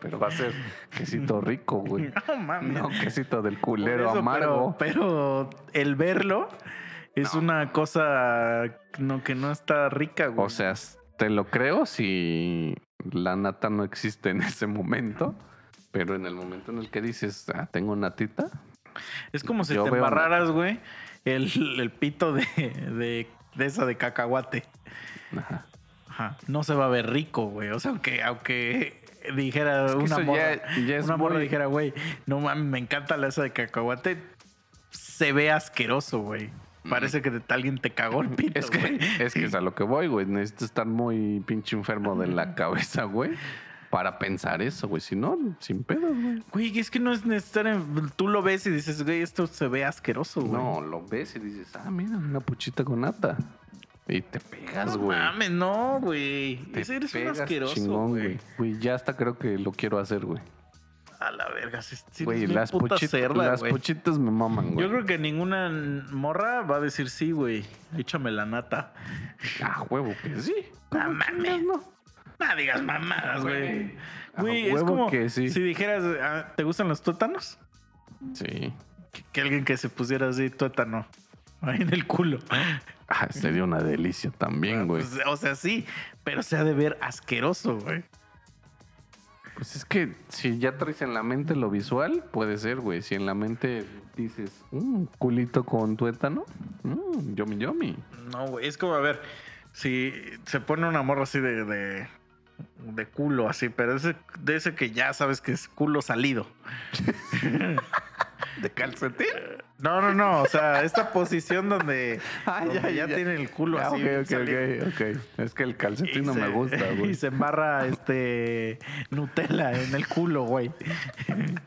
Speaker 2: Pero va a ser quesito rico, güey.
Speaker 1: No mames.
Speaker 2: No, quesito del
Speaker 1: Por
Speaker 2: culero
Speaker 1: eso,
Speaker 2: amargo.
Speaker 1: Pero, pero el verlo es una cosa no, que no está rica, güey.
Speaker 2: O sea, te lo creo si la nata no existe en ese momento. Pero en el momento en el que dices, ah, tengo natita,
Speaker 1: es como si
Speaker 2: yo
Speaker 1: te
Speaker 2: veo-
Speaker 1: embarraras, güey, el, el pito de, de, de esa de cacahuate.
Speaker 2: ajá.
Speaker 1: Ajá. No se va a ver rico, güey. O sea, aunque, aunque dijera
Speaker 2: que
Speaker 1: una
Speaker 2: eso
Speaker 1: morra,
Speaker 2: ya- ya es
Speaker 1: una morra
Speaker 2: muy-
Speaker 1: dijera, güey, no mames, me encanta la esa de cacahuate. Se ve asqueroso, güey. Parece que te- alguien te cagó el pito.
Speaker 2: Mm. Es que,
Speaker 1: güey.
Speaker 2: es que es a lo que voy, güey. Necesito estar muy pinche enfermo de la cabeza, güey. Para pensar eso, güey. Si no, sin pedos, güey.
Speaker 1: Güey, es que no es necesario. Tú lo ves y dices, güey, esto se ve asqueroso, güey.
Speaker 2: No, lo ves y dices, ah, mira, una puchita con nata. Y te pegas,
Speaker 1: No
Speaker 2: güey.
Speaker 1: mames, no, güey.
Speaker 2: Te
Speaker 1: Ese eres un
Speaker 2: pegas
Speaker 1: asqueroso,
Speaker 2: chingón,
Speaker 1: güey.
Speaker 2: Güey, ya hasta creo que lo quiero hacer, güey.
Speaker 1: A la verga, sí, sí
Speaker 2: Güey,
Speaker 1: eres bien
Speaker 2: las,
Speaker 1: puta
Speaker 2: puchit-
Speaker 1: cerda,
Speaker 2: las
Speaker 1: güey.
Speaker 2: puchitas me maman, güey.
Speaker 1: Yo creo que ninguna morra va a decir sí, güey. Échame la nata.
Speaker 2: Ah, huevo que sí.
Speaker 1: No
Speaker 2: ¿Cómo
Speaker 1: mames.
Speaker 2: chingas, no?
Speaker 1: No digas mamadas, güey.
Speaker 2: A
Speaker 1: Güey, es
Speaker 2: huevo
Speaker 1: como
Speaker 2: que sí.
Speaker 1: si dijeras, ah, ¿te gustan los tuétanos?
Speaker 2: Sí.
Speaker 1: Que, que alguien que se pusiera así tuétano ahí en el culo.
Speaker 2: Ah, sería una delicia también, güey.
Speaker 1: Pues, o sea, sí, pero se ha de ver asqueroso, güey.
Speaker 2: Pues es que si ya traes en la mente lo visual, puede ser, güey. Si en la mente dices, "Mm, culito con tuétano, mm, yomi yomi.
Speaker 1: No, güey. Es como, a ver, si se pone una morra así de, de, de culo, así, pero ese, de ese que ya sabes que es culo salido.
Speaker 2: ¿De calcetín?
Speaker 1: No, no, no. O sea, esta posición donde,
Speaker 2: Ah,
Speaker 1: donde
Speaker 2: ya,
Speaker 1: ya,
Speaker 2: ya.
Speaker 1: tiene el culo
Speaker 2: Ah,
Speaker 1: así.
Speaker 2: ok, ok,
Speaker 1: salido.
Speaker 2: ok, ok. Es que el calcetín no
Speaker 1: se-
Speaker 2: me gusta,
Speaker 1: Y
Speaker 2: güey.
Speaker 1: se embarra este Nutella en el culo, güey.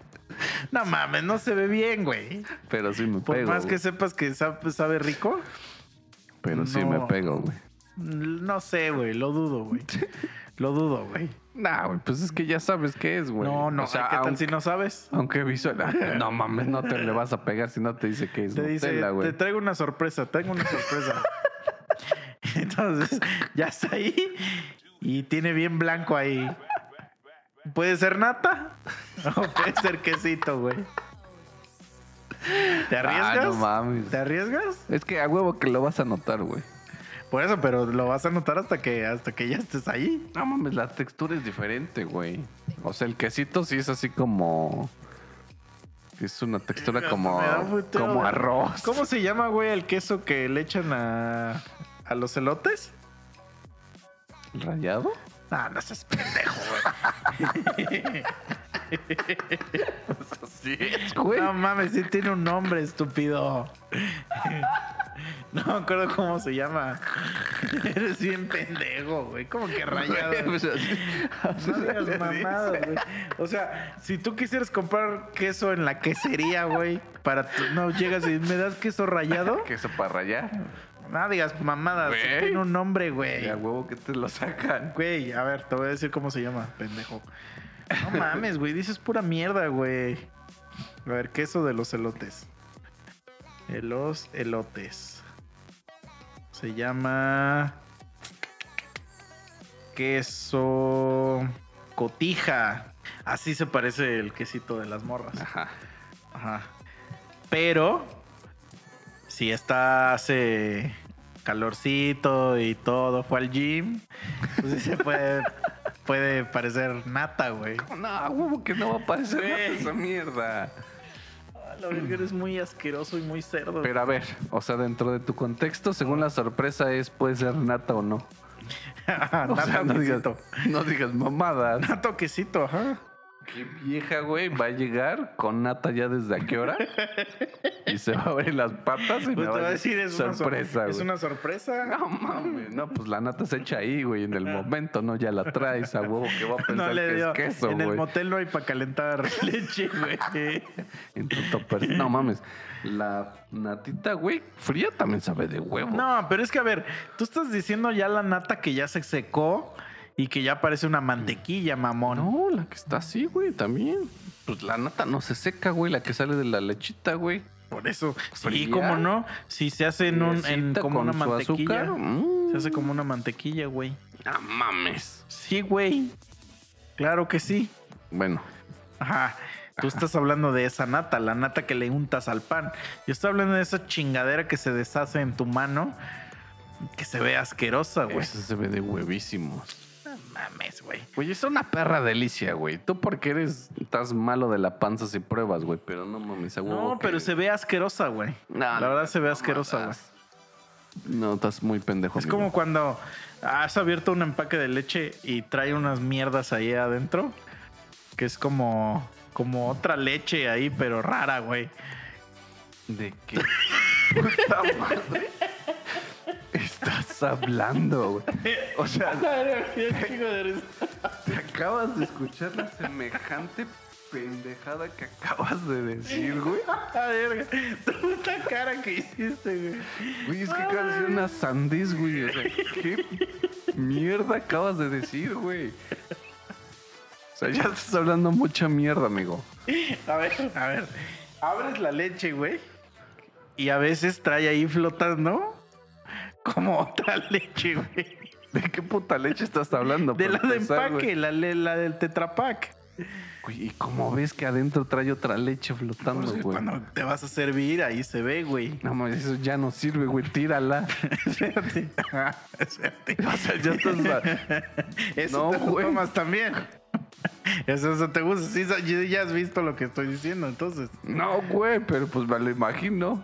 Speaker 1: No mames, no se ve bien, güey.
Speaker 2: Pero sí me
Speaker 1: Por
Speaker 2: pego.
Speaker 1: más que
Speaker 2: güey.
Speaker 1: sepas que sa- sabe rico,
Speaker 2: Pero sí
Speaker 1: no.
Speaker 2: me pego, güey.
Speaker 1: no sé, güey. Lo dudo, güey. Lo dudo, güey.
Speaker 2: Nah, güey, pues es que ya sabes qué es, güey.
Speaker 1: No, no.
Speaker 2: O sea,
Speaker 1: ¿Qué tal
Speaker 2: aunque,
Speaker 1: si no sabes?
Speaker 2: aunque visual. No mames, no te le vas a pegar si no te dice que es
Speaker 1: Te dice,
Speaker 2: Nutella,
Speaker 1: te
Speaker 2: güey.
Speaker 1: traigo una sorpresa, traigo una sorpresa. Entonces, ya está ahí y tiene bien blanco ahí. ¿Puede ser nata? O puede ser quesito, güey. ¿Te arriesgas?
Speaker 2: Ah, no mames.
Speaker 1: ¿Te arriesgas?
Speaker 2: Es que a huevo que lo vas a notar, güey.
Speaker 1: Por eso, pero lo vas a notar hasta que, hasta que ya estés ahí.
Speaker 2: No mames, la textura es diferente, güey. O sea, el quesito sí es así como. Es una textura como.
Speaker 1: Me da un putero
Speaker 2: Como
Speaker 1: de-
Speaker 2: arroz.
Speaker 1: ¿Cómo se llama, güey, el queso que le echan a, a los elotes?
Speaker 2: ¿Rayado?
Speaker 1: Ah, no seas pendejo, güey.
Speaker 2: Sí, güey.
Speaker 1: No mames, sí tiene un nombre, estúpido. No me acuerdo cómo se llama. Eres bien pendejo, güey. Como que rayado.
Speaker 2: Güey, pues así- así
Speaker 1: No
Speaker 2: se le
Speaker 1: digas mamadas,
Speaker 2: dice.
Speaker 1: güey. O sea, si tú quisieras comprar queso en la quesería, güey, para tu- no llegas y me das queso rayado,
Speaker 2: Queso para rayar.
Speaker 1: no digas mamadas. sí
Speaker 2: Güey.
Speaker 1: tiene un nombre,
Speaker 2: Y
Speaker 1: güey.
Speaker 2: a huevo que te lo sacan.
Speaker 1: Güey, a ver, te voy a decir cómo se llama, pendejo. No mames, güey, dices pura mierda, güey. A ver, queso de los elotes. De los elotes. Se llama. Queso. Cotija. Así se parece el quesito de las morras.
Speaker 2: Ajá.
Speaker 1: Ajá. Pero si está hace calorcito y todo, fue al gym, pues sí se puede, puede parecer nata, güey.
Speaker 2: No, a huevo que no va a parecer
Speaker 1: Güey.
Speaker 2: nada esa mierda.
Speaker 1: Ah, La verga eres muy asqueroso y muy cerdo.
Speaker 2: Pero a ver, o sea, dentro de tu contexto, según la sorpresa, es puede ser nata o no.
Speaker 1: nato,
Speaker 2: O sea, no digas,
Speaker 1: quesito.
Speaker 2: no digas mamadas.
Speaker 1: Nato, quesito, ajá.
Speaker 2: Qué vieja, güey, va a llegar con nata ya desde a qué hora. Y se va a abrir las patas y
Speaker 1: Pues
Speaker 2: me
Speaker 1: te va a decir, es una
Speaker 2: sorpresa,
Speaker 1: sorpresa.
Speaker 2: güey.
Speaker 1: Es una sorpresa.
Speaker 2: No mames, no, pues la nata se echa ahí, güey, en el momento, ¿no? Ya la traes a huevo que va a pensar
Speaker 1: No le
Speaker 2: que
Speaker 1: dio.
Speaker 2: es queso,
Speaker 1: en el
Speaker 2: güey.
Speaker 1: motel no hay para calentar leche, güey.
Speaker 2: En tu topper. No mames, la natita, güey, fría también sabe de huevo.
Speaker 1: No, pero es que a ver, tú estás diciendo ya la nata que ya se secó y que ya parece una mantequilla, mamón.
Speaker 2: No, la que está así, güey, también. pues la nata no se seca, güey, la que sale de la lechita, güey.
Speaker 1: Por eso. Sí,
Speaker 2: Fría.
Speaker 1: cómo no. Si se hace en, un- en
Speaker 2: Fresita
Speaker 1: como
Speaker 2: con
Speaker 1: una
Speaker 2: su
Speaker 1: mantequilla.
Speaker 2: azúcar. Mm.
Speaker 1: Se hace como una mantequilla, güey.
Speaker 2: Ah, mames.
Speaker 1: Sí, güey. Claro que sí.
Speaker 2: Bueno,
Speaker 1: Ajá. Tú estás hablando de esa nata, la nata que le untas al pan. Yo estoy hablando de esa chingadera que se deshace en tu mano, que se ve asquerosa, güey.
Speaker 2: pues se ve de huevísimos.
Speaker 1: No mames, güey.
Speaker 2: Oye, es una perra delicia, güey. Tú porque eres, estás malo de la panza si pruebas, güey. Pero no mames, a huevo
Speaker 1: No,
Speaker 2: que-
Speaker 1: pero se ve asquerosa, güey.
Speaker 2: No,
Speaker 1: la
Speaker 2: no,
Speaker 1: verdad se ve
Speaker 2: no
Speaker 1: asquerosa, güey.
Speaker 2: mames. No, estás muy pendejo.
Speaker 1: Es
Speaker 2: amigo.
Speaker 1: como cuando has abierto un empaque de leche y trae unas mierdas ahí adentro, que es como, como otra leche ahí, pero rara, güey.
Speaker 2: ¿De qué? Puta madre. Estás hablando, güey. O sea, te acabas de escuchar la semejante pendejada que acabas de decir, güey.
Speaker 1: A ver, puta cara que hiciste, güey.
Speaker 2: Güey, es que acabas de decir una sandez, güey. O sea, ¿qué mierda acabas de decir, güey? O sea, ya estás hablando mucha mierda, amigo.
Speaker 1: A ver, a ver. Abres la leche, güey. Y a veces trae ahí flotando como otra leche, güey.
Speaker 2: ¿De qué puta leche estás hablando?
Speaker 1: De la
Speaker 2: para
Speaker 1: de
Speaker 2: empezar,
Speaker 1: empaque,
Speaker 2: güey?
Speaker 1: la, le- la del tetrapack.
Speaker 2: Güey, ¿y cómo ves que adentro trae otra leche flotando, güey?
Speaker 1: Cuando te vas a servir, ahí se ve, güey.
Speaker 2: No, mames, eso ya no sirve, güey. Tírala.
Speaker 1: Espérate. Ajá, espérate.
Speaker 2: O sea, ya estás...
Speaker 1: Eso
Speaker 2: No,
Speaker 1: te lo
Speaker 2: güey.
Speaker 1: tomas también. Eso, eso te gusta. Sí, ya- ya has visto lo que estoy diciendo, entonces.
Speaker 2: No, güey, pero pues me lo imagino.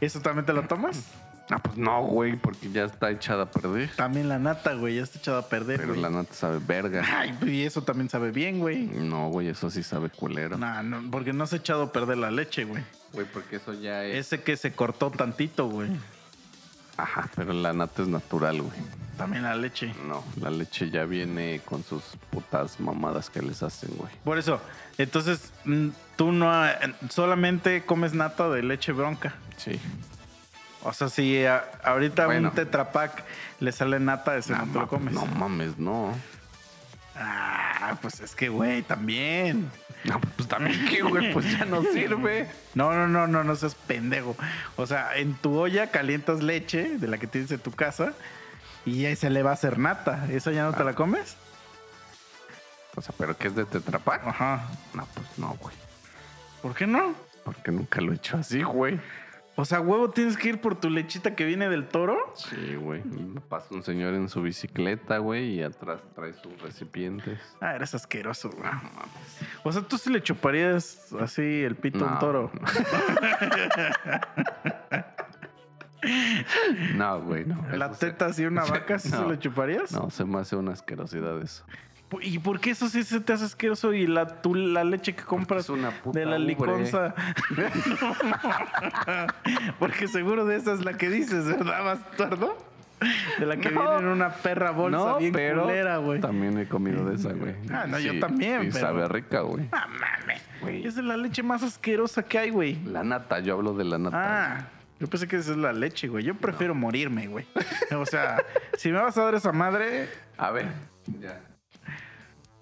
Speaker 1: ¿Eso también te lo tomas?
Speaker 2: Ah, pues no, güey, porque ya está echada a perder.
Speaker 1: También la nata, güey. Ya está echada a perder,
Speaker 2: Pero
Speaker 1: güey.
Speaker 2: la nata sabe verga.
Speaker 1: Ay, y eso también sabe bien, güey.
Speaker 2: No, güey, eso sí sabe culero.
Speaker 1: Nah, no, porque no has echado a perder la leche, güey.
Speaker 2: Güey, porque eso ya
Speaker 1: Ese que se cortó tantito, güey.
Speaker 2: Ajá, pero la nata es natural, güey.
Speaker 1: También la leche.
Speaker 2: No, la leche ya viene con sus putas mamadas que les hacen, güey.
Speaker 1: Por eso, entonces, mm, tú no... ha- solamente comes nata de leche bronca.
Speaker 2: Sí.
Speaker 1: O sea, si a- ahorita
Speaker 2: Bueno.
Speaker 1: un tetrapack le sale nata, ese no, te lo comes.
Speaker 2: no mames, no.
Speaker 1: Ah, pues es que, güey, también.
Speaker 2: No, pues también qué, güey, pues ya no sirve.
Speaker 1: No, no, no, no, no seas pendejo. O sea, en tu olla calientas leche de la que tienes en tu casa y ahí se le va a hacer nata. ¿Esa ya no te
Speaker 2: Ah.
Speaker 1: la comes?
Speaker 2: O sea, pero ¿qué es de tetrapac?
Speaker 1: Ajá.
Speaker 2: No, pues no, güey.
Speaker 1: ¿Por qué no?
Speaker 2: Porque nunca lo he hecho así, güey.
Speaker 1: O sea, huevo, tienes que ir por tu lechita que viene del toro.
Speaker 2: Sí, güey. Pasa un señor en su bicicleta, güey, y atrás trae sus recipientes.
Speaker 1: Ah, eres asqueroso, güey. O sea, tú sí le chuparías así el pito a un
Speaker 2: No.
Speaker 1: toro.
Speaker 2: No, güey, no.
Speaker 1: La
Speaker 2: Eso se-
Speaker 1: teta así a una vaca, ¿sí se
Speaker 2: No.
Speaker 1: le chuparías?
Speaker 2: No, se me hace una asquerosidad eso.
Speaker 1: ¿Y por qué eso sí se te hace asqueroso y la, tú, la leche que compras
Speaker 2: es una puta
Speaker 1: de la
Speaker 2: ubre.
Speaker 1: liconza? Porque seguro de esa es la que dices, ¿verdad, bastardo? De la que
Speaker 2: No.
Speaker 1: viene en una perra bolsa bien culera, güey.
Speaker 2: También he comido de esa, güey.
Speaker 1: Ah, no, yo también,
Speaker 2: Y
Speaker 1: pero-
Speaker 2: sabe rica, güey.
Speaker 1: Ah, mames.
Speaker 2: Güey.
Speaker 1: Esa es la leche más asquerosa que hay, güey.
Speaker 2: La nata, yo hablo de la nata.
Speaker 1: Ah, yo pensé que esa es la leche, güey. Yo prefiero morirme, güey. O sea, si me vas a dar esa madre,
Speaker 2: A ver, ya.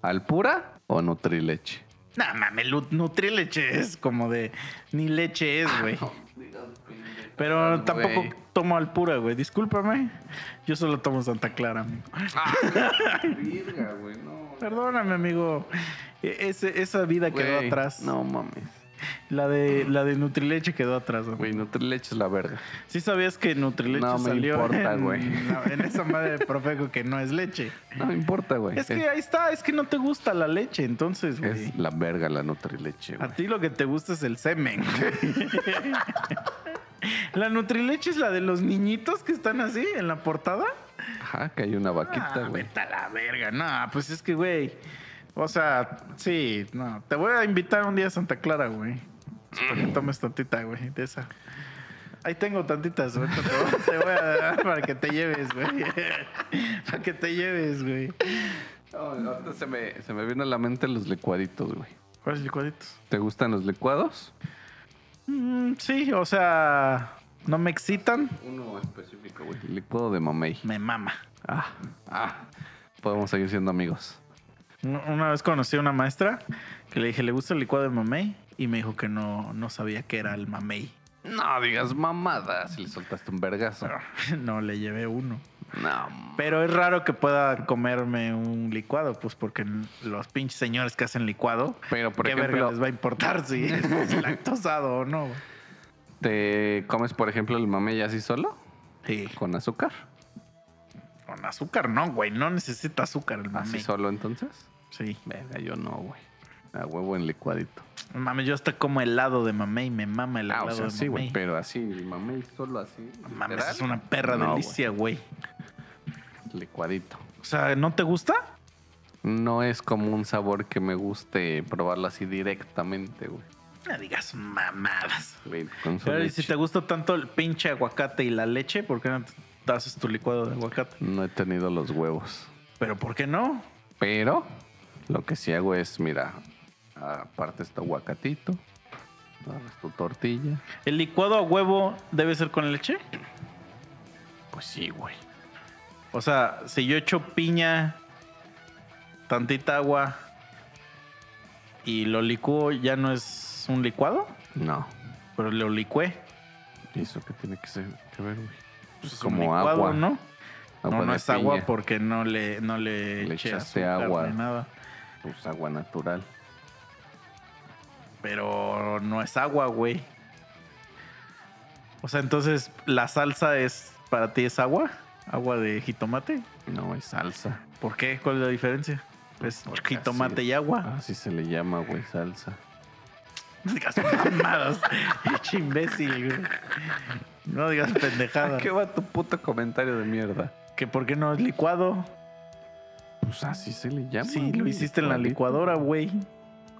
Speaker 2: ¿Al pura o nutrileche?
Speaker 1: no mames, lu- Nutrileche es como de ni leche es, güey.
Speaker 2: Ah,
Speaker 1: Pero tampoco
Speaker 2: Güey.
Speaker 1: tomo al pura, güey. Discúlpame. Yo solo tomo Santa Clara, amigo.
Speaker 2: Virga, güey, no.
Speaker 1: Perdóname, amigo. E- ese- esa vida quedó
Speaker 2: Güey,
Speaker 1: atrás.
Speaker 2: No mames.
Speaker 1: La de, la de Nutrileche quedó atrás, güey.
Speaker 2: Güey, nutrileche es la verga.
Speaker 1: Sí sabías que Nutrileche
Speaker 2: No me
Speaker 1: salió
Speaker 2: importa,
Speaker 1: en,
Speaker 2: güey.
Speaker 1: no, en esa madre de Profeco que no es leche.
Speaker 2: No me importa, güey.
Speaker 1: Es que ahí está, es que no te gusta la leche, entonces, güey.
Speaker 2: es la verga la nutrileche,
Speaker 1: A
Speaker 2: güey.
Speaker 1: ti lo que te gusta es el semen. la Nutrileche es la de los niñitos que están así en la portada.
Speaker 2: Ajá, que hay una vaquita,
Speaker 1: Ah,
Speaker 2: güey.
Speaker 1: vete a la verga. No, pues es que, güey. O sea, sí, no. Te voy a invitar un día a Santa Clara, güey. Pues, Para que tomes tantita, güey, de esa. Ahí tengo tantitas, güey. Te voy- te voy a dar para que te lleves, güey. Para que te lleves, güey.
Speaker 2: No, ahorita se me, se me viene a la mente los licuaditos, güey.
Speaker 1: ¿Cuáles licuaditos?
Speaker 2: ¿Te gustan los licuados?
Speaker 1: Mm, sí, o sea, no me excitan,
Speaker 2: Uno específico, güey. Licuado de mamey.
Speaker 1: me mama.
Speaker 2: Ah, ah. Podemos seguir siendo amigos.
Speaker 1: Una vez conocí a una maestra que le dije, ¿le gusta el licuado de mamey? Y me dijo que no, no sabía qué era el mamey.
Speaker 2: No digas mamada si le soltaste un vergazo.
Speaker 1: No, le llevé uno.
Speaker 2: No.
Speaker 1: Pero es raro que pueda comerme un licuado, pues porque los pinches señores que hacen licuado,
Speaker 2: Pero, por
Speaker 1: ¿qué verga
Speaker 2: ejemplo,
Speaker 1: les va a importar si es lactosado o no?
Speaker 2: ¿te comes, por ejemplo, el mamey así solo?
Speaker 1: Sí.
Speaker 2: ¿Con azúcar?
Speaker 1: Con azúcar no, güey. No necesita azúcar el
Speaker 2: ¿Así
Speaker 1: mamey.
Speaker 2: solo entonces?
Speaker 1: Sí.
Speaker 2: Venga, yo no, güey. A huevo en licuadito.
Speaker 1: No Mames, yo hasta como helado de mamey. Me mama el
Speaker 2: Ah,
Speaker 1: helado
Speaker 2: o sea,
Speaker 1: de
Speaker 2: sí, güey.
Speaker 1: mamey.
Speaker 2: Pero así, el mamey solo así.
Speaker 1: No Mames,
Speaker 2: literal,
Speaker 1: es una perra
Speaker 2: No,
Speaker 1: delicia, güey.
Speaker 2: Licuadito.
Speaker 1: O sea, ¿no te gusta?
Speaker 2: No es como un sabor que me guste probarlo así directamente, güey.
Speaker 1: No digas mamadas.
Speaker 2: Güey, Con su
Speaker 1: Pero y
Speaker 2: leche.
Speaker 1: si te gusta tanto el pinche aguacate y la leche, ¿por qué no te haces tu licuado de aguacate?
Speaker 2: No he tenido los huevos.
Speaker 1: Pero ¿por qué no?
Speaker 2: Pero lo que sí hago es, mira, aparte este aguacatito, agarras tu tortilla.
Speaker 1: ¿El licuado a huevo debe ser con leche?
Speaker 2: Pues sí, güey.
Speaker 1: O sea, si yo echo piña, tantita agua y lo licúo, ¿ya no es un licuado?
Speaker 2: No.
Speaker 1: Pero lo licué.
Speaker 2: ¿Y eso qué tiene que, ser, que ver, güey?
Speaker 1: Pues es
Speaker 2: Como
Speaker 1: un licuado,
Speaker 2: agua.
Speaker 1: ¿no? no,
Speaker 2: Agua
Speaker 1: no
Speaker 2: de
Speaker 1: es agua
Speaker 2: piña,
Speaker 1: porque no le, no le,
Speaker 2: Le
Speaker 1: eché
Speaker 2: echaste
Speaker 1: azúcar
Speaker 2: agua.
Speaker 1: ni nada.
Speaker 2: Pues agua natural.
Speaker 1: Pero no es agua, güey. O sea, entonces, ¿la salsa es para ti es agua? ¿Agua de jitomate?
Speaker 2: No, es salsa.
Speaker 1: ¿Por qué? ¿Cuál es la diferencia? Es
Speaker 2: Porque
Speaker 1: jitomate
Speaker 2: así-
Speaker 1: y agua.
Speaker 2: Así Ah, se le llama, güey, salsa.
Speaker 1: No digas mamadas. Pinche imbécil, güey. No digas
Speaker 2: ¿A
Speaker 1: pendejadas.
Speaker 2: Ah, qué va tu puto comentario de mierda?
Speaker 1: Que por qué no es licuado.
Speaker 2: Pues así se le llama.
Speaker 1: Sí, lo
Speaker 2: güey,
Speaker 1: hiciste en la
Speaker 2: licuadito.
Speaker 1: licuadora, güey.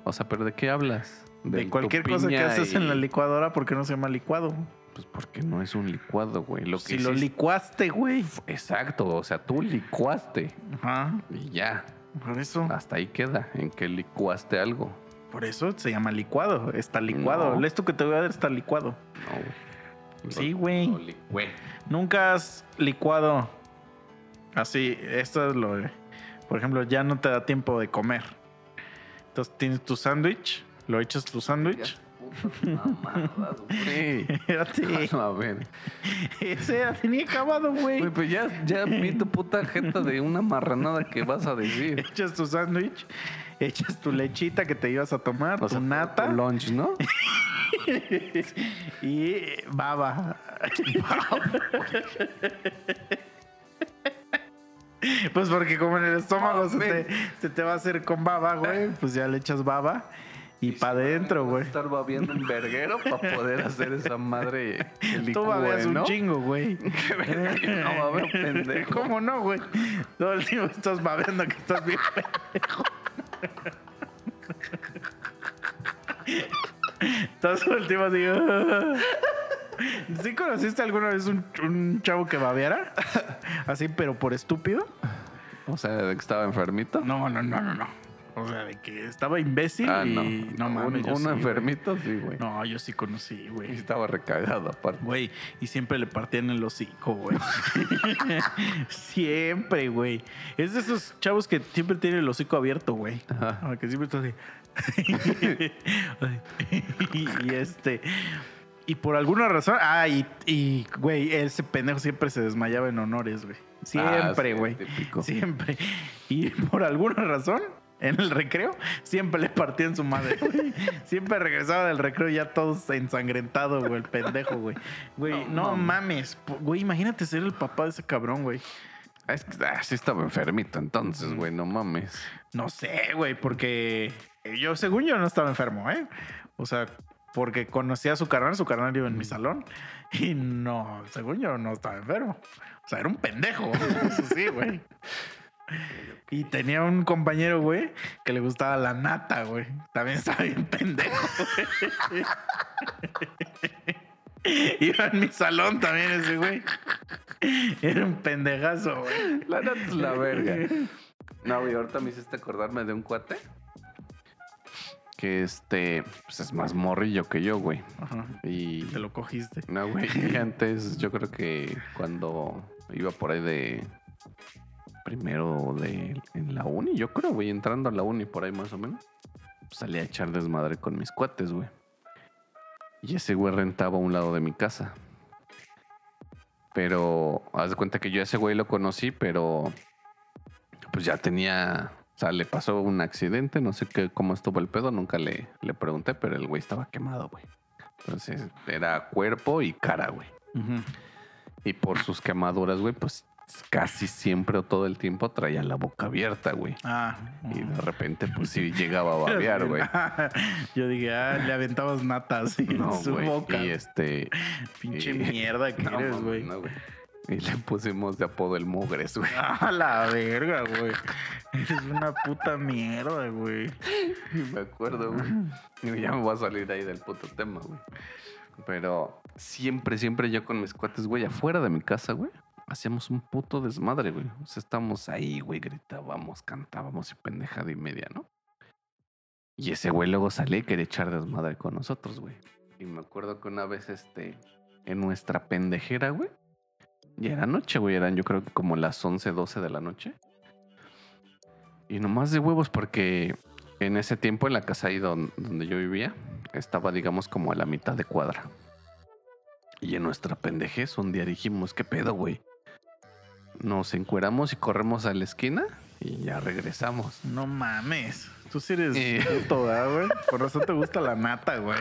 Speaker 2: O sea, ¿pero de qué hablas?
Speaker 1: De
Speaker 2: tu
Speaker 1: cualquier cosa que
Speaker 2: piña
Speaker 1: haces en la
Speaker 2: y-
Speaker 1: licuadora, ¿por qué no se llama licuado?
Speaker 2: Pues porque no es un licuado, güey. Lo
Speaker 1: Si
Speaker 2: que
Speaker 1: lo
Speaker 2: hiciste-
Speaker 1: licuaste, güey.
Speaker 2: Exacto, o sea, tú licuaste
Speaker 1: Ajá.
Speaker 2: y ya.
Speaker 1: Por eso.
Speaker 2: Hasta ahí queda, en que licuaste algo.
Speaker 1: Por eso se llama licuado. Está licuado.
Speaker 2: No.
Speaker 1: Esto que te voy a dar está licuado.
Speaker 2: No, güey. Lo-
Speaker 1: Sí, güey.
Speaker 2: Lo licué.
Speaker 1: Nunca has licuado así. Esto es lo. de- Por ejemplo, ya no te da tiempo de comer. Entonces tienes tu sándwich. Lo echas tu sándwich.
Speaker 2: Sí.
Speaker 1: Espérate.
Speaker 2: A ver.
Speaker 1: Ese así ni acabado, güey.
Speaker 2: Güey, pues ya, ya vi tu puta jeta de una marranada que vas a decir.
Speaker 1: Echas tu sándwich. Echas tu lechita que te ibas a tomar.
Speaker 2: O
Speaker 1: tu
Speaker 2: sea,
Speaker 1: nata.
Speaker 2: tu lunch, ¿no?
Speaker 1: y baba. pues porque como en el estómago se te, se te va a hacer con baba, güey, pues ya le echas baba y para adentro,
Speaker 2: Vas a
Speaker 1: güey.
Speaker 2: Estar babiando un verguero para poder hacer esa madre que
Speaker 1: Tú
Speaker 2: licúe,
Speaker 1: babeas un
Speaker 2: ¿no?
Speaker 1: chingo, güey.
Speaker 2: No, babeo, pendejo.
Speaker 1: ¿Cómo no, güey? Todo el tiempo estás babeando que estás bien pendejo. Estás todo el tiempo así. "Ah". ¿Sí conociste alguna vez un, un chavo que babeara? Así, pero por estúpido.
Speaker 2: O sea, de que estaba enfermito.
Speaker 1: No, no, no, no, no. O sea, de que estaba imbécil
Speaker 2: Ah,
Speaker 1: y
Speaker 2: no.
Speaker 1: no,
Speaker 2: Un-
Speaker 1: mames. yo
Speaker 2: uno
Speaker 1: sí, güey.
Speaker 2: enfermito, sí, güey.
Speaker 1: No, yo sí conocí,
Speaker 2: Y
Speaker 1: güey.
Speaker 2: estaba recargado aparte.
Speaker 1: Güey, y siempre le partían el hocico, güey. siempre, güey. Es de esos chavos que siempre tienen el hocico abierto, güey.
Speaker 2: Ajá.
Speaker 1: Ah, Que siempre está así. y, y este. Y por alguna razón. Ah, y, y, güey, ese pendejo siempre se desmayaba en honores, güey.
Speaker 2: Ah,
Speaker 1: Siempre,
Speaker 2: sí,
Speaker 1: güey.
Speaker 2: típico.
Speaker 1: Siempre. Y por alguna razón, en el recreo, siempre le partían su madre, güey. Siempre regresaba del recreo ya todos ensangrentado, güey, el pendejo, güey. Güey, no,
Speaker 2: No
Speaker 1: mames. Po- Güey, imagínate ser el papá de ese cabrón, güey.
Speaker 2: Ah, Es que ah, sí estaba enfermito entonces, güey, no mames.
Speaker 1: No sé, güey, porque yo, según yo, no estaba enfermo, ¿eh? O sea, porque conocía a su carnal, su carnal iba en
Speaker 2: Mm.
Speaker 1: mi salón. Y no, según yo, no estaba enfermo. O sea, era un pendejo. Eso sí, güey. Y tenía un compañero, güey, que le gustaba la nata, güey. También estaba bien pendejo. güey. Iba en mi salón también ese, güey. Era un pendejazo, güey.
Speaker 2: La neta es la verga. No, güey, ahorita me hiciste acordarme de un cuate. Que este, pues es más morrillo que yo, güey.
Speaker 1: Ajá.
Speaker 2: Y.
Speaker 1: Te lo cogiste.
Speaker 2: No, güey, y antes yo creo que cuando iba por ahí de primero de en la uni, yo creo, güey, entrando a la uni por ahí más o menos. Salí a echar desmadre con mis cuates, güey. Y ese güey rentaba a un lado de mi casa. Pero haz de cuenta que yo a ese güey lo conocí, pero pues ya tenía. O sea, le pasó un accidente, no sé qué, cómo estuvo el pedo, nunca le, le pregunté, pero el güey estaba quemado, güey. Entonces era cuerpo y cara, güey.
Speaker 1: Ujú.
Speaker 2: Y por sus quemaduras, güey, pues casi siempre o todo el tiempo traía la boca abierta, güey.
Speaker 1: Ah.
Speaker 2: Y de
Speaker 1: ujú.
Speaker 2: repente, pues sí llegaba a babear, güey.
Speaker 1: Yo dije, ah, le aventabas natas en
Speaker 2: No,
Speaker 1: su
Speaker 2: güey.
Speaker 1: boca.
Speaker 2: Y este.
Speaker 1: Pinche
Speaker 2: y-
Speaker 1: mierda que
Speaker 2: no,
Speaker 1: eres,
Speaker 2: mames,
Speaker 1: güey.
Speaker 2: no, güey. Y le pusimos de apodo el mugres, güey.
Speaker 1: A la verga, güey. Eres una puta mierda, güey.
Speaker 2: Y me acuerdo, güey. Digo, Ya me voy a salir ahí del puto tema, güey. Pero siempre, siempre yo con mis cuates, güey, afuera de mi casa, güey, hacíamos un puto desmadre, güey. O sea, estábamos ahí, güey, gritábamos, cantábamos y pendejada y media, ¿no? Y ese güey luego salía y quería echar desmadre con nosotros, güey. Y me acuerdo que una vez, este, en nuestra pendejera, güey, ya era noche, güey, eran yo creo que como las 11, 12 de la noche. Y nomás de huevos porque en ese tiempo en la casa ahí don- donde yo vivía estaba digamos como a la mitad de cuadra. Y en nuestra pendejez un día dijimos, ¿qué pedo, güey? Nos encueramos y corremos a la esquina y ya regresamos.
Speaker 1: No mames. Tú sí eres
Speaker 2: Eh.
Speaker 1: puto, ¿verdad, güey? Por razón te gusta la nata, güey.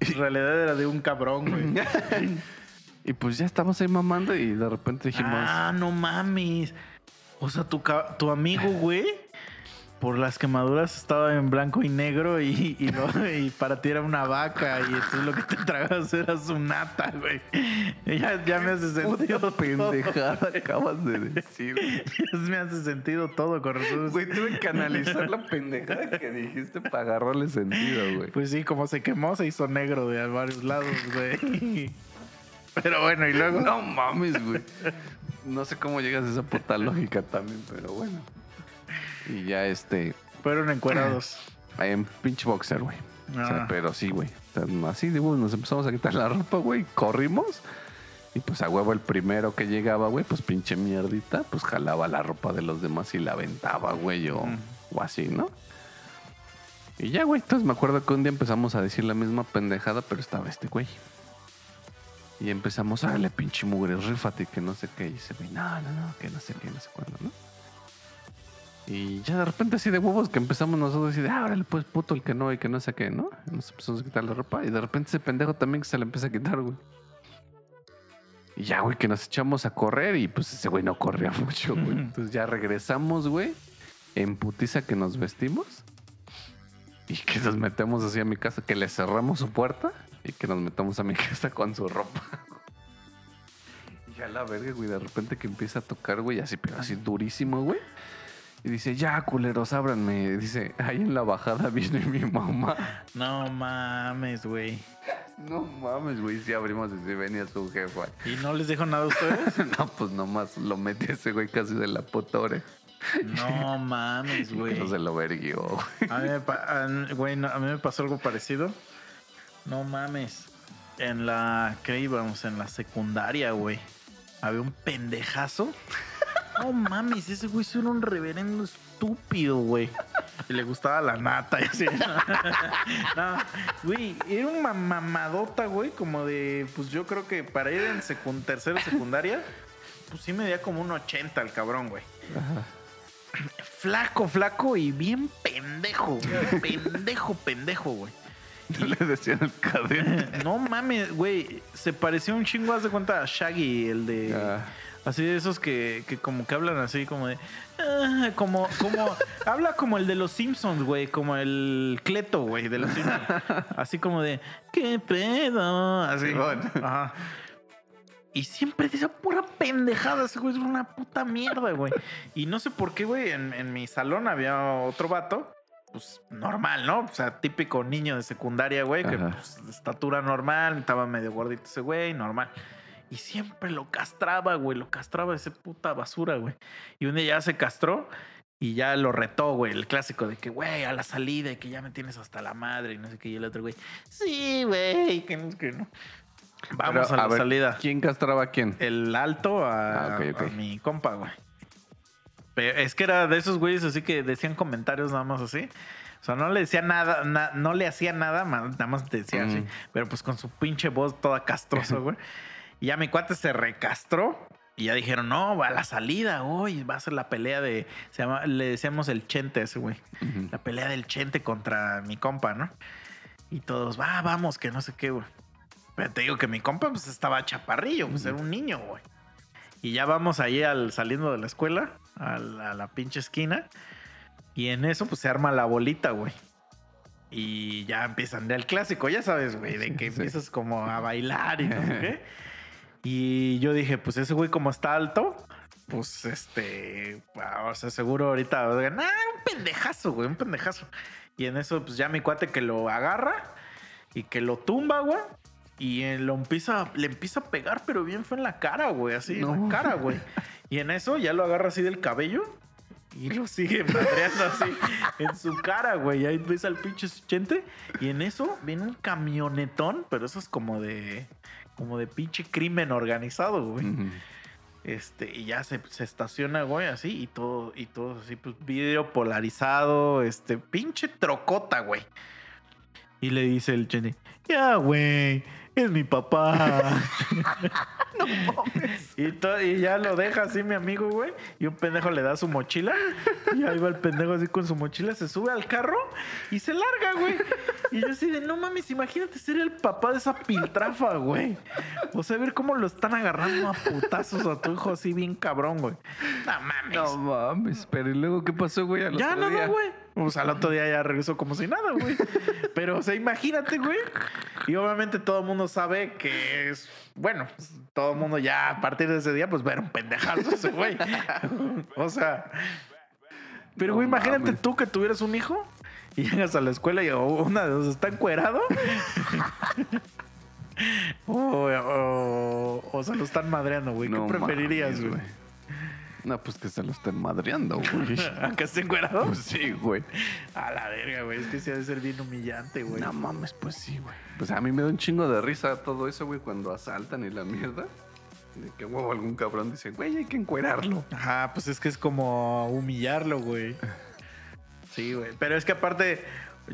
Speaker 1: En realidad era de un cabrón, güey.
Speaker 2: y pues ya estamos ahí mamando y de repente dijimos,
Speaker 1: Ah, no mames. O sea, tu, ca- tu amigo, güey, por las quemaduras estaba en blanco y negro y, y, lo- y para ti era una vaca. Y entonces lo que te tragas era su nata, güey. Ya, ya me hace sentido.
Speaker 2: puta
Speaker 1: todo.
Speaker 2: pendejada acabas de decir. güey".
Speaker 1: me hace sentido todo, con razón.
Speaker 2: Pues Güey, tuve que analizar la pendejada que dijiste para agarrarle sentido, güey.
Speaker 1: Pues sí, como se quemó, se hizo negro de varios lados, güey. Pero bueno, y luego.
Speaker 2: No mames, güey. No sé cómo llegas a esa puta lógica también, pero bueno. Y ya este,
Speaker 1: Fueron encuerados.
Speaker 2: en pinche boxer, güey. O sea,
Speaker 1: Ah.
Speaker 2: pero sí, güey. O sea, Así, digo, nos empezamos a quitar la ropa, güey. Corrimos. Y pues a huevo el primero que llegaba, güey, pues pinche mierdita, pues jalaba la ropa de los demás y la aventaba, güey, o,
Speaker 1: Mm.
Speaker 2: o así, ¿no? Y ya, güey, entonces me acuerdo que un día empezamos a decir la misma pendejada, pero estaba este güey. Y empezamos, árale, pinche mugre, rífate, que no sé qué. Y se ve, no, no, no, que no sé qué, no sé cuándo, ¿no? Y ya de repente así de huevos que empezamos nosotros así de, ah, órale, pues puto el que no y que no sé qué, ¿no? Y Nos empezamos a quitar la ropa y de repente ese pendejo también que se la empieza a quitar, güey. Y ya, güey, que nos echamos a correr y pues ese güey no corría mucho, güey. Entonces ya regresamos, güey, en putiza que nos vestimos y que nos metemos así a mi casa, que le cerramos su puerta y que nos metamos a mi casa con su ropa. Y a la verga, güey, de repente que empieza a tocar, güey, así, pero así durísimo, güey. Y dice, ya, culeros, ábranme. Dice, ahí en la bajada viene mi mamá.
Speaker 1: No mames, güey.
Speaker 2: No mames, güey, si abrimos y si venía su jefa.
Speaker 1: ¿Y no les dejo nada a ustedes?
Speaker 2: No, pues nomás lo metí ese güey casi de la puta oreja.
Speaker 1: No mames, güey.
Speaker 2: Eso se lo verguió, güey.
Speaker 1: A mí, me pa- a mí- güey, no, a mí me pasó algo parecido. No mames. En la. ¿Qué íbamos? En la secundaria, güey. Había un pendejazo. No mames, ese güey sí era un reverendo estúpido, güey. Y le gustaba la nata. Y así. No, güey, era una mamadota, güey, como de. Pues yo creo que para ir en secund tercera secundaria, pues sí medía como un 80 el cabrón, güey flaco, flaco y bien pendejo, güey. pendejo, pendejo, güey.
Speaker 2: Le decían el cadete.
Speaker 1: No mames, güey, se parecía un chingo, haz de cuenta, a Shaggy, el de...
Speaker 2: Ah.
Speaker 1: Así de esos que, que como que hablan así, como de... "Ah", como, como... habla como el de los Simpsons, güey, como el Cleto, güey, de los Simpsons. Así como de... ¿Qué pedo? Así.
Speaker 2: Simón.
Speaker 1: Ajá. Y siempre dice pura pendejada, ese güey es una puta mierda, güey. Y no sé por qué, güey, en, en mi salón había otro vato, pues normal, ¿no? O sea, típico niño de secundaria, güey, que
Speaker 2: Ajá.
Speaker 1: pues, de estatura normal, estaba medio gordito ese güey, normal. Y siempre lo castraba, güey, lo castraba ese puta basura, güey. Y un día ya se castró y ya lo retó, güey, el clásico de que, güey, a la salida y que ya me tienes hasta la madre y no sé qué. Y el otro, güey, sí, güey, que no, que no. Vamos
Speaker 2: Pero,
Speaker 1: a la
Speaker 2: ver,
Speaker 1: salida Eh,
Speaker 2: ¿Quién castraba a quién?
Speaker 1: el alto a,
Speaker 2: Ah, ok, ok.
Speaker 1: a mi compa, güey. Pero es que era de esos güeyes así que decían comentarios nada más así. O sea, no le decía nada, na- no le hacía nada, ma- nada más te decía así.
Speaker 2: Mm.
Speaker 1: Pero pues con su pinche voz toda castrosa, güey. Y ya mi cuate se recastró. Y ya dijeron, no, va a la salida, güey. Va a ser la pelea de. Se llama, le decíamos el chente a ese güey.
Speaker 2: Ujú.
Speaker 1: La pelea del chente contra mi compa, ¿no? Y todos, va, vamos, que no sé qué, güey. Pero te digo que mi compa pues estaba chaparrillo, pues era un niño, güey. Y ya vamos ahí al, saliendo de la escuela, a la, a la pinche esquina. Y en eso pues se arma la bolita, güey. Y ya empiezan el clásico, ya sabes, güey, de
Speaker 2: Sí,
Speaker 1: que
Speaker 2: sí.
Speaker 1: empiezas como a bailar y no sé qué. Y yo dije, pues ese güey como está alto, pues este, o sea, seguro ahorita, va a decir, ah, un pendejazo, güey, un pendejazo. Y en eso, pues ya mi cuate que lo agarra y que lo tumba, güey. Y eh, lo empieza, le empieza a pegar, pero bien fue en la cara, güey, así, en
Speaker 2: No.
Speaker 1: la cara, güey. Y en eso ya lo agarra así del cabello y lo sigue madreando así en su cara, güey. Y ahí ves al pinche gente. Y en eso viene un camionetón, pero eso es como de, como de pinche crimen organizado, güey.
Speaker 2: Ujú.
Speaker 1: Este, y ya se, se estaciona, güey, así, y todo, y todo así, pues, video polarizado, este, pinche trocota, güey. Y le dice el Jenny, ya, güey, es mi papá. y, to- y ya lo deja así mi amigo, güey, y un pendejo le da su mochila, y ahí va el pendejo así con su mochila, se sube al carro y se larga, güey. Y yo así de, no mames, imagínate ser el papá de esa piltrafa, güey. O sea, ver cómo lo están agarrando a putazos a tu hijo así bien cabrón, güey. No mames.
Speaker 2: No mames, pero ¿y luego qué pasó, güey? al
Speaker 1: ya
Speaker 2: otro
Speaker 1: nada,
Speaker 2: día?
Speaker 1: güey. O sea, al otro día ya regresó como si nada, güey. Pero, o sea, imagínate, güey. Y obviamente todo el mundo sabe que es, bueno, todo el mundo ya a partir de ese día, pues, ver un pendejazo ese güey. O sea, pero,
Speaker 2: No
Speaker 1: güey, imagínate
Speaker 2: mames.
Speaker 1: tú que tuvieras un hijo y llegas a la escuela y o una de dos está encuerado. o, o- o se lo están madreando, güey. ¿Qué
Speaker 2: No
Speaker 1: preferirías,
Speaker 2: mames,
Speaker 1: güey?
Speaker 2: No, pues que se lo estén madreando, güey.
Speaker 1: ¿A que esté encuerado?
Speaker 2: Pues sí, güey.
Speaker 1: A la verga, güey. Es que sí ha de ser bien humillante, güey.
Speaker 2: No mames, pues sí, güey. Pues a mí me da un chingo de risa todo eso, güey, cuando asaltan y la mierda. De que huevo algún cabrón dice, güey, hay que encuerarlo.
Speaker 1: Ajá, pues es que es como humillarlo, güey. Sí, güey. Pero es que aparte,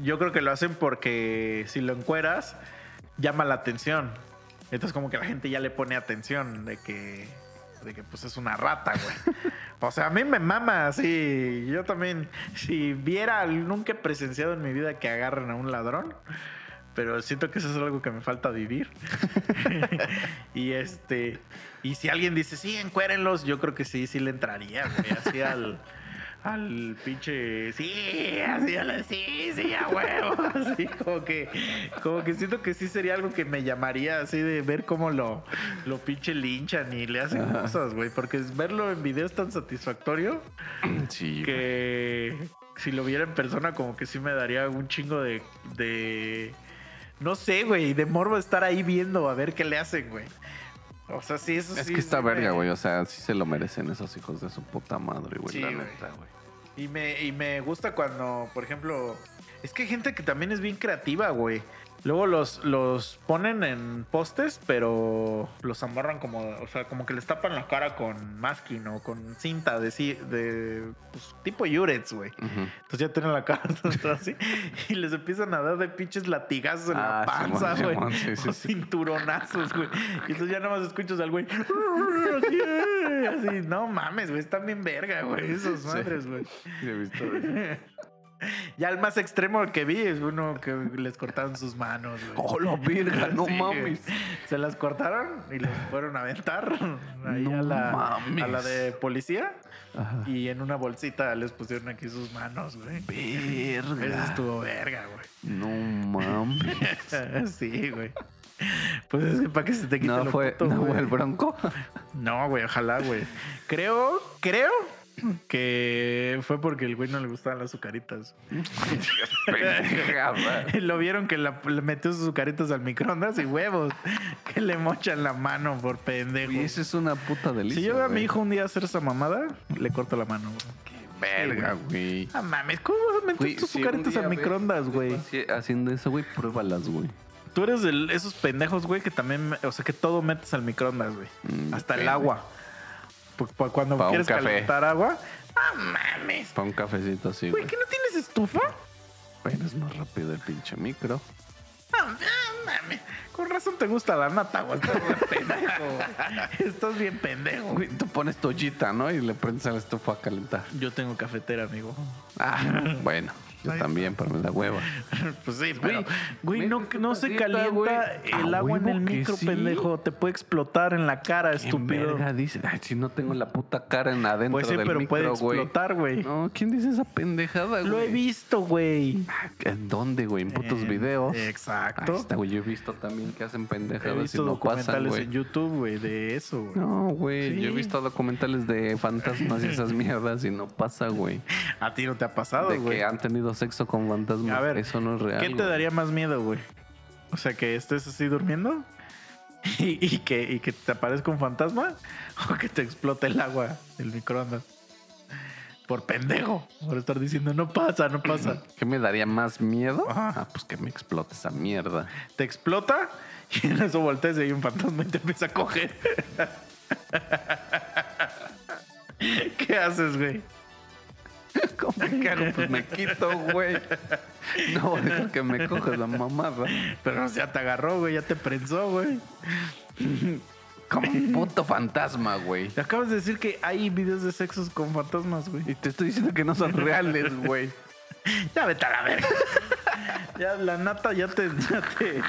Speaker 1: yo creo que lo hacen porque si lo encueras, llama la atención. Entonces, como que la gente ya le pone atención de que, de que pues es una rata, güey. O sea, a mí me mama, sí. Yo también, si viera, nunca he presenciado en mi vida que agarren a un ladrón. Pero siento que eso es algo que me falta vivir. y este. Y si alguien dice, sí, encuérenlos, yo creo que sí, sí le entraría, güey. Así al. Al pinche. Sí, así a la- sí, sí, a huevo. Así como que. Como que siento que sí sería algo que me llamaría así de ver cómo lo, lo pinche linchan y le hacen
Speaker 2: Ajá.
Speaker 1: cosas, güey. Porque verlo en video es tan satisfactorio
Speaker 2: Sí, güey.
Speaker 1: que si lo viera en persona como que sí me daría un chingo de... de- no sé, güey, de morbo estar ahí viendo a ver qué le hacen, güey. O sea, sí, eso
Speaker 2: Es
Speaker 1: sí,
Speaker 2: que está
Speaker 1: sí me-
Speaker 2: verga, güey. O sea, sí se lo merecen esos hijos de su puta madre, güey.
Speaker 1: Sí,
Speaker 2: la
Speaker 1: güey.
Speaker 2: neta, güey.
Speaker 1: Y me, y me gusta cuando, por ejemplo, es que hay gente que también es bien creativa, güey. Luego los, los ponen en postes, pero los amarran como, o sea, como que les tapan la cara con masking o con cinta de, ci- de pues, tipo Yurets, güey.
Speaker 2: Ujú.
Speaker 1: Entonces pues ya tienen la cara toda así y les empiezan a dar de pinches latigazos en
Speaker 2: Ah,
Speaker 1: la panza, güey.
Speaker 2: Simón, Simón, sí, sí,
Speaker 1: o
Speaker 2: sí.
Speaker 1: cinturonazos, güey. Y entonces ya nada más escuchas al güey. Así, así, no mames, güey. Están bien verga, güey. Esos
Speaker 2: Sí.
Speaker 1: madres, güey.
Speaker 2: Sí, he visto de eso.
Speaker 1: Ya el más extremo que vi es uno que les cortaron sus manos, güey.
Speaker 2: ¡Oh, la verga! ¡No
Speaker 1: Sí, güey.
Speaker 2: mames!
Speaker 1: Se las cortaron y las fueron a aventar ahí
Speaker 2: No
Speaker 1: a, la,
Speaker 2: mames.
Speaker 1: a la de policía.
Speaker 2: Ajá.
Speaker 1: Y en una bolsita les pusieron aquí sus manos, güey. Eso
Speaker 2: ¡Verga!
Speaker 1: estuvo verga, güey.
Speaker 2: ¡No mames!
Speaker 1: sí, güey. Pues es que para que se te quite
Speaker 2: No
Speaker 1: lo
Speaker 2: fue,
Speaker 1: puto,
Speaker 2: no
Speaker 1: güey.
Speaker 2: fue el bronco.
Speaker 1: No, güey, ojalá, güey. Creo, creo que fue porque el güey no le gustaban las azucaritas.
Speaker 2: Pendejada.
Speaker 1: Lo vieron que la- le metió sus azucaritas al microondas y huevos. Que le mochan la mano por pendejo.
Speaker 2: Y eso es una puta delicia.
Speaker 1: si yo veo a mi
Speaker 2: güey.
Speaker 1: hijo un día hacer esa mamada, le corto la mano, güey.
Speaker 2: Verga, güey.
Speaker 1: Ah, mames, ¿cómo vas a meter
Speaker 2: Güey,
Speaker 1: tus
Speaker 2: si
Speaker 1: azucaritas
Speaker 2: un día
Speaker 1: al
Speaker 2: ves
Speaker 1: microondas, güey?
Speaker 2: así- Haciendo eso, güey, pruébalas, güey.
Speaker 1: Tú eres de esos pendejos, güey, que también, o sea, que todo metes al microondas, güey.
Speaker 2: Mm,
Speaker 1: Hasta el
Speaker 2: depende.
Speaker 1: agua. Por- por cuando
Speaker 2: Pa' un
Speaker 1: quieres
Speaker 2: café.
Speaker 1: calentar agua, ¡Ah, mames!
Speaker 2: Para un cafecito así,
Speaker 1: Güey,
Speaker 2: güey.
Speaker 1: ¿que no tienes estufa?
Speaker 2: Pero es más rápido el pinche micro.
Speaker 1: ¡Ah, ah, mames! Con razón te gusta la nata, güey. Estás bien pendejo. Estás bien pendejo.
Speaker 2: Güey, tú pones toallita, ¿no? Y le prendes a la estufa a calentar.
Speaker 1: Yo tengo cafetera, amigo.
Speaker 2: Ah, bueno. Yo
Speaker 1: Ahí
Speaker 2: también, pero me da hueva.
Speaker 1: Pues sí, pero. Güey,
Speaker 2: mete
Speaker 1: no,
Speaker 2: esta
Speaker 1: no se
Speaker 2: tacita,
Speaker 1: calienta
Speaker 2: güey.
Speaker 1: el
Speaker 2: Ah,
Speaker 1: agua en
Speaker 2: huevo
Speaker 1: el
Speaker 2: que
Speaker 1: micro,
Speaker 2: sí.
Speaker 1: pendejo. Te puede explotar en la cara, estúpido.
Speaker 2: verga dice? Ay, si no tengo la puta cara en adentro
Speaker 1: Pues sí,
Speaker 2: del
Speaker 1: pero
Speaker 2: micro,
Speaker 1: puede
Speaker 2: güey.
Speaker 1: explotar, güey.
Speaker 2: No, ¿quién dice esa pendejada, güey?
Speaker 1: Lo he visto, güey.
Speaker 2: ¿En dónde, güey? En putos
Speaker 1: En-
Speaker 2: videos. Ahí
Speaker 1: Eh, Exacto.
Speaker 2: está, güey. Yo he visto también que hacen
Speaker 1: He
Speaker 2: pendejadas y
Speaker 1: visto
Speaker 2: no pasan,
Speaker 1: documentales
Speaker 2: güey.
Speaker 1: en YouTube, güey, de eso, güey.
Speaker 2: No, güey. Yo he
Speaker 1: Sí.
Speaker 2: visto documentales de fantasmas y esas mierdas y no pasa, güey.
Speaker 1: A ti no te ha pasado,
Speaker 2: De
Speaker 1: güey.
Speaker 2: que han tenido sexo con fantasmas.
Speaker 1: A ver,
Speaker 2: Eso no es real.
Speaker 1: ¿Qué te
Speaker 2: güey.
Speaker 1: daría más miedo, güey? O sea, que estés así durmiendo y, y que, y que te aparezca un fantasma o que te explote el agua del microondas. Por pendejo. Por estar diciendo, no pasa, no pasa.
Speaker 2: ¿Qué me daría más miedo?
Speaker 1: Ajá.
Speaker 2: Ah, pues que me explote esa mierda.
Speaker 1: Te explota y en eso volteas y hay un fantasma y te empieza a coger. ¿Qué haces, güey?
Speaker 2: ¿Cómo me cago? Pues me quito, güey. No voy a dejar que me coja la mamada.
Speaker 1: Pero ya te agarró, güey, ya te prensó, güey.
Speaker 2: Como un puto fantasma, güey.
Speaker 1: Te acabas de decir que hay videos de sexos con fantasmas, güey.
Speaker 2: Y te estoy diciendo que no son reales, güey.
Speaker 1: Ya vete a la verga. Ya la nata ya te, ya te, este,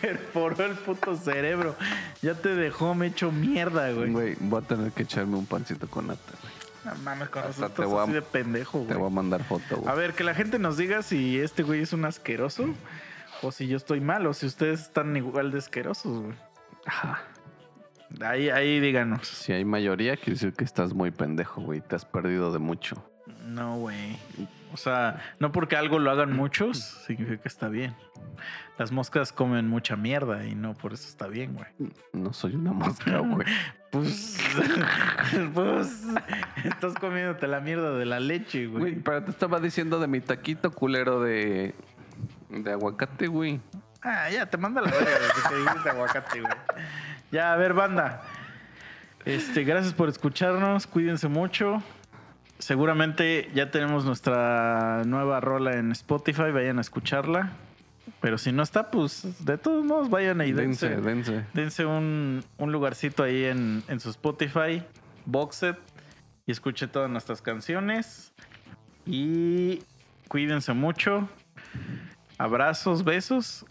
Speaker 1: perforó el puto cerebro. Ya te dejó me hecho mierda, güey.
Speaker 2: Güey, voy a tener que echarme un pancito con nata. güey.
Speaker 1: No mames, con
Speaker 2: Hasta
Speaker 1: razón
Speaker 2: te
Speaker 1: estás
Speaker 2: voy a-
Speaker 1: así de pendejo,
Speaker 2: Te voy a
Speaker 1: güey.
Speaker 2: mandar foto,
Speaker 1: A
Speaker 2: güey.
Speaker 1: ver, que la gente nos diga si este güey es un asqueroso o si yo estoy mal o si ustedes están igual de asquerosos, güey.
Speaker 2: Ajá.
Speaker 1: Ahí, ahí díganos.
Speaker 2: Si hay mayoría, quiere decir que estás muy pendejo, güey. Te has perdido de mucho.
Speaker 1: No, güey. O sea, no porque algo lo hagan muchos, significa que está bien. Las moscas comen mucha mierda y no por eso está bien, güey.
Speaker 2: No soy una mosca, güey.
Speaker 1: Pues, pues, estás comiéndote la mierda de la leche,
Speaker 2: Güey,
Speaker 1: güey.
Speaker 2: pero te estaba diciendo de mi taquito culero de, de aguacate, güey.
Speaker 1: Ah, ya, te manda la verga lo que te dijiste aguacate, güey. Ya, a ver, banda. Este, gracias por escucharnos, cuídense mucho. Seguramente ya tenemos nuestra nueva rola en Spotify, vayan a escucharla. Pero si no está, pues de todos modos vayan y
Speaker 2: Dense,
Speaker 1: dense,
Speaker 2: dense.
Speaker 1: dense un, un lugarcito ahí en, en su Spotify, Boxet, y escuchen todas nuestras canciones. Y cuídense mucho. Abrazos, besos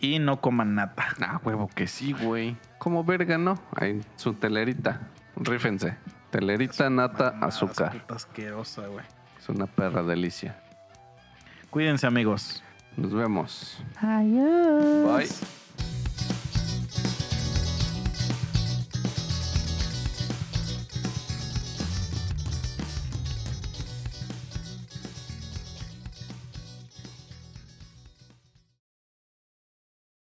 Speaker 1: y no coman nata.
Speaker 2: Ah, huevo que sí, güey. Como verga, ¿no? Ahí, su telerita. Rífense. Telerita, nata,
Speaker 1: Mamadas,
Speaker 2: azúcar.
Speaker 1: puta asquerosa, güey.
Speaker 2: Es una perra delicia.
Speaker 1: Cuídense, amigos.
Speaker 2: Nos vemos.
Speaker 3: Adiós.
Speaker 2: Bye.